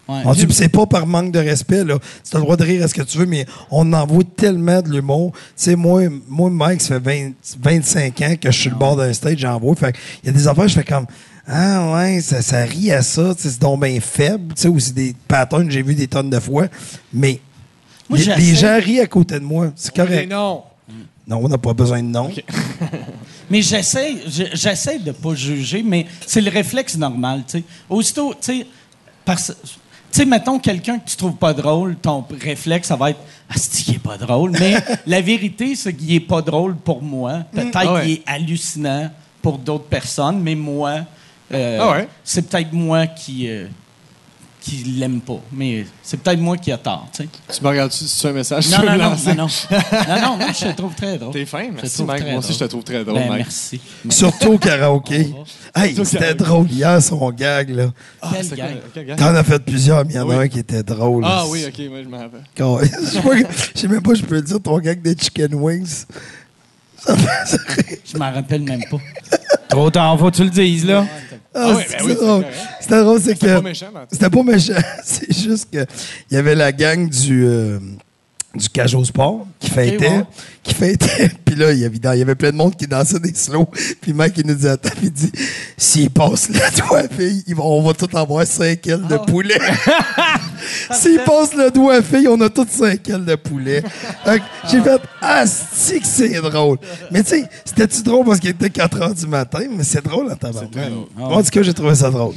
Speaker 2: Ouais.
Speaker 5: On dit, pis c'est pas par manque de respect, là. Tu as le droit de rire à ce que tu veux, mais on en vaut tellement de l'humour. Tu sais, moi, moi, Mike, ça fait 20 25 ans que je suis le bord d'un stage, j'en vois. Fait il y a des affaires, je fais comme, ah ouais, ça, ça rit à ça, tu sais, c'est donc bien faible, tu sais, ou c'est des patterns que j'ai vu des tonnes de fois. Mais
Speaker 2: Moi,
Speaker 5: les,
Speaker 2: j'essaie-
Speaker 5: les gens rient à côté de moi, c'est
Speaker 4: Mais
Speaker 5: correct.
Speaker 4: non.
Speaker 5: Non, on n'a pas besoin de nom.
Speaker 2: Mais j'essaie, je- j'essaie de pas juger, mais c'est le réflexe normal, tu sais. Aussitôt, tu sais, parce- tu sais, mettons quelqu'un que tu trouves pas drôle, ton réflexe, ça va être Ah, c'est qu'il est pas drôle. Mais la vérité, c'est qu'il est pas drôle pour moi. Peut-être
Speaker 4: Ah ouais.
Speaker 2: qu'il est hallucinant pour d'autres personnes, mais moi, euh,
Speaker 4: Ah ouais.
Speaker 2: c'est peut-être moi qui, euh, qui l'aime pas. Mais c'est peut-être moi qui a tort, tu sais.
Speaker 4: Tu me regardes-tu sur un message?
Speaker 2: Non,
Speaker 4: sur
Speaker 2: non,
Speaker 4: le
Speaker 2: non,
Speaker 4: lancer?
Speaker 2: non, non. Non, non, moi, je te trouve très drôle.
Speaker 4: T'es fin,
Speaker 2: Je te
Speaker 4: merci,
Speaker 2: trouve
Speaker 4: Mike.
Speaker 2: très
Speaker 4: Moi aussi, je te
Speaker 2: drôle.
Speaker 4: trouve très drôle,
Speaker 2: Ben,
Speaker 4: Mike.
Speaker 2: merci.
Speaker 5: Surtout au karaoké. hey,
Speaker 4: Surtout au
Speaker 5: c'était
Speaker 4: karaoké.
Speaker 5: drôle hier, son gag, là.
Speaker 2: Quelle
Speaker 4: Ah, C'est quoi,
Speaker 2: gang.
Speaker 4: quel gars?
Speaker 5: T'en as fait plusieurs, mais il y en a
Speaker 4: Oui.
Speaker 5: un qui était drôle.
Speaker 4: Ah oui, ok, moi, je m'en rappelle.
Speaker 5: Quand- je sais pas- je sais même pas, je peux le dire, ton gag des chicken wings. Ça fait- ça fait-
Speaker 2: Je m'en rappelle même pas.
Speaker 3: Trop tard, faut-tu le dises, là?
Speaker 5: Ah,
Speaker 4: oui, ben
Speaker 5: c'est
Speaker 4: oui, c'est
Speaker 5: drôle.
Speaker 4: correct.
Speaker 5: C'était drôle, c'est que.
Speaker 4: C'était pas méchant, mais en tout cas.
Speaker 5: C'était pas méchant. C'est juste que il y avait la gang du. euh, du Cajot Sport qui fêtait,
Speaker 2: ouais.
Speaker 5: qui fêtait. Puis là, il y, avait, il y avait plein de monde qui dansait des slow. Puis Mike, il nous dit, attends, il dit, s'ils passent le doigt, fille, ils vont- on va tout avoir 5 ailes de
Speaker 2: Ah ouais.
Speaker 5: poulet. S'ils passent le doigt à fille, on a toutes 5 ailes de poulet. Fait que J'ai fait, ah, c'est que c'est drôle. Mais tu sais, c'était-tu drôle parce qu'il était 4 heures du matin, mais c'est drôle en tabarnak. En tout cas, j'ai trouvé ça drôle.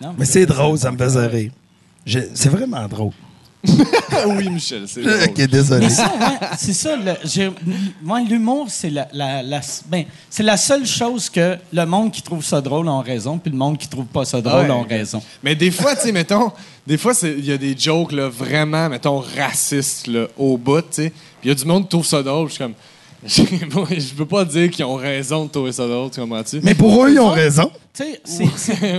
Speaker 2: Non,
Speaker 5: Mais c'est drôle, ça me faisait rire. J'ai- C'est vraiment drôle.
Speaker 4: Ah oui, Michel, c'est drôle.
Speaker 5: Ok, désolé.
Speaker 2: Mais ça, ouais, c'est ça. le- j'ai- moi, l'humour, c'est la, la- la- ben, c'est la seule chose que le monde qui trouve ça drôle a raison, puis le monde qui trouve pas ça drôle
Speaker 4: Ouais.
Speaker 2: a raison.
Speaker 4: Mais des fois, tu sais, mettons, des fois, c'est- il y a des jokes, là, vraiment, mettons, racistes, là, au bout, tu sais. Puis il y a du monde qui trouve ça drôle. Je suis comme, J'ai- bon, Je peux pas dire qu'ils ont raison de trouver ça drôle, tu comprends-tu?
Speaker 5: Mais pour eux, ils ont raison.
Speaker 2: Tu sais, c'est- c'est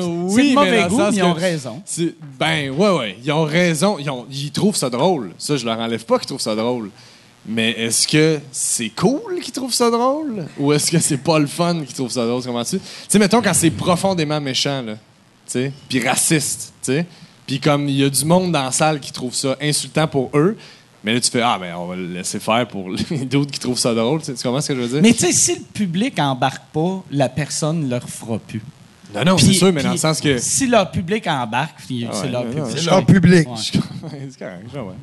Speaker 2: de
Speaker 4: oui, mais
Speaker 2: mauvais
Speaker 4: dans le
Speaker 2: goût,
Speaker 4: sens
Speaker 2: mais ils ont
Speaker 4: que
Speaker 2: raison.
Speaker 4: c'est- Ben, ouais, ouais. Ils ont raison. Ils, ont- ils trouvent ça drôle. Ça, je leur enlève pas qu'ils trouvent ça drôle. Mais est-ce que c'est cool qu'ils trouvent ça drôle? Ou est-ce que c'est pas le fun qu'ils trouvent ça drôle? Comment tu Tu sais, mettons quand c'est profondément méchant, là. Tu sais, puis raciste, tu sais. Puis comme il y a du monde dans la salle qui trouve ça insultant pour eux, mais là, tu fais, ah, ben, on va le laisser faire pour les d'autres qui trouvent ça drôle. Tu sais, tu comprends ce que je veux dire?
Speaker 2: Mais tu sais, si le public embarque pas, la personne ne le refera plus.
Speaker 4: non, non, c'est
Speaker 2: Puis-
Speaker 4: sûr, mais dans le
Speaker 2: puis
Speaker 4: sens que.
Speaker 2: Si leur public embarque, puis
Speaker 4: Ah
Speaker 2: c'est
Speaker 4: ouais,
Speaker 2: leur
Speaker 4: non,
Speaker 2: public.
Speaker 4: non,
Speaker 5: C'est leur public.
Speaker 2: Ouais.
Speaker 4: c'est correct, je vois.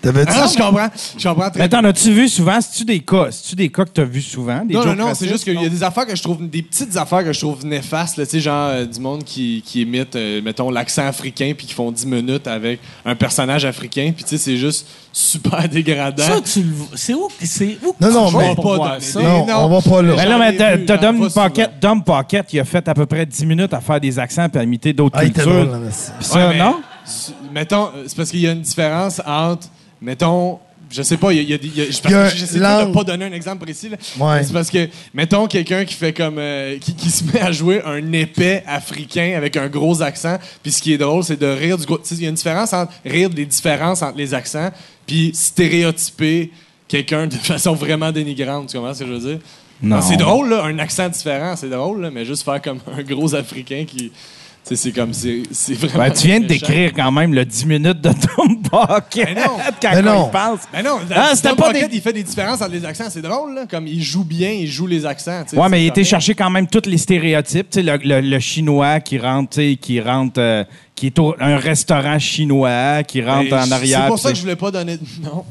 Speaker 5: T'avais dit
Speaker 4: Ah
Speaker 5: ça?
Speaker 4: non, je comprends. Je comprends très
Speaker 3: Mais attends, as-tu vu souvent? C'est-tu des cas? C'est-tu des cas que t'as vu souvent? Des
Speaker 4: Non, non,
Speaker 3: jokes
Speaker 4: non, c'est
Speaker 3: racistes?
Speaker 4: juste qu'il y a des affaires que je trouve, des petites affaires que je trouve néfastes, là, tu sais, genre euh, du monde qui, qui imite, euh, mettons, l'accent africain, puis qui font 10 minutes avec un personnage africain, puis tu sais, c'est juste super dégradant.
Speaker 2: Ça, tu le vois. C'est où? C'est où?
Speaker 5: Non, non,
Speaker 2: qu'on
Speaker 5: mais-
Speaker 2: va pour
Speaker 4: Pas
Speaker 2: voir
Speaker 4: donner
Speaker 2: ça?
Speaker 4: des-
Speaker 5: Non, on va pas là.
Speaker 3: Ben
Speaker 4: J'en
Speaker 3: là,
Speaker 4: ai
Speaker 3: mais t'as-
Speaker 4: vu,
Speaker 3: t'as
Speaker 4: j'en ai
Speaker 3: Dom
Speaker 4: pas souvent.
Speaker 3: Pocket, Dom Pocket, il a fait à peu près 10 minutes à faire des accents puis à imiter d'autres
Speaker 5: Ah, il était drôle,
Speaker 3: cultures.
Speaker 5: là, merci.
Speaker 3: Puis
Speaker 4: Ouais,
Speaker 3: ça,
Speaker 4: mais
Speaker 3: non?
Speaker 4: s- Mettons, euh, c'est parce qu'il y a une différence entre, mettons, je sais pas, il y a, il y a des- il y a- je- parce
Speaker 5: Il y a
Speaker 4: que j'essaie
Speaker 5: l'angle.
Speaker 4: de pas donner un exemple précis. là.
Speaker 5: Ouais.
Speaker 4: C'est parce que, mettons, quelqu'un qui fait comme, euh, qui, qui se met à jouer un épais africain avec un gros accent, puis ce qui est drôle, c'est de rire du gros. tu sais, Il y a une différence entre rire des différences entre les accents, puis stéréotyper quelqu'un de façon vraiment dénigrante. Tu comprends ce que je veux dire?
Speaker 3: Non.
Speaker 4: C'est drôle, là, un accent différent, c'est drôle, là, mais juste faire comme un gros africain qui. tu sais, C'est comme. C'est c'est vraiment.
Speaker 3: Ben, tu viens de
Speaker 4: méchant.
Speaker 3: décrire quand même le 10 minutes de Dom Pocket
Speaker 4: Ben non.
Speaker 3: quand
Speaker 5: Ben non.
Speaker 3: il parle.
Speaker 4: Ben non,
Speaker 3: Ah, c'était
Speaker 4: Tom
Speaker 3: pas
Speaker 4: Pocket,
Speaker 3: des-
Speaker 4: il fait des différences entre les accents, c'est drôle, là. Comme il joue bien, il joue les accents. tu sais,
Speaker 3: Ouais, mais
Speaker 4: c'est
Speaker 3: il était
Speaker 4: parfait.
Speaker 3: cherché quand même tous les stéréotypes. Tu sais, le, le- le chinois qui rentre, tu sais, qui rentre, euh, qui est au, un restaurant chinois, qui rentre
Speaker 4: Ben,
Speaker 3: en
Speaker 4: je-
Speaker 3: arrière.
Speaker 4: C'est pour ça
Speaker 3: puis
Speaker 4: que je voulais pas donner de nom.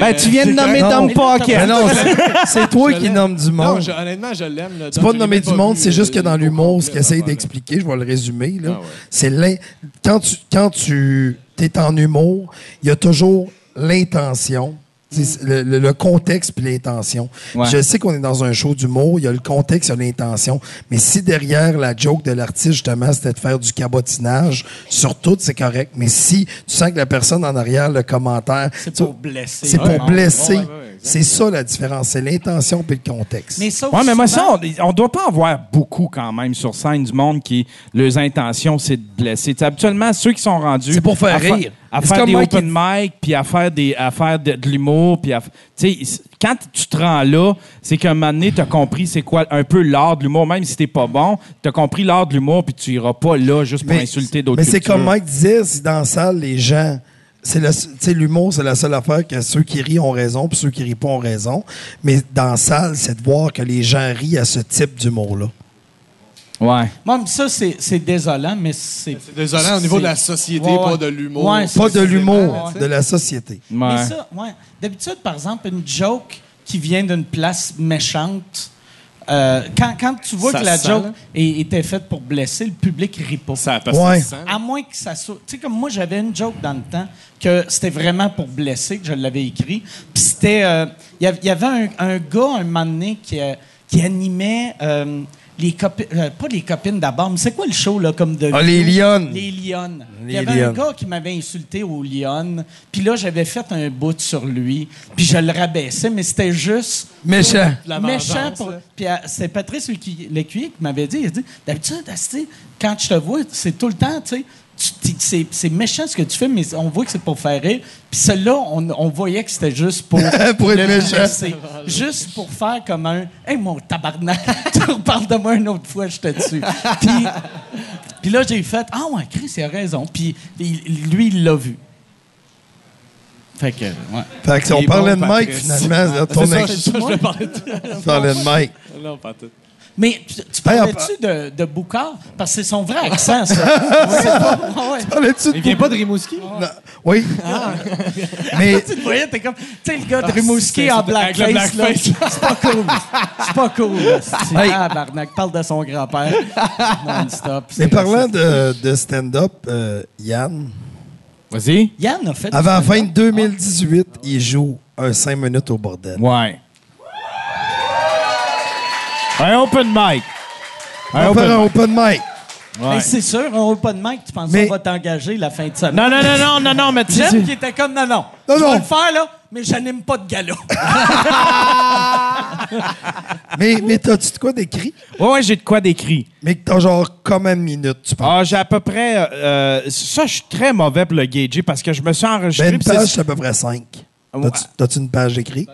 Speaker 3: Ben, tu viens de
Speaker 4: c'est
Speaker 3: nommer
Speaker 4: correct.
Speaker 5: Non.
Speaker 3: Dom Pocket.
Speaker 5: Mais non, c'est- c'est toi
Speaker 4: Je
Speaker 5: qui
Speaker 4: l'aime.
Speaker 5: nommes du
Speaker 4: Non,
Speaker 5: monde.
Speaker 4: je- honnêtement, je l'aime. là.
Speaker 5: C'est
Speaker 4: Dom, je
Speaker 5: pas de
Speaker 4: l'ai
Speaker 5: nommer
Speaker 4: pas
Speaker 5: du monde,
Speaker 4: vu,
Speaker 5: c'est
Speaker 4: euh,
Speaker 5: juste que dans
Speaker 4: niveau
Speaker 5: l'humour, ce
Speaker 4: complet,
Speaker 5: qu'il essaye
Speaker 4: cette affaire-là.
Speaker 5: d'expliquer, je vais le résumer, là,
Speaker 4: Ah ouais.
Speaker 5: c'est l'in- quand tu quand tu es en humour, il y a toujours l'intention. Tu
Speaker 4: Mm.
Speaker 5: sais, Le, le- le contexte puis l'intention.
Speaker 3: Ouais.
Speaker 5: Je sais qu'on est dans un show d'humour, il y a le contexte, il y a l'intention. Mais si derrière la joke de l'artiste, justement, c'était de faire du cabotinage sur tout, c'est correct. Mais si tu sens que la personne en arrière, le commentaire,
Speaker 2: C'est
Speaker 5: tu-
Speaker 2: pour blesser.
Speaker 5: c'est
Speaker 2: Ouais.
Speaker 5: pour blesser.
Speaker 4: ouais, ouais, ouais, exact.
Speaker 5: c'est ça la différence, c'est l'intention puis le contexte.
Speaker 2: Mais ça,
Speaker 3: Ouais, mais moi, ça,
Speaker 2: souvent-
Speaker 3: on, on doit pas en voir beaucoup quand même sur scène du monde qui, leurs intentions, c'est de blesser. Tu sais, habituellement, ceux qui sont rendus.
Speaker 5: C'est pour faire
Speaker 3: à fa-
Speaker 5: rire.
Speaker 3: À
Speaker 5: C'est
Speaker 3: faire
Speaker 5: comme
Speaker 3: des
Speaker 5: Mike
Speaker 3: open mic, puis à faire, des, à faire de, de l'humour, puis à. f- Tu sais, c- quand tu te rends là, c'est qu'à un moment donné, t'as compris c'est quoi un peu l'art de l'humour, même si t'es pas bon, t'as compris l'art de l'humour, puis tu iras pas là juste pour insulter d'autres
Speaker 5: Mais c'est
Speaker 3: cultures.
Speaker 5: comme Mike disait, c'est dans la salle, les gens. C'est le- tu sais, l'humour, c'est la seule affaire que ceux qui rient ont raison, puis ceux qui rient pas ont raison. Mais dans la salle, c'est de voir que les gens rient à ce type d'humour-là.
Speaker 3: Ouais.
Speaker 2: Moi, mais ça, c'est c'est désolant, mais c'est.
Speaker 4: C'est désolant au niveau de la société,
Speaker 2: Ouais,
Speaker 4: pas
Speaker 2: ouais.
Speaker 4: de l'humour.
Speaker 2: Ouais, c'est-
Speaker 5: Pas de l'humour,
Speaker 2: ouais.
Speaker 5: de la société.
Speaker 3: Ouais.
Speaker 2: Mais ça, ouais. D'habitude, par exemple, une joke qui vient d'une place méchante, euh, quand, quand tu vois
Speaker 4: Ça
Speaker 2: que la
Speaker 4: sent,
Speaker 2: joke
Speaker 4: là.
Speaker 2: est- était faite pour blesser, le public rit pas.
Speaker 4: Ça passe
Speaker 5: Ouais.
Speaker 2: À moins que ça soit. Tu sais, comme moi, j'avais une joke dans le temps que c'était vraiment pour blesser que je l'avais écrit. Puis c'était. euh, Il y av- il y avait un, un gars, un moment donné, qui, euh, qui animait. euh, les copines, pas les copines d'abord, mais c'est quoi le show, là, comme de.
Speaker 5: Ah, les lionnes.
Speaker 2: Les lionnes. Il y
Speaker 5: Les
Speaker 2: avait un
Speaker 5: lionnes.
Speaker 2: gars qui m'avait insulté aux lionnes, puis là, j'avais fait un bout sur lui, puis je le rabaissais, mais c'était juste
Speaker 5: Méchant.
Speaker 4: La
Speaker 2: méchant
Speaker 4: vengeance,
Speaker 2: pour.
Speaker 4: là.
Speaker 2: Puis euh, c'est Patrice Lécu- Lécuyer qui m'avait dit, il a dit d'habitude, asti, quand je te vois, c'est tout le temps, tu sais. tu- tu- C'est, c'est méchant ce que tu fais, mais on voit que c'est pour faire rire. Puis celui-là, on, on voyait que c'était juste pour.
Speaker 5: Pour être
Speaker 2: le
Speaker 5: méchant.
Speaker 2: blesser. Juste pour faire comme un. Hey, mon tabarnak, tu reparles de moi une autre fois, je te tue. Puis, puis là, j'ai fait Ah, ouais, Chris, il a raison. Puis il- lui, il l'a vu. Fait que, ouais.
Speaker 5: Fait que si on
Speaker 4: Les
Speaker 5: parlait
Speaker 4: bons
Speaker 5: de Mike,
Speaker 4: Patrice.
Speaker 5: finalement. là, ton
Speaker 4: C'est ça,
Speaker 5: ex-
Speaker 4: c'est ça, je vais parler de
Speaker 5: tu parlais de Mike.
Speaker 4: Non, pas tout.
Speaker 2: Mais tu, tu
Speaker 5: Hey,
Speaker 2: parlais-tu de, de Boucard? Parce que c'est son vrai accent, ça. Ouais, c'est pas- ouais, ouais.
Speaker 5: Parlais-tu de-
Speaker 4: Il vient pas de Rimouski?
Speaker 5: Non. Oui. Mais Ah,
Speaker 2: Tu le voyais, t'es comme, tu sais, le gars de
Speaker 4: c'est-
Speaker 2: Rimouski en
Speaker 4: c'est- avec le
Speaker 2: blackface, là.
Speaker 4: blackface.
Speaker 2: C'est pas cool. C'est pas cool. C'est
Speaker 5: Hey.
Speaker 2: ah, Barnac, parle de son grand-père. Non-stop.
Speaker 5: mais
Speaker 2: C'est
Speaker 5: parlant
Speaker 2: raciste.
Speaker 5: de, de stand-up, euh, Yann,
Speaker 3: Vas-y.
Speaker 2: Yann a fait.
Speaker 5: avant la fin de 2018, il joue un 5 minutes au bordel.
Speaker 3: Ouais. Un open mic. Un
Speaker 5: On va
Speaker 3: open
Speaker 5: faire un
Speaker 3: mic.
Speaker 5: open mic.
Speaker 2: Mais
Speaker 3: Ouais.
Speaker 2: c'est sûr, on n'a pas de mic, tu penses
Speaker 5: Mais-
Speaker 2: qu'on va t'engager la fin de semaine.
Speaker 3: Non, non, non, non, non, non, mais tu
Speaker 2: J'aime qu'il était comme, non, non.
Speaker 5: Non,
Speaker 2: Tu
Speaker 5: non.
Speaker 2: vas le faire, là. mais j'anime pas de gala.
Speaker 5: Mais, mais t'as-tu de quoi d'écrit?
Speaker 3: Ouais, ouais, j'ai de quoi d'écrit.
Speaker 5: Mais que t'as genre comme une minute, tu penses?
Speaker 3: Ah, j'ai à peu près. euh, ça, je suis très mauvais pour le gager parce que Ah, je me suis enregistré.
Speaker 5: Ben, une
Speaker 3: puis c'est-
Speaker 5: page, c'est à peu près cinq. T'as-tu- T'as-tu une page d'écrit?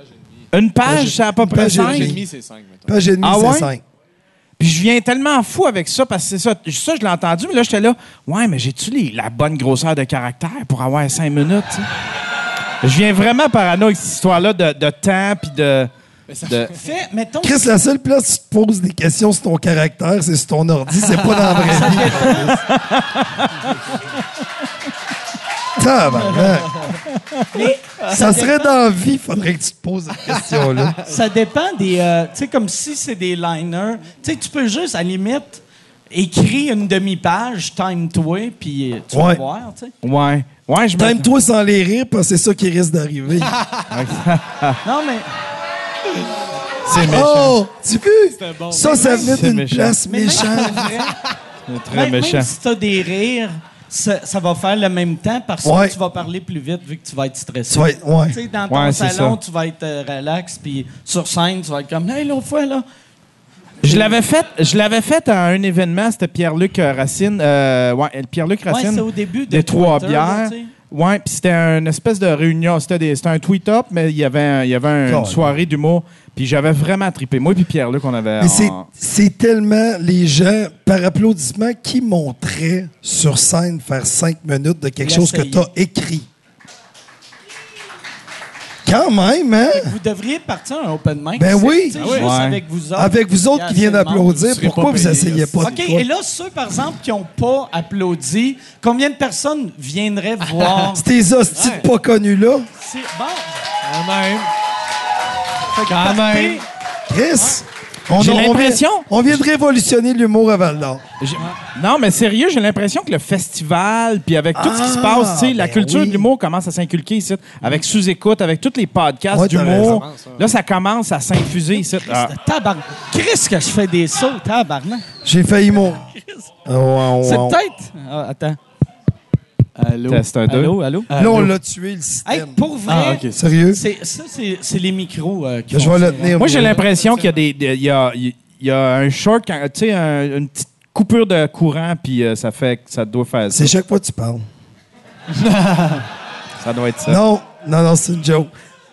Speaker 3: Une page, c'est à peu
Speaker 5: Une
Speaker 3: près
Speaker 5: page et
Speaker 3: cinq.
Speaker 5: demie.
Speaker 4: Demi, c'est 5, mettons.
Speaker 5: Page et demie,
Speaker 3: Ah
Speaker 5: c'est
Speaker 3: ouais?
Speaker 5: cinq.
Speaker 3: Puis je viens tellement fou avec ça parce que c'est ça. Ça, je l'ai entendu, mais là, j'étais là. Ouais, mais j'ai-tu les- la bonne grosseur de caractère pour avoir cinq minutes? tu sais? Je viens vraiment parano avec cette histoire-là de, de temps puis de. de-
Speaker 2: Fais, mettons,
Speaker 5: Chris, la seule place où tu te poses des questions sur ton caractère, c'est sur ton ordi, c'est pas dans la vraie vie. Tabarnak. Ça serait dans la vie, faudrait que tu te poses cette question-là.
Speaker 2: ça dépend des. euh, tu sais, comme si c'est des liners. Tu sais, tu peux juste, à la limite, écrire une demi-page, time-toi, puis euh, tu vas
Speaker 5: Ouais.
Speaker 2: voir, tu sais.
Speaker 3: Ouais. Ouais, je me.
Speaker 5: Time-toi sans les rires, parce que c'est ça qui risque d'arriver.
Speaker 2: Non, mais.
Speaker 3: C'est
Speaker 5: Oh! Tu veux? Ça, ça venait
Speaker 3: C'est
Speaker 5: d'une
Speaker 3: méchant.
Speaker 5: place
Speaker 2: mais même
Speaker 5: méchante.
Speaker 2: pour vrai,
Speaker 3: méchant. Très
Speaker 2: même, même
Speaker 3: méchant.
Speaker 2: si t'as des rires, ça, ça va faire le même temps parce que
Speaker 5: Ouais.
Speaker 2: tu vas parler plus vite vu que tu vas être stressé.
Speaker 5: Tu vas être- ouais.
Speaker 2: Tu sais, dans ton
Speaker 3: Ouais, c'est
Speaker 2: salon,
Speaker 3: ça.
Speaker 2: tu vas être euh, relax, puis sur scène, tu vas être comme, hey, l'autre fois, là.
Speaker 3: Je l'avais fait, je l'avais fait à un événement, c'était Pierre-Luc euh, Racine. euh, ouais, Pierre-Luc
Speaker 2: Ouais,
Speaker 3: Racine.
Speaker 2: c'est au début de
Speaker 3: des trois
Speaker 2: Twitter, là,
Speaker 3: bières.
Speaker 2: tu sais.
Speaker 3: Ouais, puis c'était une espèce de réunion, c'était des- c'était un tweet-up, mais il y avait, un- il y avait un-
Speaker 5: Cool.
Speaker 3: une soirée d'humour, puis j'avais vraiment trippé. Moi puis Pierre-Luc, on
Speaker 2: Euh,
Speaker 3: avait...
Speaker 5: Mais c'est-
Speaker 3: on-
Speaker 5: c'est tellement les gens, par applaudissement, qui montraient sur scène faire cinq minutes de quelque chose que
Speaker 2: L'essayer.
Speaker 5: tu as écrit. Quand même, hein?
Speaker 2: Vous devriez partir à un open mic.
Speaker 5: Ben
Speaker 2: c'est-
Speaker 5: oui.
Speaker 2: tu sais,
Speaker 5: Ah
Speaker 2: Juste
Speaker 3: Ouais.
Speaker 2: avec vous autres.
Speaker 5: Avec vous autres qui
Speaker 2: Il y a
Speaker 5: viennent
Speaker 2: assez de monde.
Speaker 5: applaudir,
Speaker 4: serez
Speaker 5: pourquoi
Speaker 4: pas
Speaker 5: vous
Speaker 4: payés,
Speaker 5: essayez pas
Speaker 2: OK,
Speaker 5: de quoi?
Speaker 2: et là, ceux, par exemple, qui n'ont pas applaudi, combien de personnes viendraient voir?
Speaker 5: C'est tes hosties de pas connus là.
Speaker 2: C'est- Bon,
Speaker 4: Quand même.
Speaker 2: partez.
Speaker 5: Chris, on,
Speaker 3: J'ai
Speaker 5: on vient-
Speaker 3: l'impression-
Speaker 5: On, vient de révolutionner l'humour à Val-d'Or.
Speaker 3: j'ai- Non, mais sérieux, j'ai l'impression que le festival, puis avec tout ce qui se
Speaker 5: Ah,
Speaker 3: passe, tu sais, la
Speaker 5: ben
Speaker 3: culture
Speaker 5: oui.
Speaker 3: de l'humour commence à s'inculquer ici, avec sous-écoute, avec tous les podcasts
Speaker 5: Ouais, t'as
Speaker 3: d'humour.
Speaker 4: raison.
Speaker 3: Là, ça commence à s'infuser ici. Ah.
Speaker 2: Tabarnak. Chris, que je fais des sauts, tabarnak.
Speaker 5: J'ai failli mourir. Ah, ouais, ouais,
Speaker 2: C'est
Speaker 5: ouais.
Speaker 2: peut-être. Ah, attends.
Speaker 4: Allô?
Speaker 3: Test un, deux.
Speaker 2: Allô, allô?
Speaker 5: Là, on l'a tué, le
Speaker 2: Hey,
Speaker 5: système.
Speaker 2: pour vrai,
Speaker 4: Ah, OK.
Speaker 5: Sérieux?
Speaker 2: c'est, ça, c'est, c'est les micros euh, qui
Speaker 5: Je
Speaker 2: font
Speaker 5: vais
Speaker 2: ça,
Speaker 5: le
Speaker 2: là.
Speaker 5: tenir.
Speaker 3: Moi, j'ai l'impression qu'il y a des, des- il y a, il y a un short, quand- tu sais, un- une petite coupure de courant, puis euh, ça fait que ça doit faire ça.
Speaker 5: C'est chaque fois que tu parles.
Speaker 3: Ça doit être ça.
Speaker 5: Non, non, non, c'est une joke.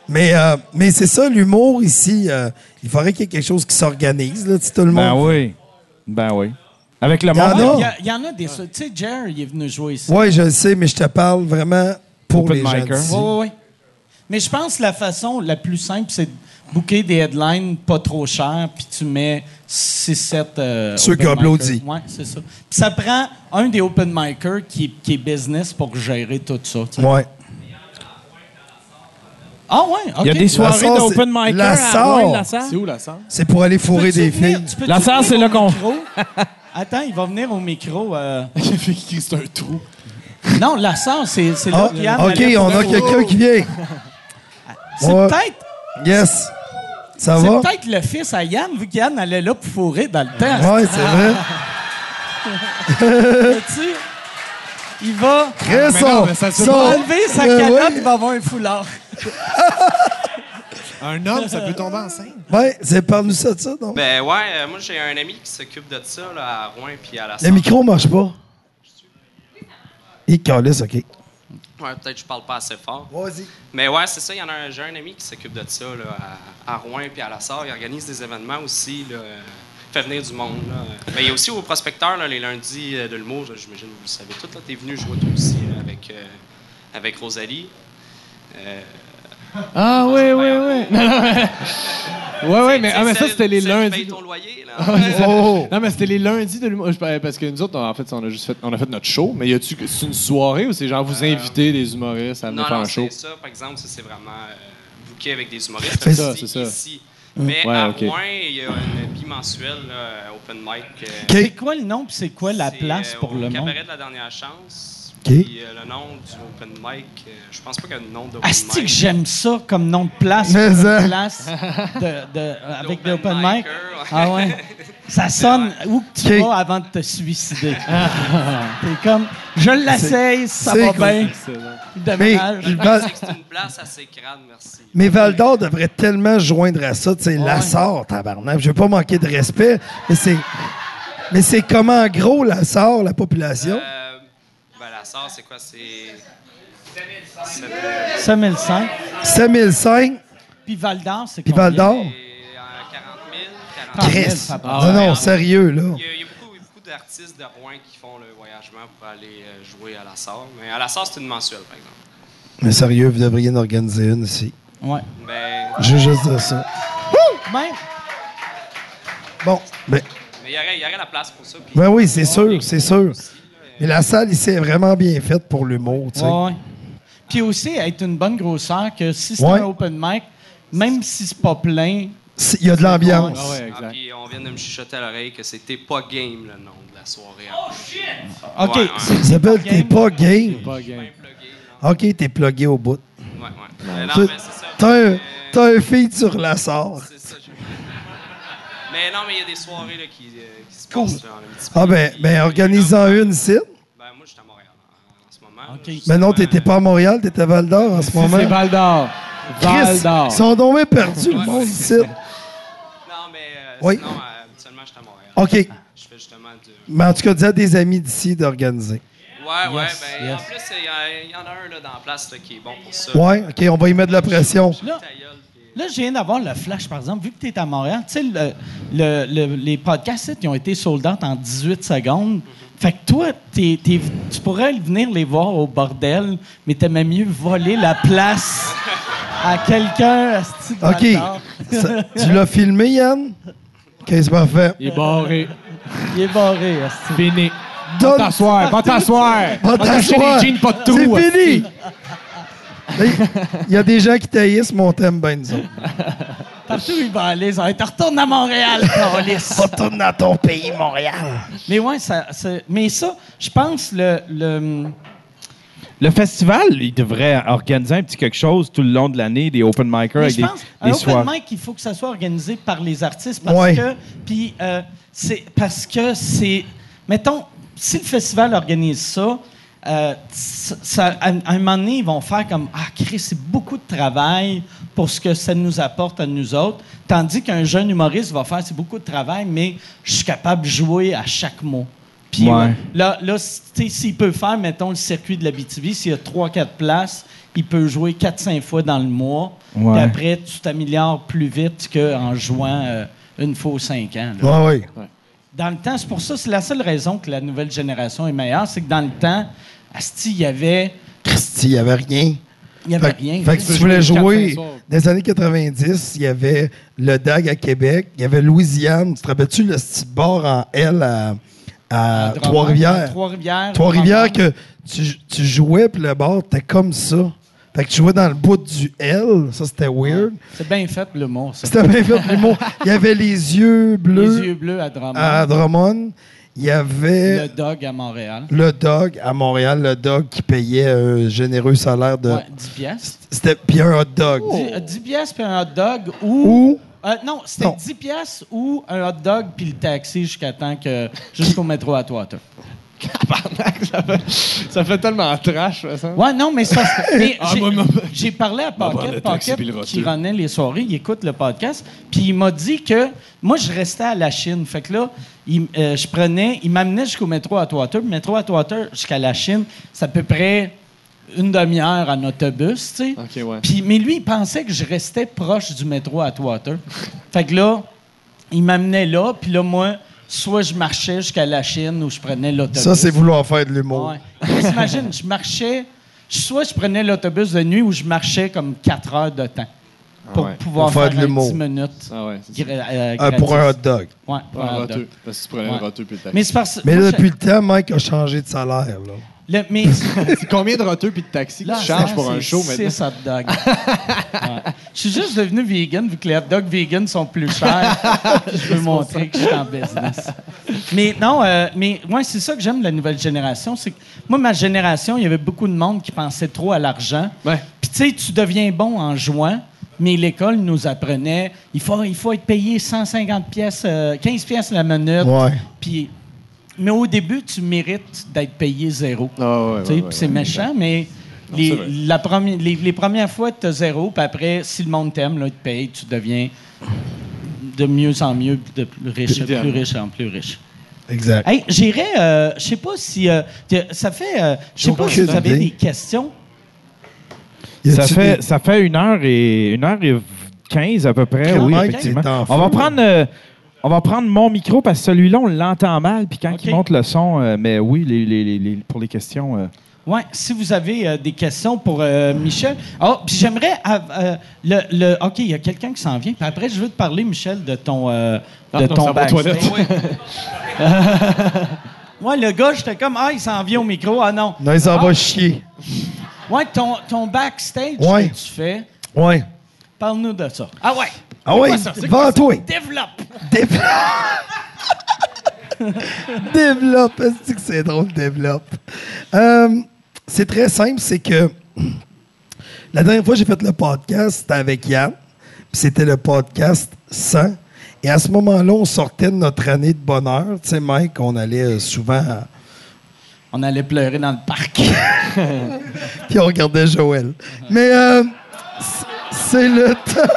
Speaker 5: Mais, euh, mais c'est ça, l'humour ici. euh, il faudrait qu'il y ait quelque chose qui s'organise, là, tu sais, tout le
Speaker 3: ben
Speaker 5: monde.
Speaker 3: oui. Ben oui. Avec le
Speaker 5: Il y en
Speaker 3: monde.
Speaker 5: a.
Speaker 2: Il y, a- il y en a des sauts. Tu sais, Jerry, il est venu jouer ici.
Speaker 5: Oui, je le sais, mais je te parle vraiment pour
Speaker 3: Open
Speaker 5: les gens.
Speaker 3: micer.
Speaker 5: d'ici.
Speaker 2: Oui, oui, oui. Mais je pense que la façon la plus simple, c'est de booker des headlines pas trop chères, puis tu mets euh, 6-7
Speaker 5: Ceux qui applaudissent.
Speaker 2: Oui, c'est ça. Puis ça prend un des open micers qui, qui est business pour gérer tout ça. tu sais.
Speaker 5: Ouais.
Speaker 2: Ah ouais, OK.
Speaker 3: Il y a des soirées
Speaker 5: La Sarre,
Speaker 3: d'open
Speaker 5: c'est-
Speaker 3: micer
Speaker 5: la
Speaker 3: à
Speaker 5: Sarre.
Speaker 3: Rouen, la Sarre.
Speaker 4: C'est où la salle?
Speaker 5: C'est pour aller fourrer des filles.
Speaker 3: La Sarre, c'est là qu'on-
Speaker 2: Attends, il va venir au micro. euh.
Speaker 4: c'est un trou.
Speaker 2: Non, la Sarre, c'est c'est là
Speaker 5: Ah,
Speaker 2: qu'il y a-
Speaker 5: OK, on a quelqu'un qui vient.
Speaker 2: C'est
Speaker 5: Ouais.
Speaker 2: peut-être
Speaker 5: Yes. Ça
Speaker 2: C'est
Speaker 5: va?
Speaker 2: peut-être le fils à Yann, vu qu'Yann allait là pour fourrer dans le temps.
Speaker 5: Oui, c'est vrai.
Speaker 2: Tu- Il va
Speaker 5: Chris,
Speaker 4: non,
Speaker 5: on-
Speaker 4: mais ça se
Speaker 5: ça-
Speaker 4: peut
Speaker 2: il va enlever sa
Speaker 5: Euh,
Speaker 2: calotte,
Speaker 5: ouais.
Speaker 2: il va avoir un foulard.
Speaker 4: Un homme, ça peut tomber enceinte.
Speaker 5: Ouais, Ben, c'est parle-nous ça de ça, non?
Speaker 8: Ben ouais, euh, moi j'ai un ami qui s'occupe de ça là, à Rouen puis à la
Speaker 5: Le
Speaker 8: salle.
Speaker 5: micro marche pas. Il calisse, OK.
Speaker 8: Ouais, peut-être que je parle pas assez fort.
Speaker 5: Vas-y.
Speaker 8: Mais ouais, c'est ça, il y en a un, j'ai un ami qui s'occupe de ça là, à, à Rouen puis à la Sarre. Il organise des événements aussi, là, euh, fait venir du monde. Là. Ben, il y a aussi au prospecteur là, les lundis euh, de l'humour, là, j'imagine que vous le savez tout. Là, t'es venu jouer toi aussi là, avec, euh, avec Rosalie. Euh,
Speaker 4: Ah, oui, oui, oui. Non, non, mais- Ouais, ouais, mais,
Speaker 8: t'sais,
Speaker 4: ah, mais ça,
Speaker 8: celle-
Speaker 4: c'était les
Speaker 8: celle qui paye
Speaker 4: lundis. Ah,
Speaker 8: ton loyer, là.
Speaker 5: Oh,
Speaker 4: Non, mais c'était les lundis de l'humour. Je parlais- Parce que nous autres, en fait, on a juste fait, on a fait notre show. Mais y a-tu que- c'est une soirée ou c'est genre vous invitez des humoristes à venir
Speaker 8: Non,
Speaker 4: faire
Speaker 8: non,
Speaker 4: un show?
Speaker 8: c'est ça, par exemple, ça, c'est vraiment euh, booké avec des humoristes.
Speaker 5: C'est
Speaker 4: ça,
Speaker 8: Ici,
Speaker 4: c'est ça.
Speaker 8: Ici.
Speaker 2: Hein?
Speaker 8: Mais
Speaker 4: Ouais,
Speaker 8: à
Speaker 4: ok.
Speaker 8: Rouen, il y a une bimensuelle là, open mic. euh,
Speaker 5: OK.
Speaker 2: C'est quoi le nom puis c'est quoi la
Speaker 8: c'est,
Speaker 2: place
Speaker 8: euh,
Speaker 2: pour
Speaker 8: au
Speaker 2: le monde?
Speaker 8: cabaret de la dernière chance. Puis euh, le nom du open mic, euh, je pense pas qu'il y a le nom d'open
Speaker 2: Asti que
Speaker 8: mic.
Speaker 2: j'aime ça comme nom de place.
Speaker 5: Mais
Speaker 2: comme
Speaker 5: ça.
Speaker 2: place de- de- euh, avec des open
Speaker 8: micer,
Speaker 2: mic.
Speaker 8: ouais.
Speaker 2: Ah ouais. Ça sonne où que tu
Speaker 5: Ok. Ah.
Speaker 2: vas avant de te suicider. T'es comme, je l'essaye, ça
Speaker 5: c'est
Speaker 2: va
Speaker 5: cool.
Speaker 2: bien.
Speaker 5: Mais,
Speaker 2: Dommage.
Speaker 5: Val-
Speaker 8: Je sais que c'est une place assez grande, merci.
Speaker 5: mais Val d'Or devrait tellement se joindre à ça. Tu sais, Lassard, tabarnak. Je veux pas manquer de respect, mais c'est. Mais c'est comment gros Lassard, la population?
Speaker 8: Euh, ben, la sœur, c'est quoi? C'est.
Speaker 2: 7500.
Speaker 5: 7005,
Speaker 2: Puis Val d'Or, c'est
Speaker 5: puis
Speaker 2: combien?
Speaker 5: Val d'Or.
Speaker 8: c'est, euh, 40 000, 40 000.
Speaker 5: Chris.
Speaker 2: Ah
Speaker 5: Non, non, sérieux, là.
Speaker 8: Il y a, il y a beaucoup, beaucoup d'artistes de Rouen qui font le voyagement pour aller euh, jouer à la sœur. Mais à la sœur, c'est une mensuelle, par exemple.
Speaker 5: Mais sérieux, vous devriez en organiser une ici.
Speaker 2: Ouais.
Speaker 8: Ben,
Speaker 5: Je veux juste dire ça.
Speaker 2: Même,
Speaker 5: Bon, ben,
Speaker 8: mais il y aurait, il y aurait la place pour ça. puis-
Speaker 5: ben oui, c'est sûr, c'est sûr. Mais la salle ici est vraiment bien faite pour l'humour, tu sais.
Speaker 2: ouais, ouais. Puis aussi, être une bonne grosseur, que si c'est
Speaker 5: Ouais.
Speaker 2: un open mic, même si c'est pas plein,
Speaker 5: C'est- Il y a de l'ambiance.
Speaker 4: Ah ouais,
Speaker 8: Ah,
Speaker 4: exact.
Speaker 8: puis on vient de me chuchoter à l'oreille que c'était pas game le nom de la soirée. Oh shit!
Speaker 2: OK, c'est-
Speaker 5: Ça s'appelle T'es pas game.
Speaker 4: Pas game.
Speaker 5: Ok, t'es plugué au bout.
Speaker 8: Ouais, ouais. Euh, non,
Speaker 5: T'as-
Speaker 8: mais c'est ça.
Speaker 5: T'as un,
Speaker 8: Euh,
Speaker 5: t'as un feed sur la sort.
Speaker 8: c'est ça, je- Mais non, mais il y a des soirées là, qui, euh, qui se
Speaker 5: Cool.
Speaker 8: passent là, en un petit peu.
Speaker 5: Ah ben, ben organisant une ici.
Speaker 8: Ben, moi, je suis à Montréal en, en ce moment. là, justement.
Speaker 5: Mais non, t'étais pas à Montréal, t'étais à Val d'Or en ce moment.
Speaker 3: C'est Val d'Or. Val
Speaker 5: Chris,
Speaker 3: d'Or.
Speaker 5: ils sont donc bien perdus, le monde ici.
Speaker 8: Non, mais euh,
Speaker 5: Oui.
Speaker 8: sinon, euh, habituellement, je suis à Montréal.
Speaker 5: Ok,
Speaker 8: Je fais justement du.
Speaker 5: mais en tout cas, dis à des amis d'ici d'organiser.
Speaker 8: Ouais,
Speaker 2: Yes,
Speaker 8: ouais, ben,
Speaker 2: yes.
Speaker 8: en plus, il y a- il y, en a un là, dans la place là, qui est bon pour ça.
Speaker 5: Ouais, ok, on va y mettre de la pression.
Speaker 2: là,
Speaker 8: Ta gueule, puis-
Speaker 2: Là, je viens d'avoir le flash, par exemple, vu que tu es à Montréal. Tu sais, le- le- le- les podcasts, ils ont été sold out en 18 secondes. Fait que toi, t'es- t'es- tu pourrais venir les voir au bordel, mais t'aimais mieux voler la place à quelqu'un. à ce type
Speaker 5: Ok,
Speaker 2: bâtard.
Speaker 5: Ça- tu l'as filmé, Yann? Ok, c'est parfait.
Speaker 3: Il est barré.
Speaker 2: Il est barré. à ce type.
Speaker 3: Fini.
Speaker 5: Donne-
Speaker 3: Pas t'asseoir, pas t'asseoir.
Speaker 5: Pas
Speaker 3: t'acheter
Speaker 5: t'asseoir.
Speaker 3: des jeans, pas de tout.
Speaker 5: C'est fini! Il y a des gens qui taillissent mon thème, ben nous autres.
Speaker 2: Partout où il va aller, ça va être retourne à Montréal, câlisse.
Speaker 5: Retourne dans ton pays, Montréal.
Speaker 2: Mais ouais, ça, ça- mais ça, je pense le, le
Speaker 3: Le festival, il devrait organiser un petit quelque chose tout le long de l'année, des open micers
Speaker 2: Mais
Speaker 3: avec
Speaker 2: je
Speaker 3: des,
Speaker 2: pense
Speaker 3: des
Speaker 2: un open
Speaker 3: soirs.
Speaker 2: mic, il faut que ça soit organisé par les artistes parce
Speaker 5: Ouais.
Speaker 2: que puis euh, c'est parce que c'est mettons si le festival organise ça euh, ça- ça- à, à un moment donné, ils vont faire comme Ah, Chris, c'est beaucoup de travail pour ce que ça nous apporte à nous autres. Tandis qu'un jeune humoriste va faire C'est beaucoup de travail, mais je suis capable de jouer à chaque mot. Puis
Speaker 3: Ouais.
Speaker 2: euh, là, là si- tu sais, s'il peut faire, mettons, le circuit de la BTV, s'il y a 3-4 places, il peut jouer 4-5 fois dans le mois.
Speaker 3: Ouais.
Speaker 2: Puis après, tu t'améliores plus vite qu'en jouant euh, une fois aux 5 ans. là.
Speaker 5: Ouais, oui.
Speaker 2: Dans le temps, c'est pour ça, c'est la seule raison que la nouvelle génération est meilleure, c'est que dans le temps, Asti, il y avait,
Speaker 5: Christy, il n'y avait rien.
Speaker 2: il y avait
Speaker 5: Fait,
Speaker 2: rien.
Speaker 5: fait que si tu voulais
Speaker 4: quatre,
Speaker 5: jouer,
Speaker 4: cinq soirs.
Speaker 5: dans les années 90, il y avait le DAG à Québec, il y avait Louisiane. Tu te rappelles-tu le petit bar en L à, à
Speaker 2: Drummond,
Speaker 5: Trois-Rivières?
Speaker 2: Trois-Rivières.
Speaker 5: Trois-Rivières,
Speaker 2: Drummond.
Speaker 5: que tu, tu jouais, puis le bar, t'es comme ça. Fait que tu jouais dans le bout du L, ça c'était weird.
Speaker 2: C'est bien fait, l'humour, ça.
Speaker 5: C'était bien fait pour l'humour. Il y avait les yeux bleus
Speaker 2: Les yeux bleus à Drummond.
Speaker 5: à Drummond. Il y
Speaker 2: le
Speaker 5: avait
Speaker 2: dog à Montréal.
Speaker 5: le... dog à Montréal, le dog qui payait un généreux salaire de.
Speaker 2: Ouais, 10 piastres.
Speaker 5: C'était puis un hot dog.
Speaker 4: Oh.
Speaker 2: Dix- euh, 10 piastres puis un hot dog ou...
Speaker 5: Ou
Speaker 2: Euh, non, c'était
Speaker 5: Non.
Speaker 2: 10 piastres ou un hot dog puis le taxi jusqu'à temps que... Jusqu'au métro à toi, toi.
Speaker 4: ça, fait, ça fait tellement trash, ça. semble.
Speaker 2: Ouais, non, mais ça. mais
Speaker 4: Ah,
Speaker 2: j'ai-
Speaker 4: moi, moi,
Speaker 2: J'ai parlé à
Speaker 4: prendre
Speaker 2: Pocket,
Speaker 4: le taxi
Speaker 2: Pocket
Speaker 4: puis le
Speaker 2: qui
Speaker 4: retour.
Speaker 2: renait les soirées, il écoute le podcast, puis il m'a dit que moi, je restais à la Chine. Fait que là, il- euh, je prenais, il m'amenait jusqu'au métro à Twater, le métro à Twater jusqu'à la Chine, c'est à peu près une demi-heure en autobus, tu sais.
Speaker 4: Ok, ouais.
Speaker 2: Puis, mais lui, il pensait que je restais proche du métro à Atwater. Fait que là, il m'amenait là, puis là, moi, soit je marchais jusqu'à la Chine ou je prenais l'autobus.
Speaker 5: ça, c'est vouloir faire de l'humour.
Speaker 2: Ouais. T'imagines, je marchais, soit je prenais l'autobus de nuit ou je marchais comme 4 heures de temps pour
Speaker 4: Ah ouais.
Speaker 2: pouvoir
Speaker 5: Pour faire
Speaker 2: faire,
Speaker 5: de
Speaker 2: un
Speaker 5: l'humour.
Speaker 2: 10 minutes.
Speaker 4: Ah ouais, c'est ça.
Speaker 2: gra- euh,
Speaker 5: Euh, pour un hot
Speaker 2: gratis.
Speaker 5: dog.
Speaker 2: Ouais, pour
Speaker 4: Ah,
Speaker 2: un hot
Speaker 4: roteux.
Speaker 2: dog.
Speaker 4: Parce que tu prenais
Speaker 2: Ouais.
Speaker 4: le roteux puis le taxi.
Speaker 2: Mais c'est parce
Speaker 5: Mais
Speaker 2: moi,
Speaker 5: là,
Speaker 2: je-
Speaker 5: depuis le temps, Mike a changé de salaire. là.
Speaker 2: Le, mais
Speaker 4: C'est combien de roteux puis de taxis qui chargent pour un show maintenant?
Speaker 2: C'est hot dog. Ouais. Je suis juste devenu vegan vu que les hot dogs vegan sont plus chers. je veux montrer que je suis en business. Mais non, euh, mais ouais, c'est ça que j'aime de la nouvelle génération. C'est que moi, ma génération, il y avait beaucoup de monde qui pensait trop à l'argent.
Speaker 4: Ouais.
Speaker 2: Puis tu sais, tu deviens bon en jouant. Mais l'école nous apprenait, il faut, il faut être payé 150 pièces, euh, 15 pièces la minute.
Speaker 5: Ouais.
Speaker 2: Puis, mais au début, tu mérites d'être payé zéro.
Speaker 4: Ah ouais, ouais,
Speaker 2: Tu sais,
Speaker 4: ouais,
Speaker 2: puis
Speaker 4: ouais,
Speaker 2: c'est méchant, mais
Speaker 4: Non,
Speaker 2: les,
Speaker 4: c'est vrai.
Speaker 2: la premi- les, les premières fois, tu as zéro, puis après, si le monde t'aime, là, il te paye, tu deviens de mieux en mieux, de plus riche, de plus
Speaker 4: Évidemment.
Speaker 2: riche en plus riche.
Speaker 5: Exact.
Speaker 2: Hey, j'irais, euh, je sais pas si. euh, t'es- ça fait. euh, je sais pas si
Speaker 5: Aucune
Speaker 2: vous avez
Speaker 5: idée.
Speaker 2: des questions.
Speaker 5: Y a-tu
Speaker 3: Ça fait,
Speaker 5: des-
Speaker 3: ça fait une heure et une heure et quinze à peu près,
Speaker 5: Quand
Speaker 3: oui,
Speaker 5: même,
Speaker 3: effectivement.
Speaker 5: t'es en
Speaker 3: On va
Speaker 5: feu.
Speaker 3: prendre euh, on va prendre mon micro parce que celui-là, on l'entend mal, puis quand
Speaker 2: Ok.
Speaker 3: il monte le son, euh, mais oui, les, les- les- les- pour les questions. euh,
Speaker 2: Oui, si vous avez euh, des questions pour euh, Michel. Ah, puis j'aimerais. av- euh, le, le- OK, il y a quelqu'un qui s'en vient. Puis après, je veux te parler, Michel, de ton. euh,
Speaker 4: Ah,
Speaker 2: de
Speaker 4: non,
Speaker 2: ton
Speaker 4: ça va aux
Speaker 2: backstage.
Speaker 4: toilettes.
Speaker 2: Ouais, le gars, j'étais comme, ah, il s'en vient au micro. Ah non.
Speaker 5: Non, il s'en
Speaker 2: Ah.
Speaker 5: va chier.
Speaker 2: Ouais, ton, ton backstage
Speaker 5: Ouais.
Speaker 2: que tu fais,
Speaker 5: Ouais.
Speaker 2: parle-nous de ça. Ah ouais.
Speaker 5: Ah oui, vends-toi.
Speaker 2: Développe.
Speaker 5: Développe. Est-ce que c'est drôle, développe? Euh, c'est très simple, c'est que la dernière fois que j'ai fait le podcast, c'était avec Yann. puis C'était le podcast 100. Et à ce moment-là, on sortait de notre année de bonheur. Tu sais, Mike, on allait euh, souvent. à-
Speaker 2: On allait pleurer dans le parc.
Speaker 5: Puis on regardait Joël. Mais euh, c- c'est le temps.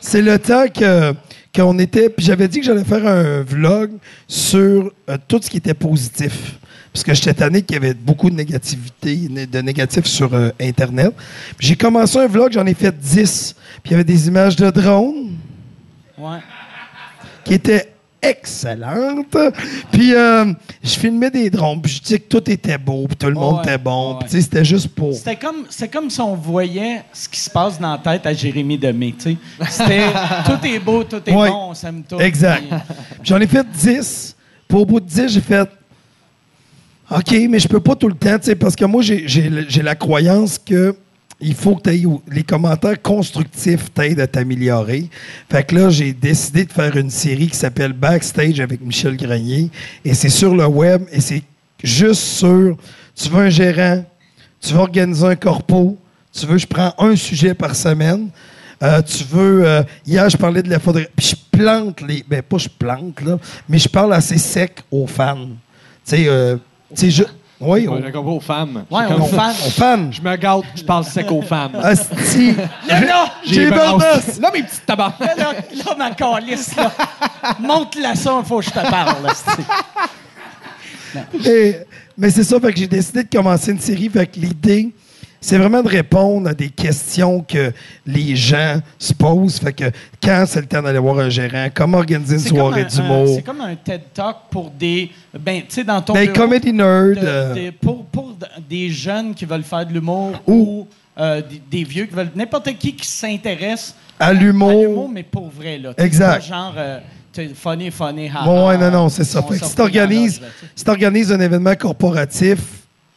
Speaker 5: C'est le temps que qu'on était. Puis j'avais dit que j'allais faire un vlog sur euh, tout ce qui était positif. Parce que j'étais tanné qu'il y avait beaucoup de négativité, né- de négatif sur euh, Internet. Puis J'ai commencé un vlog, j'en ai fait 10. Puis il y avait des images de drones
Speaker 2: Ouais.
Speaker 5: qui était excellente. Puis euh, je filmais des drones, puis je disais que tout était beau, puis tout le monde
Speaker 2: ouais,
Speaker 5: était bon.
Speaker 2: ouais.
Speaker 5: Puis tu sais, c'était juste pour...
Speaker 2: C'était comme, c'est comme si on voyait ce qui se passe dans la tête à Jérémy Demé, tu sais. C'était tout est beau, tout est
Speaker 5: Ouais.
Speaker 2: bon, on s'aime tout.
Speaker 5: Exact.
Speaker 2: Puis-
Speaker 5: J'en ai fait 10. Pour au bout de 10, j'ai fait OK, mais je peux pas tout le temps, tu sais, parce que moi, j'ai- j'ai le- j'ai la croyance que il faut que tu ailles les commentaires constructifs t'aident à t'améliorer. Fait que là, j'ai décidé de faire une série qui s'appelle Backstage avec Michel Grenier. Et c'est sur le web et c'est juste sur tu veux un gérant, tu veux organiser un corpo, tu veux je prends un sujet par semaine. Euh, tu veux. euh, hier, je parlais de la photographie. Puis je plante les. Ben, pas je plante, là. Mais je parle assez sec aux fans. Tu sais, euh, tu sais, je.
Speaker 4: Ouais,
Speaker 5: Oui, aux-
Speaker 4: j'ai compris aux femmes.
Speaker 2: Ouais,
Speaker 4: J'ai comme-
Speaker 2: aux femmes.
Speaker 5: aux fans.
Speaker 4: Je me gâte, je parle sec aux femmes.
Speaker 5: Asti.
Speaker 2: non!
Speaker 5: J'ai Bardas.
Speaker 4: Là, mes petites tabacs.
Speaker 2: Là, là, là, ma calice, là. Monte-la ça, il faut que je te parle. là, c'est-
Speaker 5: Et- mais c'est ça, fait que j'ai décidé de commencer une série. Fait que l'idée, c'est vraiment de répondre à des questions que les gens se posent. Fait que quand c'est le temps d'aller voir un gérant, comment organiser une
Speaker 2: C'est comme
Speaker 5: soirée
Speaker 2: un- un-
Speaker 5: d'humour.
Speaker 2: C'est comme un TED Talk pour des. Ben, tu sais, dans ton.
Speaker 5: Ben,
Speaker 2: bureau,
Speaker 5: comedy nerd.
Speaker 2: de-
Speaker 5: euh,
Speaker 2: de- pour, pour d- des jeunes qui veulent faire de l'humour ou
Speaker 5: Ou-
Speaker 2: euh, des, des vieux qui veulent. N'importe qui qui s'intéresse
Speaker 5: à
Speaker 2: à l'humour,
Speaker 5: l'humour.
Speaker 2: mais pour vrai, là.
Speaker 5: Exact.
Speaker 2: Pas genre. euh, t'es funny, funny, ha.
Speaker 5: Ouais, ouais,
Speaker 2: ha,
Speaker 5: non, non, c'est ça.
Speaker 2: on
Speaker 5: Fait que
Speaker 2: sort
Speaker 5: si t'organises
Speaker 2: dans l'ordre, tu sais.
Speaker 5: si t'organises un événement corporatif,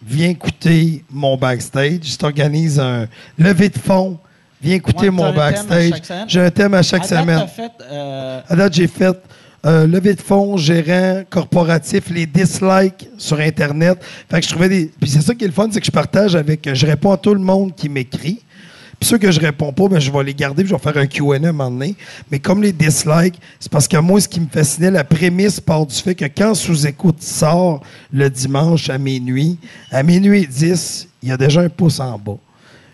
Speaker 5: viens écouter mon backstage. Si t'organises un lever de fonds, viens
Speaker 2: Ouais,
Speaker 5: écouter
Speaker 2: t'as un
Speaker 5: mon
Speaker 2: thème à
Speaker 5: backstage.
Speaker 2: chaque semaine.
Speaker 5: J'ai un thème à chaque
Speaker 2: À date,
Speaker 5: semaine.
Speaker 2: t'as fait, euh,
Speaker 5: À date, j'ai fait euh, levée de fonds, gérant, corporatif, les dislikes sur Internet. Fait que je trouvais des. Puis c'est ça qui est le fun, c'est que je partage avec. Je réponds à tout le monde qui m'écrit. Puis ceux que je réponds pas, ben, je vais les garder puis je vais faire un QA un moment donné. Mais comme les dislikes, c'est parce que moi, ce qui me fascinait, la prémisse part du fait que quand sous-écoute sort le dimanche à minuit, à minuit et 10, il y a déjà un pouce en bas.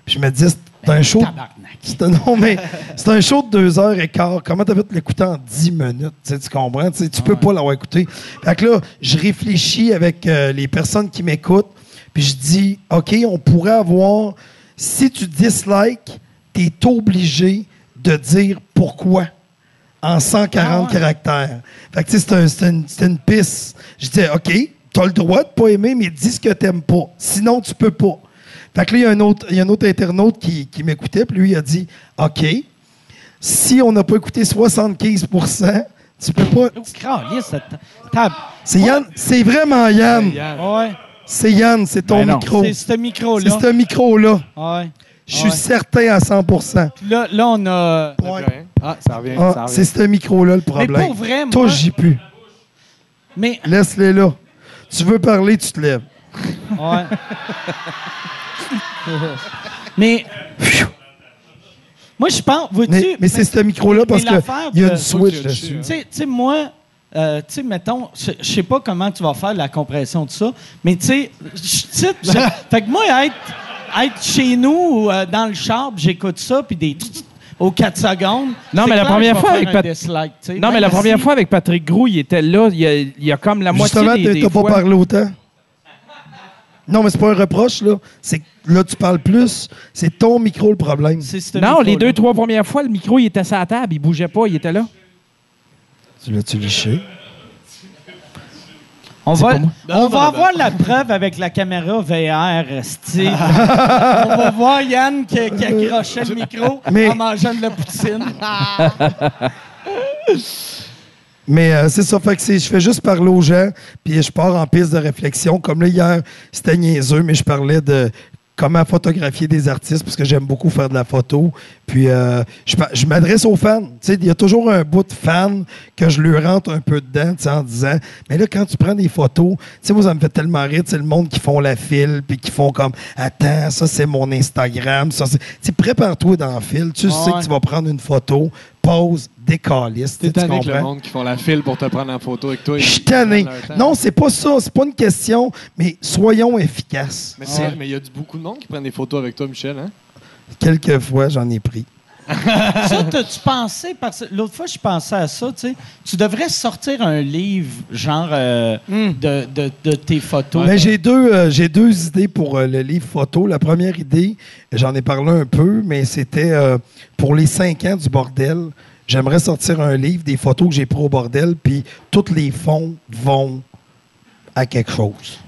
Speaker 5: Puis je me dis, c'est un show.
Speaker 2: tabarnak.
Speaker 5: C'est un, non, mais c'est un show de deux heures et quart. Comment t'as pu l'écouter en dix minutes? Tu sais, tu comprends? Tu sais, tu peux pas l'avoir écouté. Fait que là, je réfléchis avec euh, les personnes qui m'écoutent, puis je dis, OK, on pourrait avoir... Si tu dislikes, t'es obligé de dire pourquoi en 140
Speaker 2: Ah
Speaker 5: caractères. Fait que, tu sais, c'est un- c'est une, c'est une piste. Je disais, OK, t'as le droit de pas aimer, mais dis ce que t'aimes pas. Sinon, tu peux pas. Fait que là, il y a un autre, il y a un autre internaute qui, qui m'écoutait, puis lui, il a dit, OK, si on n'a pas écouté 75 tu peux pas.
Speaker 2: Oh, crâlisse, cette- tab-
Speaker 5: C'est Yann, c'est vraiment Yann.
Speaker 2: Ouais.
Speaker 5: C'est Yann, c'est ton
Speaker 3: Ben non.
Speaker 5: micro.
Speaker 2: C'est ce micro-là.
Speaker 5: Oh. C'est ce micro-là.
Speaker 2: Ouais.
Speaker 5: Je suis certain à 100
Speaker 2: Puis Là, là, on a.
Speaker 4: Ah, ça revient.
Speaker 5: Ah,
Speaker 4: ça revient.
Speaker 5: C'est ce micro-là le
Speaker 2: Mais
Speaker 5: problème.
Speaker 2: pour vrai, moi-
Speaker 5: Toi, j'y plus.
Speaker 2: Mais.
Speaker 5: Laisse-les là. Tu veux parler, tu te lèves.
Speaker 2: Ouais. mais. Moi, je pense. Vois-tu.
Speaker 5: Mais, mais c'est ce micro-là parce
Speaker 2: mais l'affaire
Speaker 5: qu'il y a
Speaker 2: de-
Speaker 5: une switch dessus.
Speaker 2: Tu sais- tu sais, moi, euh, tu sais, mettons, je je sais pas comment tu vas faire la compression de ça, mais tu sais, je titre, je- fait que moi, être, être chez nous ou euh, dans le char, puis j'écoute ça, puis des aux 4 secondes.
Speaker 3: Non,
Speaker 2: c'est
Speaker 3: mais la
Speaker 2: clair,
Speaker 3: première
Speaker 2: je vais
Speaker 3: fois
Speaker 2: faire
Speaker 3: avec
Speaker 2: un
Speaker 3: Pat-
Speaker 2: dislike, tu sais.
Speaker 3: Non, mais
Speaker 2: Même
Speaker 3: la
Speaker 2: si-
Speaker 3: première fois avec Patrick Groux, il était là. Il y a, il y a comme la moitié
Speaker 5: Justement,
Speaker 3: des,
Speaker 5: t'as
Speaker 3: des
Speaker 5: t'as pas
Speaker 3: fois-
Speaker 5: parlé autant. Non, mais c'est pas un reproche, là. C'est que là, tu parles plus. C'est ton micro le problème.
Speaker 2: c'est ce
Speaker 3: Non, les
Speaker 2: micro-là.
Speaker 3: deux, trois premières fois, le micro, il était sur la table. Il bougeait pas. Il était là.
Speaker 5: Tu l'as-tu liché?
Speaker 2: On va,
Speaker 3: pas moi.
Speaker 2: on va avoir la preuve avec la caméra VR, style. on va voir Yann qui, qui accrochait le micro
Speaker 5: Mais-
Speaker 2: en mangeant de la poutine.
Speaker 5: Mais euh, c'est ça, fait que c'est- je fais juste parler aux gens, puis je pars en piste de réflexion. Comme là, hier, c'était niaiseux, mais je parlais de comment photographier des artistes, parce que j'aime beaucoup faire de la photo. Puis euh, je, par- je m'adresse aux fans. Tu sais, Il y a toujours un bout de fan que je lui rentre un peu dedans, tu sais, en disant, mais là, quand tu prends des photos, tu sais, moi, ça me fait tellement rire, c'est le monde qui font la file, puis qui font comme, attends, ça, c'est mon Instagram, ça, c'est... Tu sais, prépare-toi dans la file, tu sais
Speaker 2: ouais.
Speaker 5: que tu vas prendre une photo, pause, décaliste, tu
Speaker 4: T'es
Speaker 5: sais, tu
Speaker 4: tanné que le
Speaker 5: comprends?
Speaker 4: monde qui font la file pour te prendre en photo avec toi.
Speaker 5: Je suis
Speaker 4: ils- ils prennent
Speaker 5: tanné.
Speaker 4: leur temps.
Speaker 5: Non,
Speaker 2: hein.
Speaker 5: c'est pas ça. C'est pas une question, mais soyons efficaces.
Speaker 4: Mais c'est- mais il y a du- beaucoup de monde qui prennent des photos avec toi, Michel. Hein?
Speaker 5: Quelques fois, j'en ai pris.
Speaker 2: Ça, t'as-tu pensé? Parce que l'autre fois, je pensais à ça, tu sais. Tu devrais sortir un livre, genre, euh, de, de- de tes photos.
Speaker 5: Mais j'ai deux, euh, j'ai deux idées pour euh, le livre photo. La première idée, j'en ai parlé un peu, mais c'était euh, pour les cinq ans du bordel. J'aimerais sortir un livre des photos que j'ai prises au bordel, puis tous les fonds vont à quelque chose.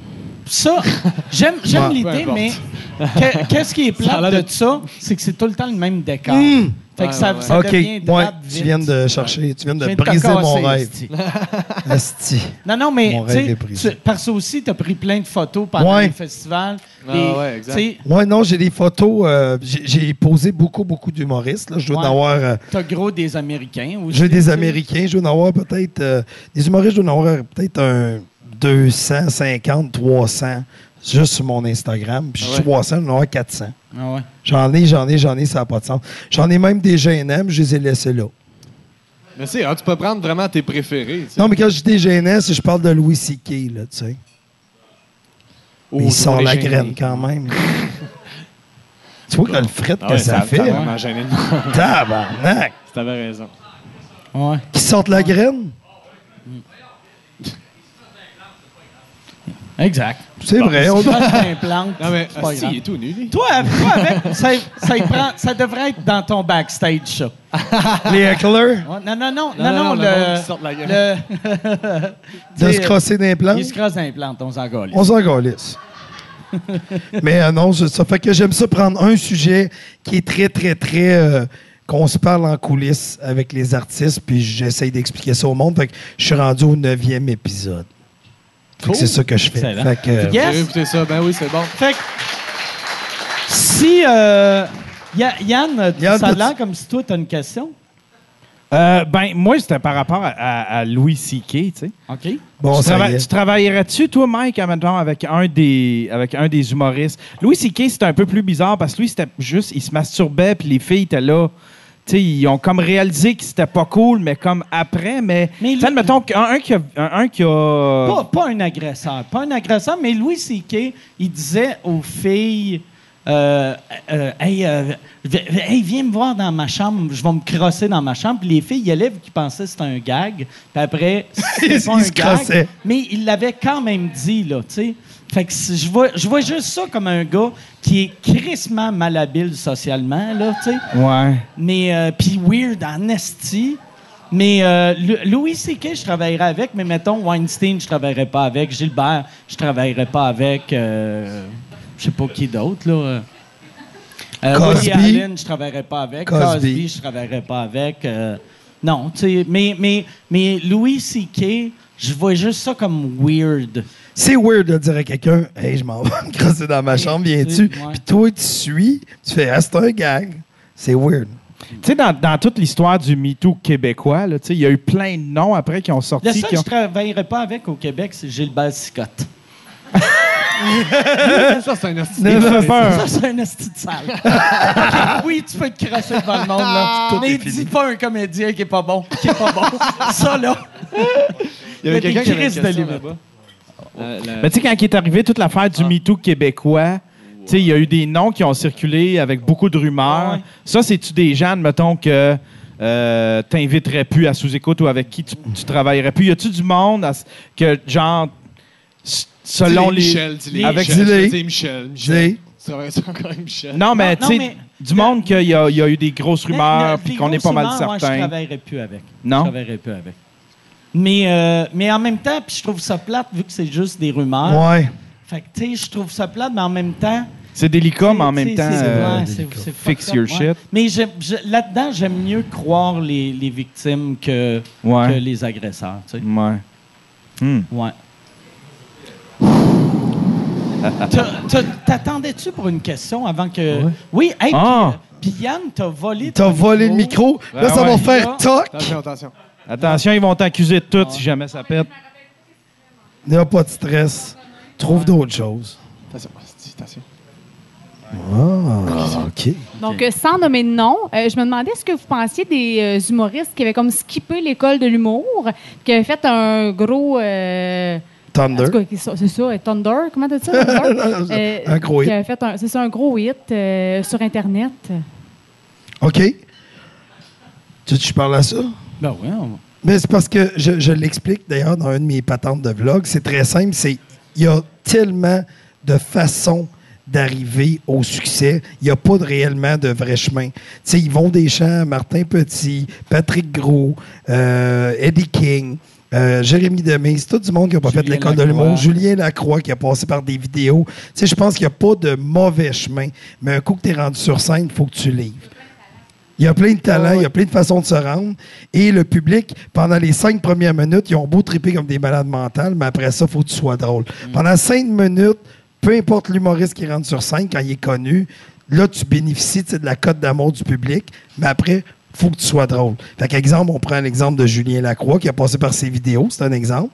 Speaker 2: Ça, j'aime, j'aime
Speaker 5: Ouais,
Speaker 2: l'idée,
Speaker 4: peu importe.
Speaker 2: mais que- qu'est-ce qui est plate de ça? C'est que c'est tout le temps le même décor. Fait que ça, ça
Speaker 5: Hmm. OK.
Speaker 2: devient
Speaker 5: Ouais,
Speaker 2: drap
Speaker 5: tu
Speaker 2: vite.
Speaker 5: viens de chercher, tu viens de
Speaker 2: Je viens de te
Speaker 5: briser mon
Speaker 2: casser,
Speaker 5: rêve.
Speaker 2: esti.
Speaker 5: Asti.
Speaker 2: Non, non, mais
Speaker 5: Mon
Speaker 2: tu
Speaker 5: rêve est
Speaker 2: sais,
Speaker 5: brisé.
Speaker 2: tu- parce que aussi, tu as pris plein de photos pendant
Speaker 5: Ouais.
Speaker 2: le festival.
Speaker 4: Ah ouais, exact.
Speaker 5: Ouais, non, j'ai des photos. euh, j'ai j'ai posé beaucoup, beaucoup d'humoristes. là. Je dois
Speaker 2: Ouais.
Speaker 5: en avoir. euh,
Speaker 2: Tu as gros des Américains aussi.
Speaker 5: j'ai
Speaker 2: tu
Speaker 5: des
Speaker 2: sais.
Speaker 5: Américains. Je dois en avoir peut-être. euh, des humoristes, je dois en avoir peut-être un 250, 300 juste sur mon Instagram. Puis
Speaker 4: Ah ouais.
Speaker 5: 300, je dois en avoir 400.
Speaker 2: Ah ouais.
Speaker 5: J'en ai, j'en ai, j'en ai, ça n'a pas de sens. J'en ai même des GNM, je les ai laissés là.
Speaker 4: Mais c'est, ah, tu peux prendre vraiment tes préférés. tu sais.
Speaker 5: Non, mais quand je dis des GNM, c'est- je parle de Louis C.K., là, tu sais.
Speaker 4: Ou-
Speaker 5: Mais
Speaker 4: ou
Speaker 5: Ils sont
Speaker 4: les
Speaker 5: la
Speaker 4: gênés.
Speaker 5: graine quand même. tu vois que le fret
Speaker 4: Ah
Speaker 5: que
Speaker 4: ouais,
Speaker 5: ça,
Speaker 4: ça
Speaker 5: fait.
Speaker 4: fait vraiment gêné de moi.
Speaker 5: Tabarnak!
Speaker 4: T'avais raison.
Speaker 2: Ouais.
Speaker 5: Qui sortent la graine?
Speaker 2: Exact.
Speaker 5: C'est vrai. on-
Speaker 2: Quand tu t'implantes,
Speaker 4: Non, mais
Speaker 2: c'est pas
Speaker 4: ah, si,
Speaker 2: grave.
Speaker 4: il est tout nu, lui.
Speaker 2: Toi, avec- toi, avec, ça, ça, y prend- ça devrait être dans ton backstage, ça.
Speaker 5: Les hecklers
Speaker 2: Ouais, Non, non, non, non,
Speaker 4: non,
Speaker 2: non,
Speaker 4: le monde qui sort de la gueule. Ah
Speaker 2: le-
Speaker 5: de
Speaker 2: Tu
Speaker 5: se
Speaker 2: sais,
Speaker 5: crosser d'un plan.
Speaker 2: Il se crosse dans les plantes, on s'en gaule.
Speaker 5: On s'en galisse. Mais euh, non, c'est ça fait que j'aime ça prendre un sujet qui est très, très, très. euh, qu'on se parle en coulisses avec les artistes, puis j'essaye d'expliquer ça au monde. Fait que je suis rendu au neuvième épisode. Fait que C'est ça que je fais.
Speaker 2: Excellent.
Speaker 5: Fait que, euh,
Speaker 2: Yes.
Speaker 4: J'ai écouté ça. Ben oui, c'est bon.
Speaker 2: Fait que, si... euh, Ya- Yann,
Speaker 5: Yann,
Speaker 2: ça a
Speaker 5: t'as-
Speaker 2: l'air comme si toi, t'as une question.
Speaker 3: Euh, ben, moi, c'était par rapport à, à- à Louis C.K., tu sais.
Speaker 2: OK.
Speaker 5: bon,
Speaker 3: tu,
Speaker 5: ça
Speaker 3: trava-
Speaker 5: y est.
Speaker 3: tu travaillerais-tu, toi, Mike, en même temps, avec un des, avec un des humoristes? Louis C.K., c'était un peu plus bizarre parce que lui, c'était juste, il se masturbait, puis les filles étaient là. Tu sais, ils ont comme réalisé que c'était pas cool, mais comme après, mais.
Speaker 2: Mais
Speaker 3: tu sais,
Speaker 2: lui-
Speaker 3: mettons qu'un un qui a. Un, un qui a...
Speaker 5: Euh,
Speaker 2: Pas, pas un agresseur, pas un agresseur, mais Louis C.K., il disait aux filles... euh, euh, hey, euh, vi- vi- hey, viens me voir dans ma chambre, je vais me crosser dans ma chambre. Puis les filles, il y allait qui pensaient que c'était un gag. Puis après, c'était
Speaker 5: Ils
Speaker 2: pas un
Speaker 5: se
Speaker 2: gag.
Speaker 5: crossaient.
Speaker 2: Mais il l'avait quand même dit, là, tu sais. Fait que si- je vois, je vois juste ça comme un gars qui est crissement malhabile socialement, là, tu sais.
Speaker 3: Ouais.
Speaker 2: Mais, euh, puis weird en esti. Mais euh, Lu- Louis C.K., je travaillerais avec, mais mettons, Weinstein, je travaillerais pas avec. Gilbert, je travaillerais pas avec. euh, je sais pas qui d'autre, là. Euh, Woody
Speaker 5: Cosby.
Speaker 2: Allen, je travaillerais pas avec.
Speaker 5: Cosby.
Speaker 2: Cosby, je travaillerais pas avec. euh, non, tu sais, mais, mais, mais Louis C.K., Je vois juste ça comme weird.
Speaker 5: C'est weird de dire à quelqu'un Hey, je m'en vais me crosser dans ma chambre, viens-tu?
Speaker 2: Ouais.
Speaker 5: Puis toi, tu suis, tu fais Ah, c'est un gag. C'est weird.
Speaker 3: Tu sais, dans, dans toute l'histoire du MeToo québécois, là, tu sais, il y a eu plein de noms après qui ont sorti.
Speaker 2: Le seul
Speaker 3: qui
Speaker 2: que
Speaker 3: ont-
Speaker 2: je travaillerais pas avec au Québec, c'est Gilbert Sicotte.
Speaker 4: ça, c'est un hostie.
Speaker 3: Il me fait peur.
Speaker 2: Ça, c'est un esti de sale. Ok, oui, tu peux te cracher devant le monde, là.
Speaker 5: Tout
Speaker 2: mais
Speaker 5: est
Speaker 2: dis
Speaker 5: fini.
Speaker 2: pas un comédien qui est pas bon. Qui est pas bon. ça, là.
Speaker 4: Il y avait
Speaker 2: Mais
Speaker 4: quelqu'un
Speaker 2: des
Speaker 4: qui avait une
Speaker 2: crises de
Speaker 4: question
Speaker 2: limite.
Speaker 4: là-bas. La- la-
Speaker 3: Mais tu sais, quand il est arrivé toute l'affaire
Speaker 2: Ah.
Speaker 3: du MeToo québécois, tu sais, il y a eu des noms qui ont circulé avec beaucoup de rumeurs.
Speaker 2: Ah ouais.
Speaker 3: Ça, c'est-tu des gens, mettons, que euh, t'inviterais plus à sous-écoute ou avec qui tu, tu travaillerais plus? Y a-tu du monde à s- que, genre, s- selon
Speaker 4: Tu
Speaker 3: les...
Speaker 4: sais, Michel, tu sais, les
Speaker 3: avec-
Speaker 4: Michel,
Speaker 5: Dis-les.
Speaker 4: tu sais, Michel, Michel.
Speaker 5: J'ai-
Speaker 4: Tu travailles encore avec Michel.
Speaker 3: Non, mais
Speaker 2: Non,
Speaker 3: tu sais,
Speaker 2: non, mais-
Speaker 3: du monde qu'il y, a- il y a eu des grosses
Speaker 2: Mais,
Speaker 3: rumeurs
Speaker 2: mais,
Speaker 3: puis
Speaker 2: les
Speaker 3: qu'on est
Speaker 2: grosses
Speaker 3: pas mal
Speaker 2: rumeurs, ouais, je
Speaker 3: certain.
Speaker 2: travaillerais plus avec.
Speaker 3: Non?
Speaker 2: Je travaillerais plus avec. Mais, euh, mais en même temps, puis je trouve ça plate, vu que c'est juste des rumeurs.
Speaker 5: Ouais.
Speaker 2: Fait que, tu sais, je trouve ça plate, mais en même temps...
Speaker 3: euh, C'est délicat, mais en
Speaker 2: Tu sais,
Speaker 3: même temps...
Speaker 2: c'est-
Speaker 3: euh,
Speaker 2: ouais, c'est- c'est
Speaker 3: fix
Speaker 2: fucked up,
Speaker 3: your
Speaker 2: ouais.
Speaker 3: shit.
Speaker 2: Mais j'aime- je- là-dedans, j'aime mieux croire les, les victimes que,
Speaker 3: Ouais.
Speaker 2: que les agresseurs, tu sais.
Speaker 3: ouais. Hmm.
Speaker 2: Ouais. T'as- t'as- T'attendais-tu pour une question avant que. Oui, hey,
Speaker 3: Ah!
Speaker 2: puis puis Yann, t'as volé.
Speaker 5: T'as
Speaker 2: ton
Speaker 5: volé le micro. Là,
Speaker 3: Ah
Speaker 5: ça va
Speaker 3: ouais.
Speaker 5: faire toc.
Speaker 4: Attention, attention.
Speaker 3: Attention, ils vont t'accuser de tout si jamais ça pète.
Speaker 5: Il n'y a pas de stress. Trouve d'autres choses.
Speaker 4: Attention, hostie, attention.
Speaker 5: Ah, OK.
Speaker 9: Donc, euh, sans nommer de nom, euh, je me demandais ce que vous pensiez des euh, humoristes qui avaient comme skippé l'école de l'humour, qui avaient fait un gros. euh, en
Speaker 5: Thunder.
Speaker 9: tout cas, qui sont- c'est ça, euh, Thunder, comment t'as dit ça? Thunder? Euh,
Speaker 5: Un gros
Speaker 9: qui
Speaker 5: hit.
Speaker 9: avaient fait un- C'est ça, un gros hit euh, sur Internet.
Speaker 5: OK. Tu veux que je parle à ça?
Speaker 2: Ben ouais, on-
Speaker 5: Mais c'est parce que je, je l'explique d'ailleurs dans une de mes patentes de vlog. C'est très simple. C'est il y a tellement de façons d'arriver au succès. Il n'y a pas de, réellement de vrai chemin. Tu sais, Yvon Deschamps, Martin Petit, Patrick Gros, euh, Eddie King, euh, Jérémy Demé, c'est tout du monde qui n'a pas fait de
Speaker 2: Julien
Speaker 5: l'école de
Speaker 2: Lacroix.
Speaker 5: l'humour. Julien Lacroix qui a passé par des vidéos. Tu sais, je pense qu'il n'y a pas de mauvais chemin. Mais un coup que tu es rendu sur scène, il faut que tu livres. Il y a plein de talents, il y a plein de façons de se rendre. Et le public, pendant les cinq premières minutes, ils ont beau triper comme des malades mentales, mais après ça, il faut que tu sois drôle. Pendant cinq minutes, peu importe l'humoriste qui rentre sur scène, quand il est connu, là, tu bénéficies tu sais, de la cote d'amour du public, mais après, faut que tu sois drôle. Fait qu'exemple, on prend l'exemple de Julien Lacroix qui a passé par ses vidéos, c'est un exemple.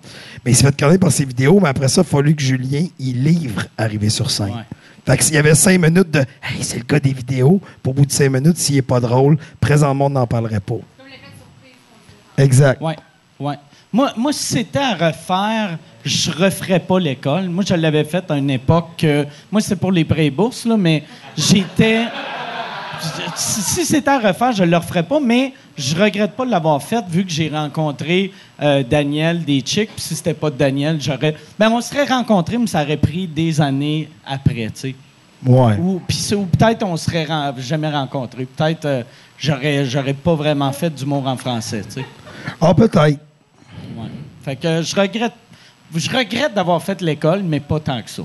Speaker 5: Mais il s'est fait connaître par ses vidéos, mais après ça, il a fallu que Julien, il livre arrivé sur scène.
Speaker 2: Ouais.
Speaker 5: Fait que s'il y avait cinq minutes de Hey, c'est le gars des vidéos, pour au bout de cinq minutes, s'il n'est pas drôle, présentement, on n'en parlerait pas. Exact.
Speaker 2: ouais, ouais. Moi, moi, si c'était à refaire, je referais pas l'école. Moi, je l'avais fait à une époque. que- moi, c'était pour les prêts et bourses, là, mais j'étais. Je- si, si c'était à refaire, je le referais pas, mais je regrette pas de l'avoir fait vu que j'ai rencontré euh, Daniel des Chicks. Puis si c'était pas Daniel, j'aurais. Ben, on serait rencontrés, mais ça aurait pris des années après, tu sais.
Speaker 5: Ouais.
Speaker 2: Ou, puis c'est- ou peut-être on serait ren- jamais rencontrés. Peut-être euh, j'aurais, j'aurais pas vraiment fait d'humour en français, tu sais.
Speaker 5: Ah, peut-être.
Speaker 2: Ouais. Fait que je regrette, je regrette d'avoir fait l'école, mais pas tant que ça.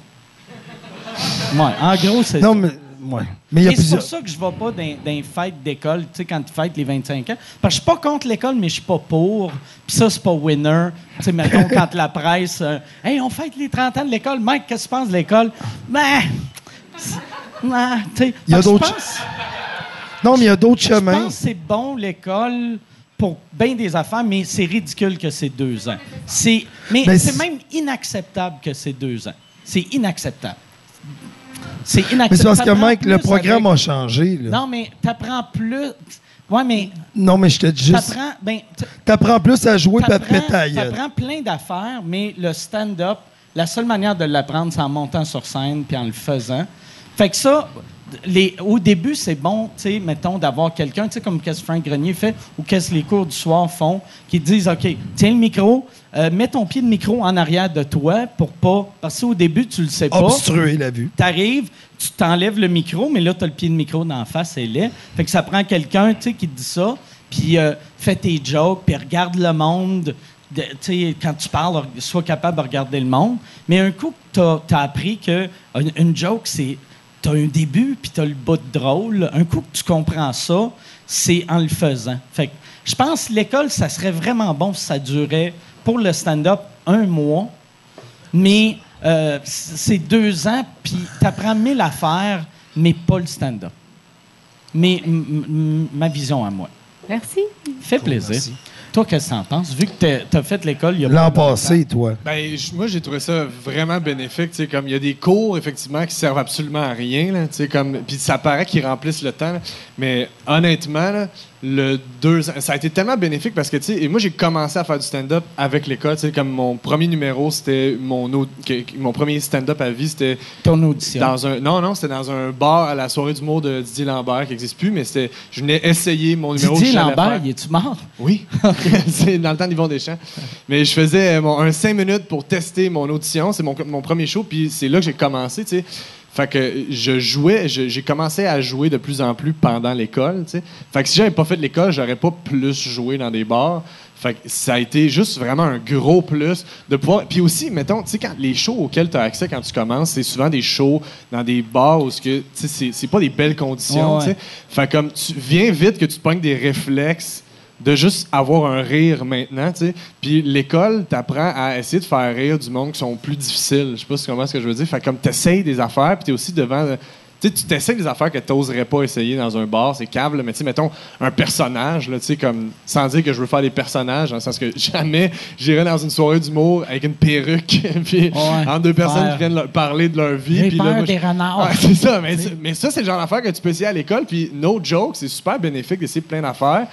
Speaker 2: Ouais, en gros, c'est
Speaker 5: Non,
Speaker 2: ça.
Speaker 5: mais. Ouais. Mais il y a
Speaker 2: Et c'est
Speaker 5: plusieurs.
Speaker 2: pour ça que je ne vais pas dans, dans les fêtes d'école, tu sais, quand tu fêtes les 25 ans. Parce que je suis pas contre l'école, mais je suis pas pour. Puis ça, c'est pas winner. Tu sais, mettons, quand la presse... euh, hey, on fête les 30 ans de l'école. Mike, qu'est-ce que tu penses de l'école? Ben... c'est- ben, tu sais.
Speaker 5: Il y a
Speaker 2: Fait que je
Speaker 5: d'autres
Speaker 2: pense-
Speaker 5: Non, mais il y a d'autres
Speaker 2: je pense
Speaker 5: chemins.
Speaker 2: que c'est bon, l'école, pour bien des affaires, mais c'est ridicule que c'est deux ans. C'est, mais
Speaker 5: Ben,
Speaker 2: c'est
Speaker 5: c'est-
Speaker 2: même inacceptable que c'est deux ans. C'est inacceptable. C'est
Speaker 5: Mais c'est
Speaker 2: inacceptable.
Speaker 5: parce que, Mike, le
Speaker 2: Plus
Speaker 5: programme
Speaker 2: avec-
Speaker 5: a changé. là. Non.
Speaker 2: Non, mais t'apprends plus... Ouais, mais
Speaker 5: mais je te dis juste.
Speaker 2: t'apprends... Ben, t-
Speaker 5: T'apprends plus à jouer pas à te
Speaker 2: t'apprends-
Speaker 5: péter à gueule.
Speaker 2: t'apprends plein d'affaires, mais le stand-up, la seule manière de l'apprendre, c'est en montant sur scène puis en le faisant. Fait que ça, les, au début, c'est bon, tu sais, mettons, d'avoir quelqu'un, tu sais, comme qu'est-ce que Frank Grenier fait ou qu'est-ce que les cours du soir font, qui disent, OK, tiens le micro, euh, mets ton pied de micro en arrière de toi pour pas... Parce qu'au début, tu le
Speaker 5: Ah,
Speaker 2: sais pas.
Speaker 5: Obstruer la vue.
Speaker 2: T'arrives, tu t'enlèves le micro, mais là, t'as le pied de micro dans la face, c'est laid. Fait que ça prend quelqu'un, tu sais, qui te dit ça, puis euh, fais tes jokes, puis regarde le monde. De- tu sais, quand tu parles, sois capable de regarder le monde. Mais un coup, que t'as as appris que une, une joke, c'est... T'as un début, puis t'as le bout de drôle. Un coup que tu comprends ça, c'est en le faisant. Fait que je pense que l'école, ça serait vraiment bon si ça durait pour le stand-up un mois, mais euh, c- c'est deux ans, puis t'apprends mille affaires, mais pas le stand-up. Mais m- m- m- ma vision à moi.
Speaker 9: Merci.
Speaker 2: Fait plaisir. Toi, qu'est-ce que t'en penses? Vu que t'es- t'as fait l'école il y a
Speaker 5: L'an
Speaker 2: pas longtemps.
Speaker 5: passé, toi.
Speaker 4: Ben, j- moi, j'ai trouvé ça vraiment bénéfique. tu sais, Comme il y a des cours, effectivement, qui servent absolument à rien. Là, tu sais, comme, puis ça paraît qu'ils remplissent le temps. là. Mais honnêtement, là, le deux ans- ça a été tellement bénéfique parce que, tu sais, et moi, j'ai commencé à faire du stand-up avec l'école. tu sais, Comme mon premier numéro, c'était mon, au- que- que- mon premier stand-up à vie, c'était
Speaker 2: Ton audition.
Speaker 4: dans un, non, non, c'était dans un bar à la soirée d'humour de Didier Lambert qui n'existe plus, mais c'était, je venais essayer mon numéro. que
Speaker 2: Didier
Speaker 4: je savais
Speaker 2: Lambert,
Speaker 4: faire.
Speaker 2: il est-tu mort?
Speaker 4: Oui, c'est dans le temps d'Yvon Deschamps. Mais je faisais euh, mon, un 5 minutes pour tester mon audition. C'est mon, mon premier show, puis c'est là que j'ai commencé, tu sais. Fait que je jouais, je- j'ai commencé à jouer de plus en plus pendant l'école, tu sais. Fait que si j'avais pas fait de l'école, j'aurais pas plus joué dans des bars. Fait que ça a été juste vraiment un gros plus de pouvoir. Puis aussi, mettons, tu sais, quand les shows auxquels tu as accès quand tu commences, c'est souvent des shows dans des bars où ce que, tu sais, c'est c'est pas des belles conditions,
Speaker 2: Ouais,
Speaker 4: tu
Speaker 2: ouais.
Speaker 4: sais. Fait comme tu viens vite que tu te pognes des réflexes de juste avoir un rire maintenant, tu sais. Puis l'école t'apprend à essayer de faire rire du monde qui sont plus difficiles. Je sais pas si tu comprends ce que je veux dire. Fait comme t'essayes des affaires, puis t'es aussi devant... euh, Tu sais, tu t'essayes des affaires que t'oserais pas essayer dans un bar, c'est cave, là, mais tu sais, mettons, un personnage, là, tu sais, comme... Sans dire que je veux faire des personnages, dans le sens que jamais j'irai dans une soirée d'humour avec une perruque, puis
Speaker 2: Ouais.
Speaker 4: entre deux personnes
Speaker 2: Faire-
Speaker 4: qui viennent leur parler de leur vie.
Speaker 2: J'ai
Speaker 4: puis là,
Speaker 2: peur
Speaker 4: moi, je-
Speaker 2: des renards.
Speaker 4: Ouais, c'est ça, mais, c'est- mais ça, c'est le genre d'affaires que tu peux essayer à l'école. Puis, no joke, c'est super bénéfique d'essayer plein d'affaires.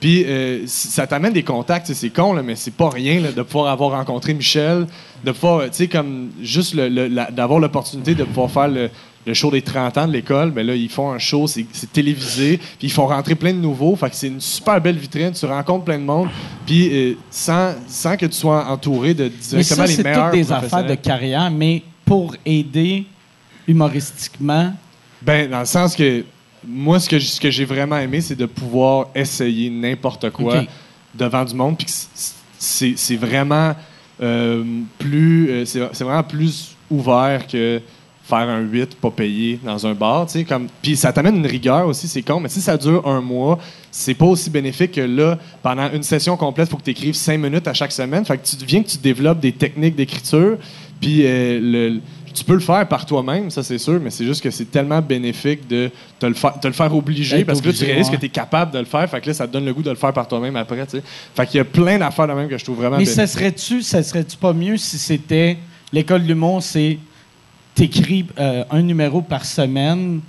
Speaker 4: Puis, euh, si- ça t'amène des contacts, tu sais, c'est con, là, mais c'est pas rien là, de pouvoir avoir rencontré Michel, de pouvoir, euh, tu sais, comme juste le- le- la- d'avoir l'opportunité de pouvoir faire le, le show des 30 ans de l'école. Mais là, ils font un show, c'est c'est télévisé, puis ils font rentrer plein de nouveaux. Fait que c'est une super belle vitrine, tu rencontres plein de monde, puis euh, sans, sans que tu sois entouré de
Speaker 2: Mais
Speaker 4: directement
Speaker 2: ça,
Speaker 4: les
Speaker 2: c'est
Speaker 4: meilleurs.
Speaker 2: toutes des affaires de
Speaker 4: professionnels.
Speaker 2: carrière, mais pour aider humoristiquement.
Speaker 4: Ben, dans le sens que moi, ce que j- ce que j'ai vraiment aimé, c'est de pouvoir essayer n'importe quoi
Speaker 2: Ok.
Speaker 4: devant du monde. Puis que c- c- c'est c'est vraiment euh, plus. euh, c'est c'est vraiment plus ouvert que faire un 8 pas payé dans un bar, tu sais, comme... Puis ça t'amène une rigueur aussi, c'est con, mais si ça dure un mois, c'est pas aussi bénéfique que là, pendant une session complète, faut que tu écrives 5 minutes à chaque semaine, fait que tu deviens que tu développes des techniques d'écriture, puis euh, le- tu peux le faire par toi-même, ça c'est sûr, mais c'est juste que c'est tellement bénéfique de te le, faire- te le faire obliger,
Speaker 2: D'être
Speaker 4: parce que là, tu
Speaker 2: obligé,
Speaker 4: réalises
Speaker 2: ouais.
Speaker 4: que tu es capable de le faire, fait que là, ça te donne le goût de le faire par toi-même après, tu sais. Fait qu'il y a plein d'affaires de même que je trouve vraiment
Speaker 2: Mais
Speaker 4: bénéfiques.
Speaker 2: ça serait-tu, ça serait-tu pas mieux si c'était l'école de l'humour, c'est t'écris euh, un numéro par semaine,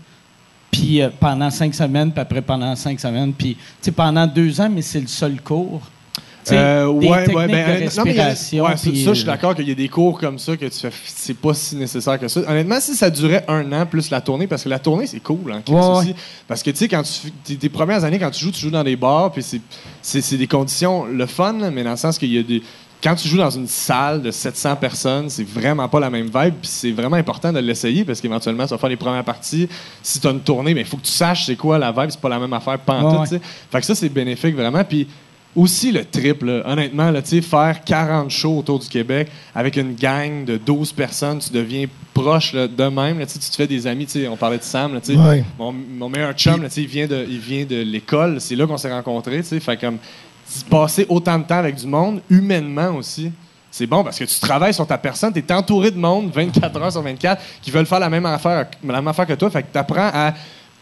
Speaker 2: puis euh, pendant cinq semaines, puis après pendant cinq semaines, puis tu sais, pendant deux ans, mais c'est le seul cours. Tu sais,
Speaker 4: Euh,
Speaker 2: des
Speaker 4: ouais,
Speaker 2: techniques
Speaker 4: ouais, ben,
Speaker 2: de
Speaker 4: honnêtement, non, mais il y a-
Speaker 2: respiration.
Speaker 4: ouais, ça,
Speaker 2: puis,
Speaker 4: ça, je suis
Speaker 2: euh,
Speaker 4: d'accord qu'il y a des cours comme ça que tu fais. C'est pas si nécessaire que ça. Honnêtement, si ça durait un an plus la tournée, parce que la tournée, c'est cool. hein, Chris,
Speaker 2: Ouais, ouais.
Speaker 4: aussi. Parce que, tu sais, quand tu. Tes, tes premières années, quand tu joues, tu joues dans des bars, puis c'est- c'est c'est des conditions le fun, là, mais dans le sens qu'il y a des. Quand tu joues dans une salle de 700 personnes, c'est vraiment pas la même vibe, puis c'est vraiment important de l'essayer parce qu'éventuellement, tu vas faire les premières parties. Si tu as une tournée, mais il faut que tu saches c'est quoi la vibe, c'est pas la même affaire pantoute,
Speaker 2: Ouais, ouais.
Speaker 4: tu sais. Fait que ça, c'est bénéfique vraiment. Puis aussi le trip, là. honnêtement, là, tu sais, faire 40 shows autour du Québec avec une gang de 12 personnes, tu deviens proche là, de même. Là, tu sais, tu te fais des amis. tu sais, On parlait de Sam. Là, tu sais.
Speaker 5: Ouais.
Speaker 4: mon, mon meilleur chum, là, tu sais, il vient de, il vient de l'école. C'est là qu'on s'est rencontrés. tu sais. Fait comme, passer autant de temps avec du monde, humainement aussi, c'est bon parce que tu travailles sur ta personne, tu es entouré de monde 24 heures sur 24 qui veulent faire la même affaire, la même affaire que toi. Fait que tu apprends à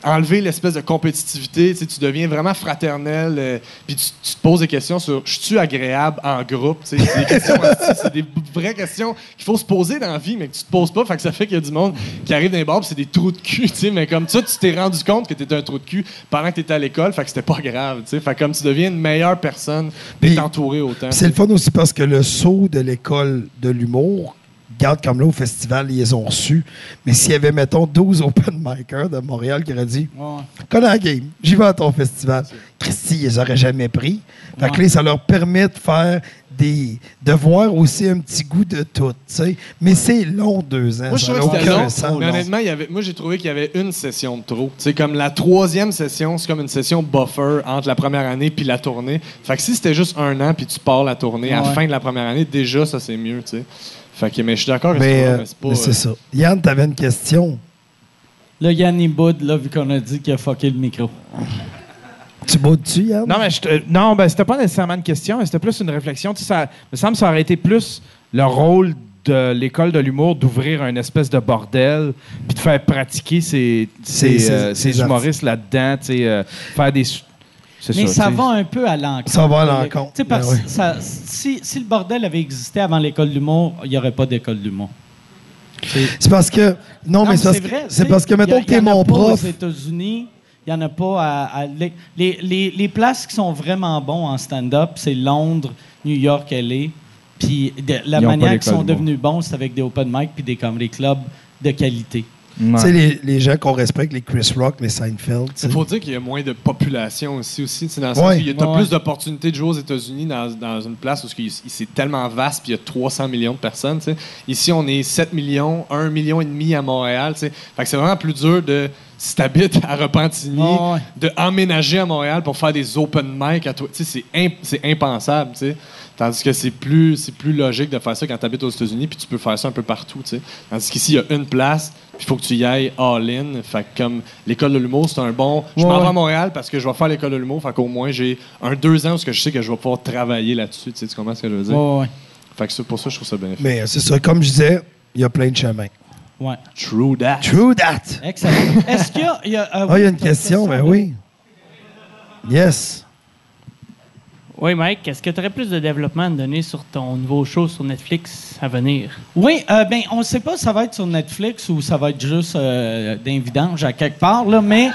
Speaker 4: enlever l'espèce de compétitivité. Tu sais, tu deviens vraiment fraternel. euh, Puis tu, tu te poses des questions sur je suis agréable en groupe. Tu sais, C'est des questions, hosties, c'est des vraies questions qu'il faut se poser dans la vie, mais que tu te poses pas. Fait que ça fait qu'il y a du monde qui arrive dans les bars, puis c'est des trous de cul. tu sais, Mais comme ça, tu t'es rendu compte que tu étais un trou de cul pendant que tu étais à l'école. Fait que c'était pas grave. tu sais. Fait que comme tu deviens une meilleure personne, tu
Speaker 5: Puis-
Speaker 4: entouré autant.
Speaker 5: Puis C'est le fun aussi parce que le saut de l'école de l'humour, regarde comme là au festival, ils les ont reçus. Mais s'il y avait, mettons, 12 open micers de Montréal qui auraient dit
Speaker 2: ouais.
Speaker 5: Connais la game, j'y vais à ton festival. Christy, ils les auraient jamais pris. Fait que
Speaker 2: Ouais.
Speaker 5: là, ça leur permet de faire des. de voir aussi un petit goût de tout, tu sais. Mais c'est long, deux ans.
Speaker 4: Moi, je
Speaker 5: ça
Speaker 4: trouvais
Speaker 5: n'a
Speaker 4: que c'était
Speaker 5: aucun
Speaker 4: long,
Speaker 5: sens.
Speaker 4: mais honnêtement, il y avait, moi, j'ai trouvé qu'il y avait une session de trop. C'est comme la troisième session, c'est comme une session buffer entre la première année puis la tournée. Fait que si c'était juste un an puis tu pars la tournée à la
Speaker 2: Ouais.
Speaker 4: fin de la première année, déjà, ça, c'est mieux, tu sais. Fait que, mais je suis d'accord que
Speaker 5: Mais,
Speaker 4: c'est
Speaker 5: euh,
Speaker 4: pas- mais c'est pas...
Speaker 5: mais c'est
Speaker 4: euh,
Speaker 5: ça. Yann, t'avais une question.
Speaker 2: Là, Yann Boud, là, vu qu'on a dit qu'il a fucké le micro.
Speaker 5: Tu bois dessus, Yann?
Speaker 3: Non, mais je te- non, ben, c'était pas nécessairement une question, mais c'était plus une réflexion. Tu sais, ça me semble que ça aurait été plus le rôle de l'école de l'humour d'ouvrir un espèce de bordel puis de faire pratiquer ces, ces,
Speaker 5: Ces- ces-
Speaker 3: euh, ces
Speaker 5: ces
Speaker 3: humoristes là-dedans, tu sais, euh, faire des... sou- c'est
Speaker 2: Mais ça
Speaker 3: tu sais.
Speaker 2: va un peu à l'encontre.
Speaker 5: Ça va à
Speaker 2: de l'é-
Speaker 5: l'encontre,
Speaker 2: Tu sais, parce
Speaker 5: ben oui.
Speaker 2: que ça- si, si le bordel avait existé avant l'école d'humour, il n'y aurait pas d'école d'humour.
Speaker 5: C'est parce que. Non, mais c'est parce, que- c'est parce que, mettons que t'es mon
Speaker 2: Aux
Speaker 5: prof.
Speaker 2: États-Unis, il n'y en a pas à. à l'é- les, les- les places qui sont vraiment bons en stand-up, c'est Londres, New York, LA. Puis de- la
Speaker 3: Ils ont pas
Speaker 2: manière qu'ils
Speaker 3: d'école
Speaker 2: sont
Speaker 3: d'humour.
Speaker 2: devenus bons, c'est avec des open mic puis des comedy clubs de qualité.
Speaker 3: Ouais.
Speaker 5: Tu sais, les, les gens qu'on respecte, les Chris Rock, les Seinfeld. tu sais.
Speaker 4: Il faut dire qu'il y a moins de population aussi, aussi tu sais, dans le sens
Speaker 5: Ouais.
Speaker 4: où il y a t'as
Speaker 2: Ouais, ouais.
Speaker 4: plus d'opportunités de jouer aux États-Unis dans, dans une place où ce qui- c'est tellement vaste puis il y a 300 millions de personnes. tu sais. Ici, on est 7 millions, 1 million et demi à Montréal. tu sais. Fait que c'est vraiment plus dur de, si t'habites à Repentigny,
Speaker 2: Ouais, ouais.
Speaker 4: de emménager à Montréal pour faire des open mic à toi. Tu sais, C'est imp- c'est impensable. tu sais. Tandis que c'est plus, c'est plus logique de faire ça quand tu habites aux États-Unis, puis tu peux faire ça un peu partout. tu sais. Tandis qu'ici, il y a une place, il faut que tu y ailles all-in. Fait que comme l'école de l'humour, c'est un bon. Je m'en
Speaker 3: Ouais,
Speaker 4: vais à
Speaker 3: ouais.
Speaker 4: Montréal parce que je vais faire l'école de l'humour. Fait qu'au moins, j'ai un deux ans où ce que je sais que je vais pouvoir travailler là-dessus. Tu sais, tu comprends ce que je veux dire?
Speaker 2: Ouais,
Speaker 4: Fait que ça, pour ça, je trouve ça bénéfique.
Speaker 5: Mais euh, c'est ça, comme je disais, il y a plein de chemins.
Speaker 2: ouais, ouais.
Speaker 4: True that.
Speaker 5: True that!
Speaker 2: Excellent. Est-ce qu'il y a. il y a- ah
Speaker 5: Ah, il y a
Speaker 2: oui,
Speaker 5: une
Speaker 2: t'as
Speaker 5: question, ben oui. Yes.
Speaker 10: Oui, Mike, est-ce que tu aurais plus de développement à me donner sur ton nouveau show sur Netflix à venir?
Speaker 2: Oui, euh, ben, on ne sait pas si ça va être sur Netflix ou ça va être juste euh, d'un vidange à quelque part, là, mais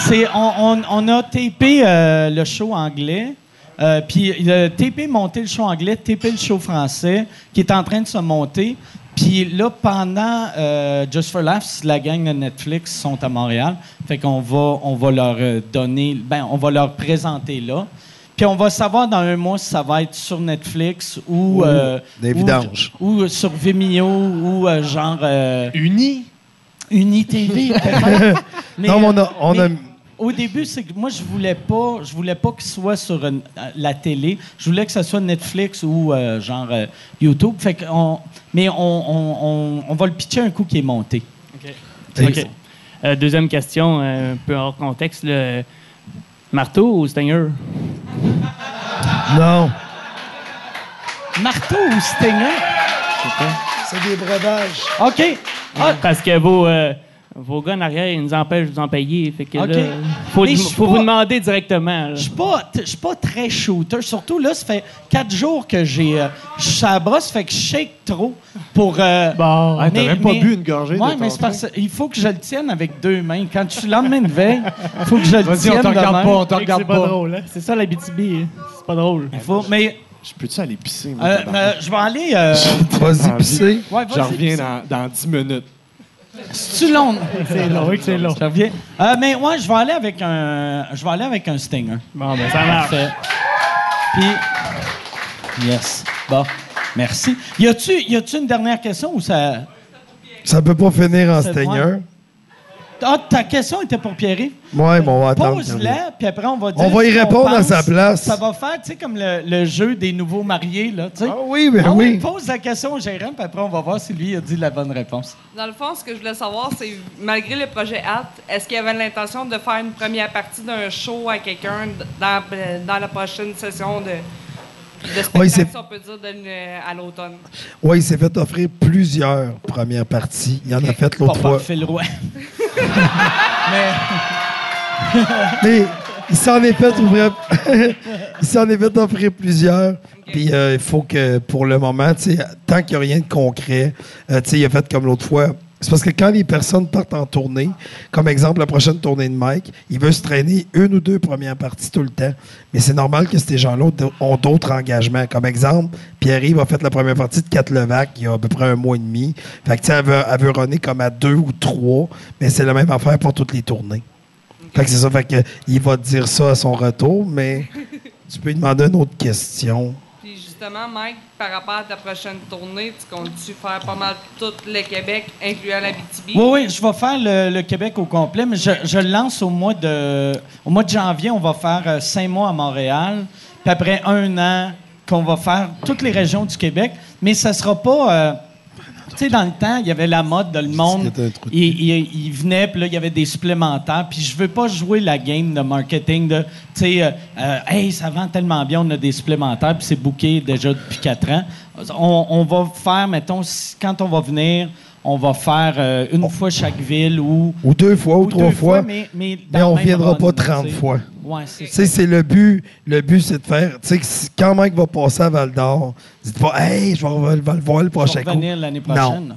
Speaker 2: c'est, on, on- on a TP euh, le show anglais, euh, puis le TP monté le show anglais, TP le show français, qui est en train de se monter. Puis là, pendant euh, Just for Laughs, la gang de Netflix sont à Montréal. Fait qu'on va, on va leur euh, donner, ben, on va leur présenter là. Puis on va savoir dans un mois si ça va être sur Netflix ou... euh,
Speaker 5: des
Speaker 2: ou-
Speaker 5: vidanges.
Speaker 2: Ou, euh, sur Vimeo ou euh, genre... euh,
Speaker 4: Uni?
Speaker 2: Unitv, peut-être. Mais,
Speaker 5: Non, mais on a-
Speaker 2: euh,
Speaker 5: on a-
Speaker 2: mais Au début, c'est que moi, je voulais pas, je voulais pas qu'il soit sur une- euh, la télé. Je voulais que ce soit Netflix ou euh, genre euh, YouTube. Fait que on- mais on, on- on- on va le pitcher un coup qui est monté.
Speaker 10: OK. Euh, deuxième question, euh, un peu hors contexte. Le marteau ou Stinger?
Speaker 5: Non.
Speaker 2: Marteau ou Stinger?
Speaker 5: C'est des breuvages.
Speaker 2: OK. Ah,
Speaker 10: Parce que vos, euh, vos gars en arrière, ils nous empêchent de vous en payer. Fait que
Speaker 2: OK.
Speaker 10: là, faut,
Speaker 2: Mais je suis
Speaker 10: faut
Speaker 2: pas-
Speaker 10: vous demander directement. là.
Speaker 2: Je suis pas, t- je suis pas très shooter. Surtout là, ça fait quatre jours que j'ai, euh, je suis à la brosse, fait que je shake trop pour. euh,
Speaker 10: Bon.
Speaker 4: Ah, t'as même pas bu une gorgée de
Speaker 2: Ouais,
Speaker 4: ton
Speaker 2: mais c'est parce qu'il faut que je le tienne avec deux mains. Quand je suis le lendemain de veille, il faut que je le tienne.
Speaker 4: Vas-y, on te
Speaker 2: de
Speaker 4: regarde
Speaker 2: même.
Speaker 4: pas, on te
Speaker 10: C'est
Speaker 4: regarde
Speaker 10: pas
Speaker 4: pas.
Speaker 10: drôle. hein? C'est ça la BTB. hein? C'est pas drôle.
Speaker 2: Il faut, mais
Speaker 4: Je peux-tu aller pisser? moi,
Speaker 2: euh,
Speaker 4: tabarnak?
Speaker 2: euh, je vais aller. euh,
Speaker 5: Vas-y, pisser.
Speaker 2: ouais, vas-y,
Speaker 4: J'en reviens dans, dans 10 minutes.
Speaker 2: C'est-tu long?
Speaker 10: C'est long, c'est long.
Speaker 2: Je reviens. Euh, mais ouais, je vais aller avec un, je vais aller avec un stinger.
Speaker 10: Bon, ben ça marche.
Speaker 2: Parfait. Puis, yes. Bon, merci. Y a-tu, y a-tu une dernière question ou ça?
Speaker 5: Ça peut pas finir en
Speaker 2: C'est
Speaker 5: steigneur.
Speaker 2: Ah, ta question était pour Pierre-Yves.
Speaker 5: Ouais, bon, on va attendre.
Speaker 2: Pose-la, puis après, on va dire.
Speaker 5: On va y
Speaker 2: ce qu'on
Speaker 5: répondre à
Speaker 2: pense.
Speaker 5: sa place.
Speaker 2: Ça va faire, tu sais, comme le, le jeu des nouveaux mariés, là, tu sais.
Speaker 5: Ah oui, ben
Speaker 2: Ah ouais,
Speaker 5: oui.
Speaker 2: Pose la question au gérant, puis après, on va voir si lui a dit la bonne réponse.
Speaker 11: Dans le fond, ce que je voulais savoir, c'est, malgré le projet Hâte, est-ce qu'il y avait l'intention de faire une première partie d'un show à quelqu'un d- dans, euh, dans la prochaine session de, de spectacle,
Speaker 5: Ouais, c'est-
Speaker 11: si on peut dire, de l- à l'automne?
Speaker 5: Oui, il s'est fait offrir plusieurs premières parties. Il en a fait
Speaker 2: Pas
Speaker 5: l'autre
Speaker 2: par
Speaker 5: fois.
Speaker 2: Phil Roy.
Speaker 5: Mais il s'en est fait ouvrir. il s'en est fait offrir plusieurs. Puis euh, il faut que pour le moment, tu sais, tant qu'il n'y a rien de concret, euh, tu sais, il a fait comme l'autre fois. C'est parce que quand les personnes partent en tournée, comme exemple la prochaine tournée de Mike, il veut se traîner une ou deux premières parties tout le temps. Mais c'est normal que ces gens-là ont d- ont d'autres engagements. Comme exemple, Pierre-Yves a fait la première partie de Kat Levac il y a à peu près un mois et demi. Fait que tu sais, elle veut, elle veut runner comme à deux ou trois, mais c'est la même affaire pour toutes les tournées. Fait que c'est ça, fait que il va te dire ça à son retour, mais tu peux lui demander une autre question.
Speaker 11: Puis justement, Mike, par rapport à ta prochaine tournée, tu comptes-tu faire pas mal tout le Québec, incluant la BTB?
Speaker 2: Oui, oui, je vais faire le, le Québec au complet, mais je, je le lance au mois de au mois de janvier. On va faire euh, cinq mois à Montréal, puis après un an qu'on va faire toutes les régions du Québec, mais ça sera pas. euh, tu tu sais, dans le temps, il y avait la mode de le monde. Il, il- il venait, puis là, il y avait des supplémentaires. Puis je veux pas jouer la game de marketing de, tu sais, euh, euh, hey, ça vend tellement bien, on a des supplémentaires, puis c'est booké déjà depuis quatre ans. On, on va faire, mettons, si- quand on va venir, on va faire euh, une fois chaque ville ou.
Speaker 5: Ou deux fois, ou, trois
Speaker 2: deux
Speaker 5: fois.
Speaker 2: fois, mais- mais dans le
Speaker 5: on ne
Speaker 2: même
Speaker 5: reviendra
Speaker 2: run,
Speaker 5: pas 30
Speaker 2: tu sais.
Speaker 5: fois.
Speaker 2: Ouais, c'est
Speaker 5: Tu sais,
Speaker 2: ça.
Speaker 5: c'est le but. Le but, c'est de faire. Tu sais, que si- quand Mike va passer à Val d'Or, dites pas, hey, je vais re- va le voir
Speaker 2: Je
Speaker 5: le
Speaker 2: vais
Speaker 5: prochain coup.
Speaker 2: revenir l'année prochaine.
Speaker 5: Non.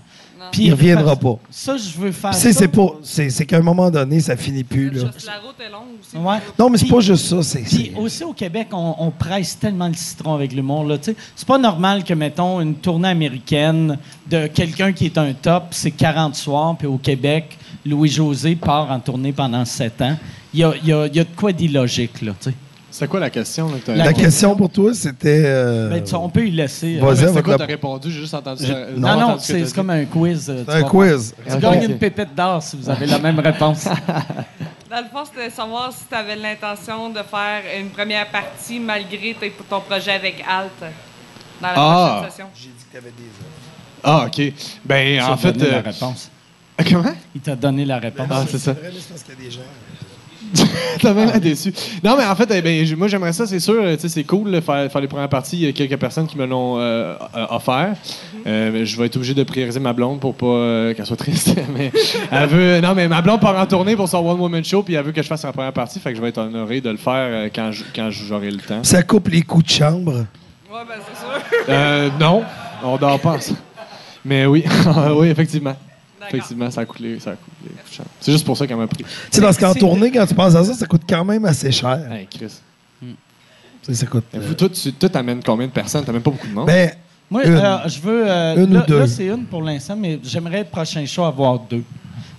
Speaker 2: Puis-
Speaker 5: Il reviendra pas.
Speaker 2: Ça, je veux faire.
Speaker 5: Tu sais,
Speaker 2: ça.
Speaker 5: c'est pas. C'est c'est qu'à un moment donné, ça finit plus. Là.
Speaker 11: La route est longue aussi.
Speaker 2: Ouais.
Speaker 5: Non, mais c'est pas juste ça. C'est. c'est-
Speaker 2: Puis aussi au Québec, on, on presse tellement le citron avec l'humour. Là, tu sais. c'est pas normal que, mettons, une tournée américaine de quelqu'un qui est un top, c'est 40 soirs, puis au Québec, Louis-José part en tournée pendant 7 ans. Il y a, il y a- il y a de quoi d'illogique, là, tu sais.
Speaker 4: C'est quoi la question? Là, que t'as-
Speaker 5: La, question pour toi, c'était. euh,
Speaker 2: Ben, tu- on peut y laisser.
Speaker 5: Vas-y,
Speaker 4: C'est
Speaker 5: on va te
Speaker 4: Ah, quoi
Speaker 5: la-
Speaker 4: t'as répondu? J'ai juste entendu.
Speaker 2: Je-
Speaker 4: euh,
Speaker 2: non,
Speaker 4: entendu
Speaker 2: non,
Speaker 4: ce que
Speaker 2: c'est
Speaker 4: t'as
Speaker 2: c'est
Speaker 4: dit.
Speaker 2: comme un quiz. euh,
Speaker 5: C'est
Speaker 2: tu
Speaker 5: un
Speaker 2: vas
Speaker 5: quiz.
Speaker 2: voir. Tu
Speaker 5: Ok.
Speaker 2: gagnes une pépite d'or si vous avez la même réponse.
Speaker 11: Dans le fond, c'était de savoir si tu avais l'intention de faire une première partie malgré tes- ton projet avec Alt dans la
Speaker 4: Ah.
Speaker 11: prochaine session. J'ai dit que tu avais des
Speaker 4: Ah, OK. Ben,
Speaker 2: Il
Speaker 4: en
Speaker 2: t'a
Speaker 4: fait.
Speaker 2: donné la
Speaker 4: euh,
Speaker 2: réponse.
Speaker 4: Comment?
Speaker 2: Il t'a donné la réponse.
Speaker 4: Ah, c'est ça.
Speaker 5: vrai, mais c'est parce qu'il y a des gens.
Speaker 4: T'as même l'air déçu. Non, mais en fait, eh ben, j'ai- moi, j'aimerais ça, c'est sûr. euh, tu sais, C'est cool, là, faire, faire les premières parties. Il y a quelques personnes qui me l'ont euh, euh, offert. Euh, mais je vais être obligé de prioriser ma blonde pour pas euh, qu'elle soit triste. mais elle veut, non, mais ma blonde part en tournée pour son One Woman Show, puis elle veut que je fasse la première partie. Fait que je vais être honoré de le faire euh, quand je- quand j'aurai le temps.
Speaker 5: Ça coupe les coups de chambre.
Speaker 11: Ouais, ben c'est sûr.
Speaker 4: Euh, non, on dort pas ensemble. Mais oui, oui, effectivement. Effectivement, ça a coulé. Ça a coulé. C'est juste pour ça qu'elle m'a pris.
Speaker 5: Tu
Speaker 2: Ben,
Speaker 5: sais, parce qu'en
Speaker 4: C'est-
Speaker 5: tournée, quand tu penses à ça, ça coûte quand même assez cher.
Speaker 4: Hey, Chris.
Speaker 5: Tu sais, ça coûte.
Speaker 4: Mais Vous, toi, tu toi, t'amènes combien de personnes? T'amènes pas beaucoup de monde?
Speaker 5: Ben,
Speaker 2: Moi,
Speaker 5: Une.
Speaker 2: euh, je veux. euh,
Speaker 5: Une
Speaker 2: là,
Speaker 5: ou deux.
Speaker 2: là, c'est une pour l'instant, mais j'aimerais le prochain show avoir deux.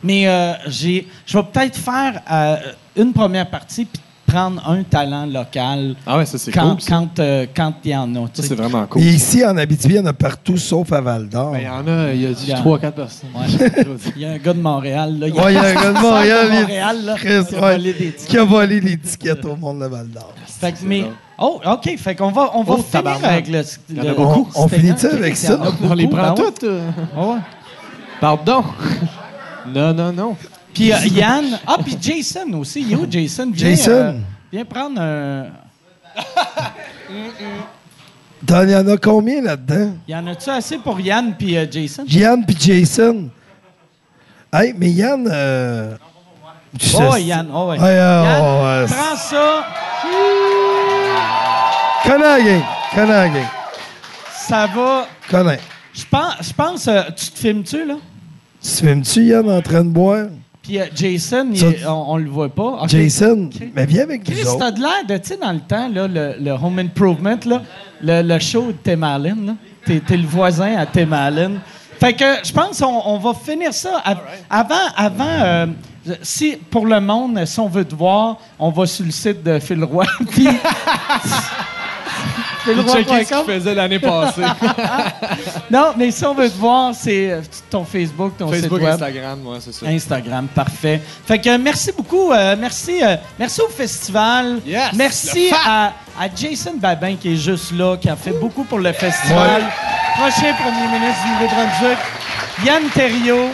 Speaker 2: Mais euh, j'ai, je vais peut-être faire euh, une première partie puis prendre un talent local.
Speaker 4: Ah ouais, ça, c'est
Speaker 2: quand,
Speaker 4: cool, ça.
Speaker 2: Quand euh, quand il y en a.
Speaker 4: ça, c'est vraiment cool.
Speaker 5: Et ici, en Abitibi, il y en a partout sauf à Val d'Or.
Speaker 4: Ben, Il y en a, il y a
Speaker 2: Il y a-
Speaker 4: 3-4 personnes.
Speaker 2: Il y a un gars de Montréal. Là.
Speaker 5: Ouais, il y a un gars de Montréal,
Speaker 2: de
Speaker 5: il-
Speaker 2: Montréal là,
Speaker 5: Chris,
Speaker 2: qui a
Speaker 5: ouais.
Speaker 2: volé des tickets.
Speaker 5: Qui a volé l'étiquette au monde de Val d'Or?
Speaker 2: Fait que, mais, oh, OK. Fait qu'on va, on va
Speaker 4: Oh,
Speaker 2: finir
Speaker 4: tabarnak.
Speaker 2: avec le.
Speaker 4: Il y en a
Speaker 2: le-
Speaker 4: beaucoup.
Speaker 5: On
Speaker 2: c'était
Speaker 5: finit-tu
Speaker 2: un,
Speaker 5: avec
Speaker 2: Chris, il y en
Speaker 5: ça?
Speaker 2: a
Speaker 4: On les
Speaker 2: beaucoup,
Speaker 4: prend
Speaker 2: ben ouais.
Speaker 4: toutes. euh.
Speaker 2: Ah ouais.
Speaker 4: Pardon? non, non, non.
Speaker 2: Puis euh, Yann. Ah, puis Jason aussi. Il est où, Jason? Viens,
Speaker 5: Jason.
Speaker 2: euh, viens prendre un.
Speaker 5: T'en- Il y en a combien là-dedans?
Speaker 2: Y en a-tu assez pour Yann puis euh, Jason?
Speaker 5: Yann puis Jason. Hey, mais Yann. euh, tu sais-
Speaker 2: Oh, Yann, oh, ouais.
Speaker 5: Ouais, euh,
Speaker 2: Yann,
Speaker 5: oh, ouais.
Speaker 2: prends ça.
Speaker 5: Connais la gang. Connais la gang.
Speaker 2: Ça va.
Speaker 5: Connais.
Speaker 2: Je pense, je pense euh, tu te filmes-tu, là?
Speaker 5: Tu filmes-tu Yann en train de boire?
Speaker 2: Puis euh, Jason, il
Speaker 5: Ça-
Speaker 2: est- on, on le voit pas. Ok.
Speaker 5: Jason, mais viens avec
Speaker 2: Chris,
Speaker 5: nous autres.
Speaker 2: t'as de l'air de, tu sais, dans le temps, là, le, le Home Improvement, là, le, le show de Tim Allen, là. T'es, t'es le voisin à Tim Allen. Fait que je pense qu'on on va finir ça. av- Avant, avant euh, si pour le monde, si on veut te voir, on va sur le site de Phil Roy. puis-
Speaker 4: Checker ce
Speaker 2: philroy.com.
Speaker 4: qu'il faisait l'année passée.
Speaker 2: Non, mais si on veut te voir, c'est euh, ton Facebook, ton site
Speaker 4: Facebook,
Speaker 2: web.
Speaker 4: Instagram, moi, c'est ça.
Speaker 2: Instagram, parfait. Fait que euh, merci beaucoup. euh, merci, euh, merci au festival.
Speaker 4: Yes,
Speaker 2: merci
Speaker 4: le fa-
Speaker 2: à, à Jason Babin qui est juste là, qui a fait beaucoup pour le festival. Prochain premier ministre du Nouveau-Brunswick, Yann Terriot,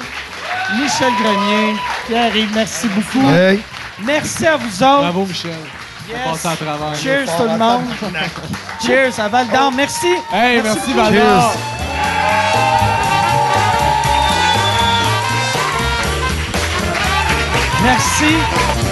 Speaker 2: Michel Grenier, Pierre-Yves, merci beaucoup.
Speaker 5: Hey.
Speaker 2: Merci à vous autres.
Speaker 4: Bravo, Michel. On passe à travers.
Speaker 2: Cheers tout le monde. Cheers à Val d'Or. Merci.
Speaker 4: Hey, merci,
Speaker 2: beaucoup.
Speaker 4: Val d'Or.
Speaker 2: Merci.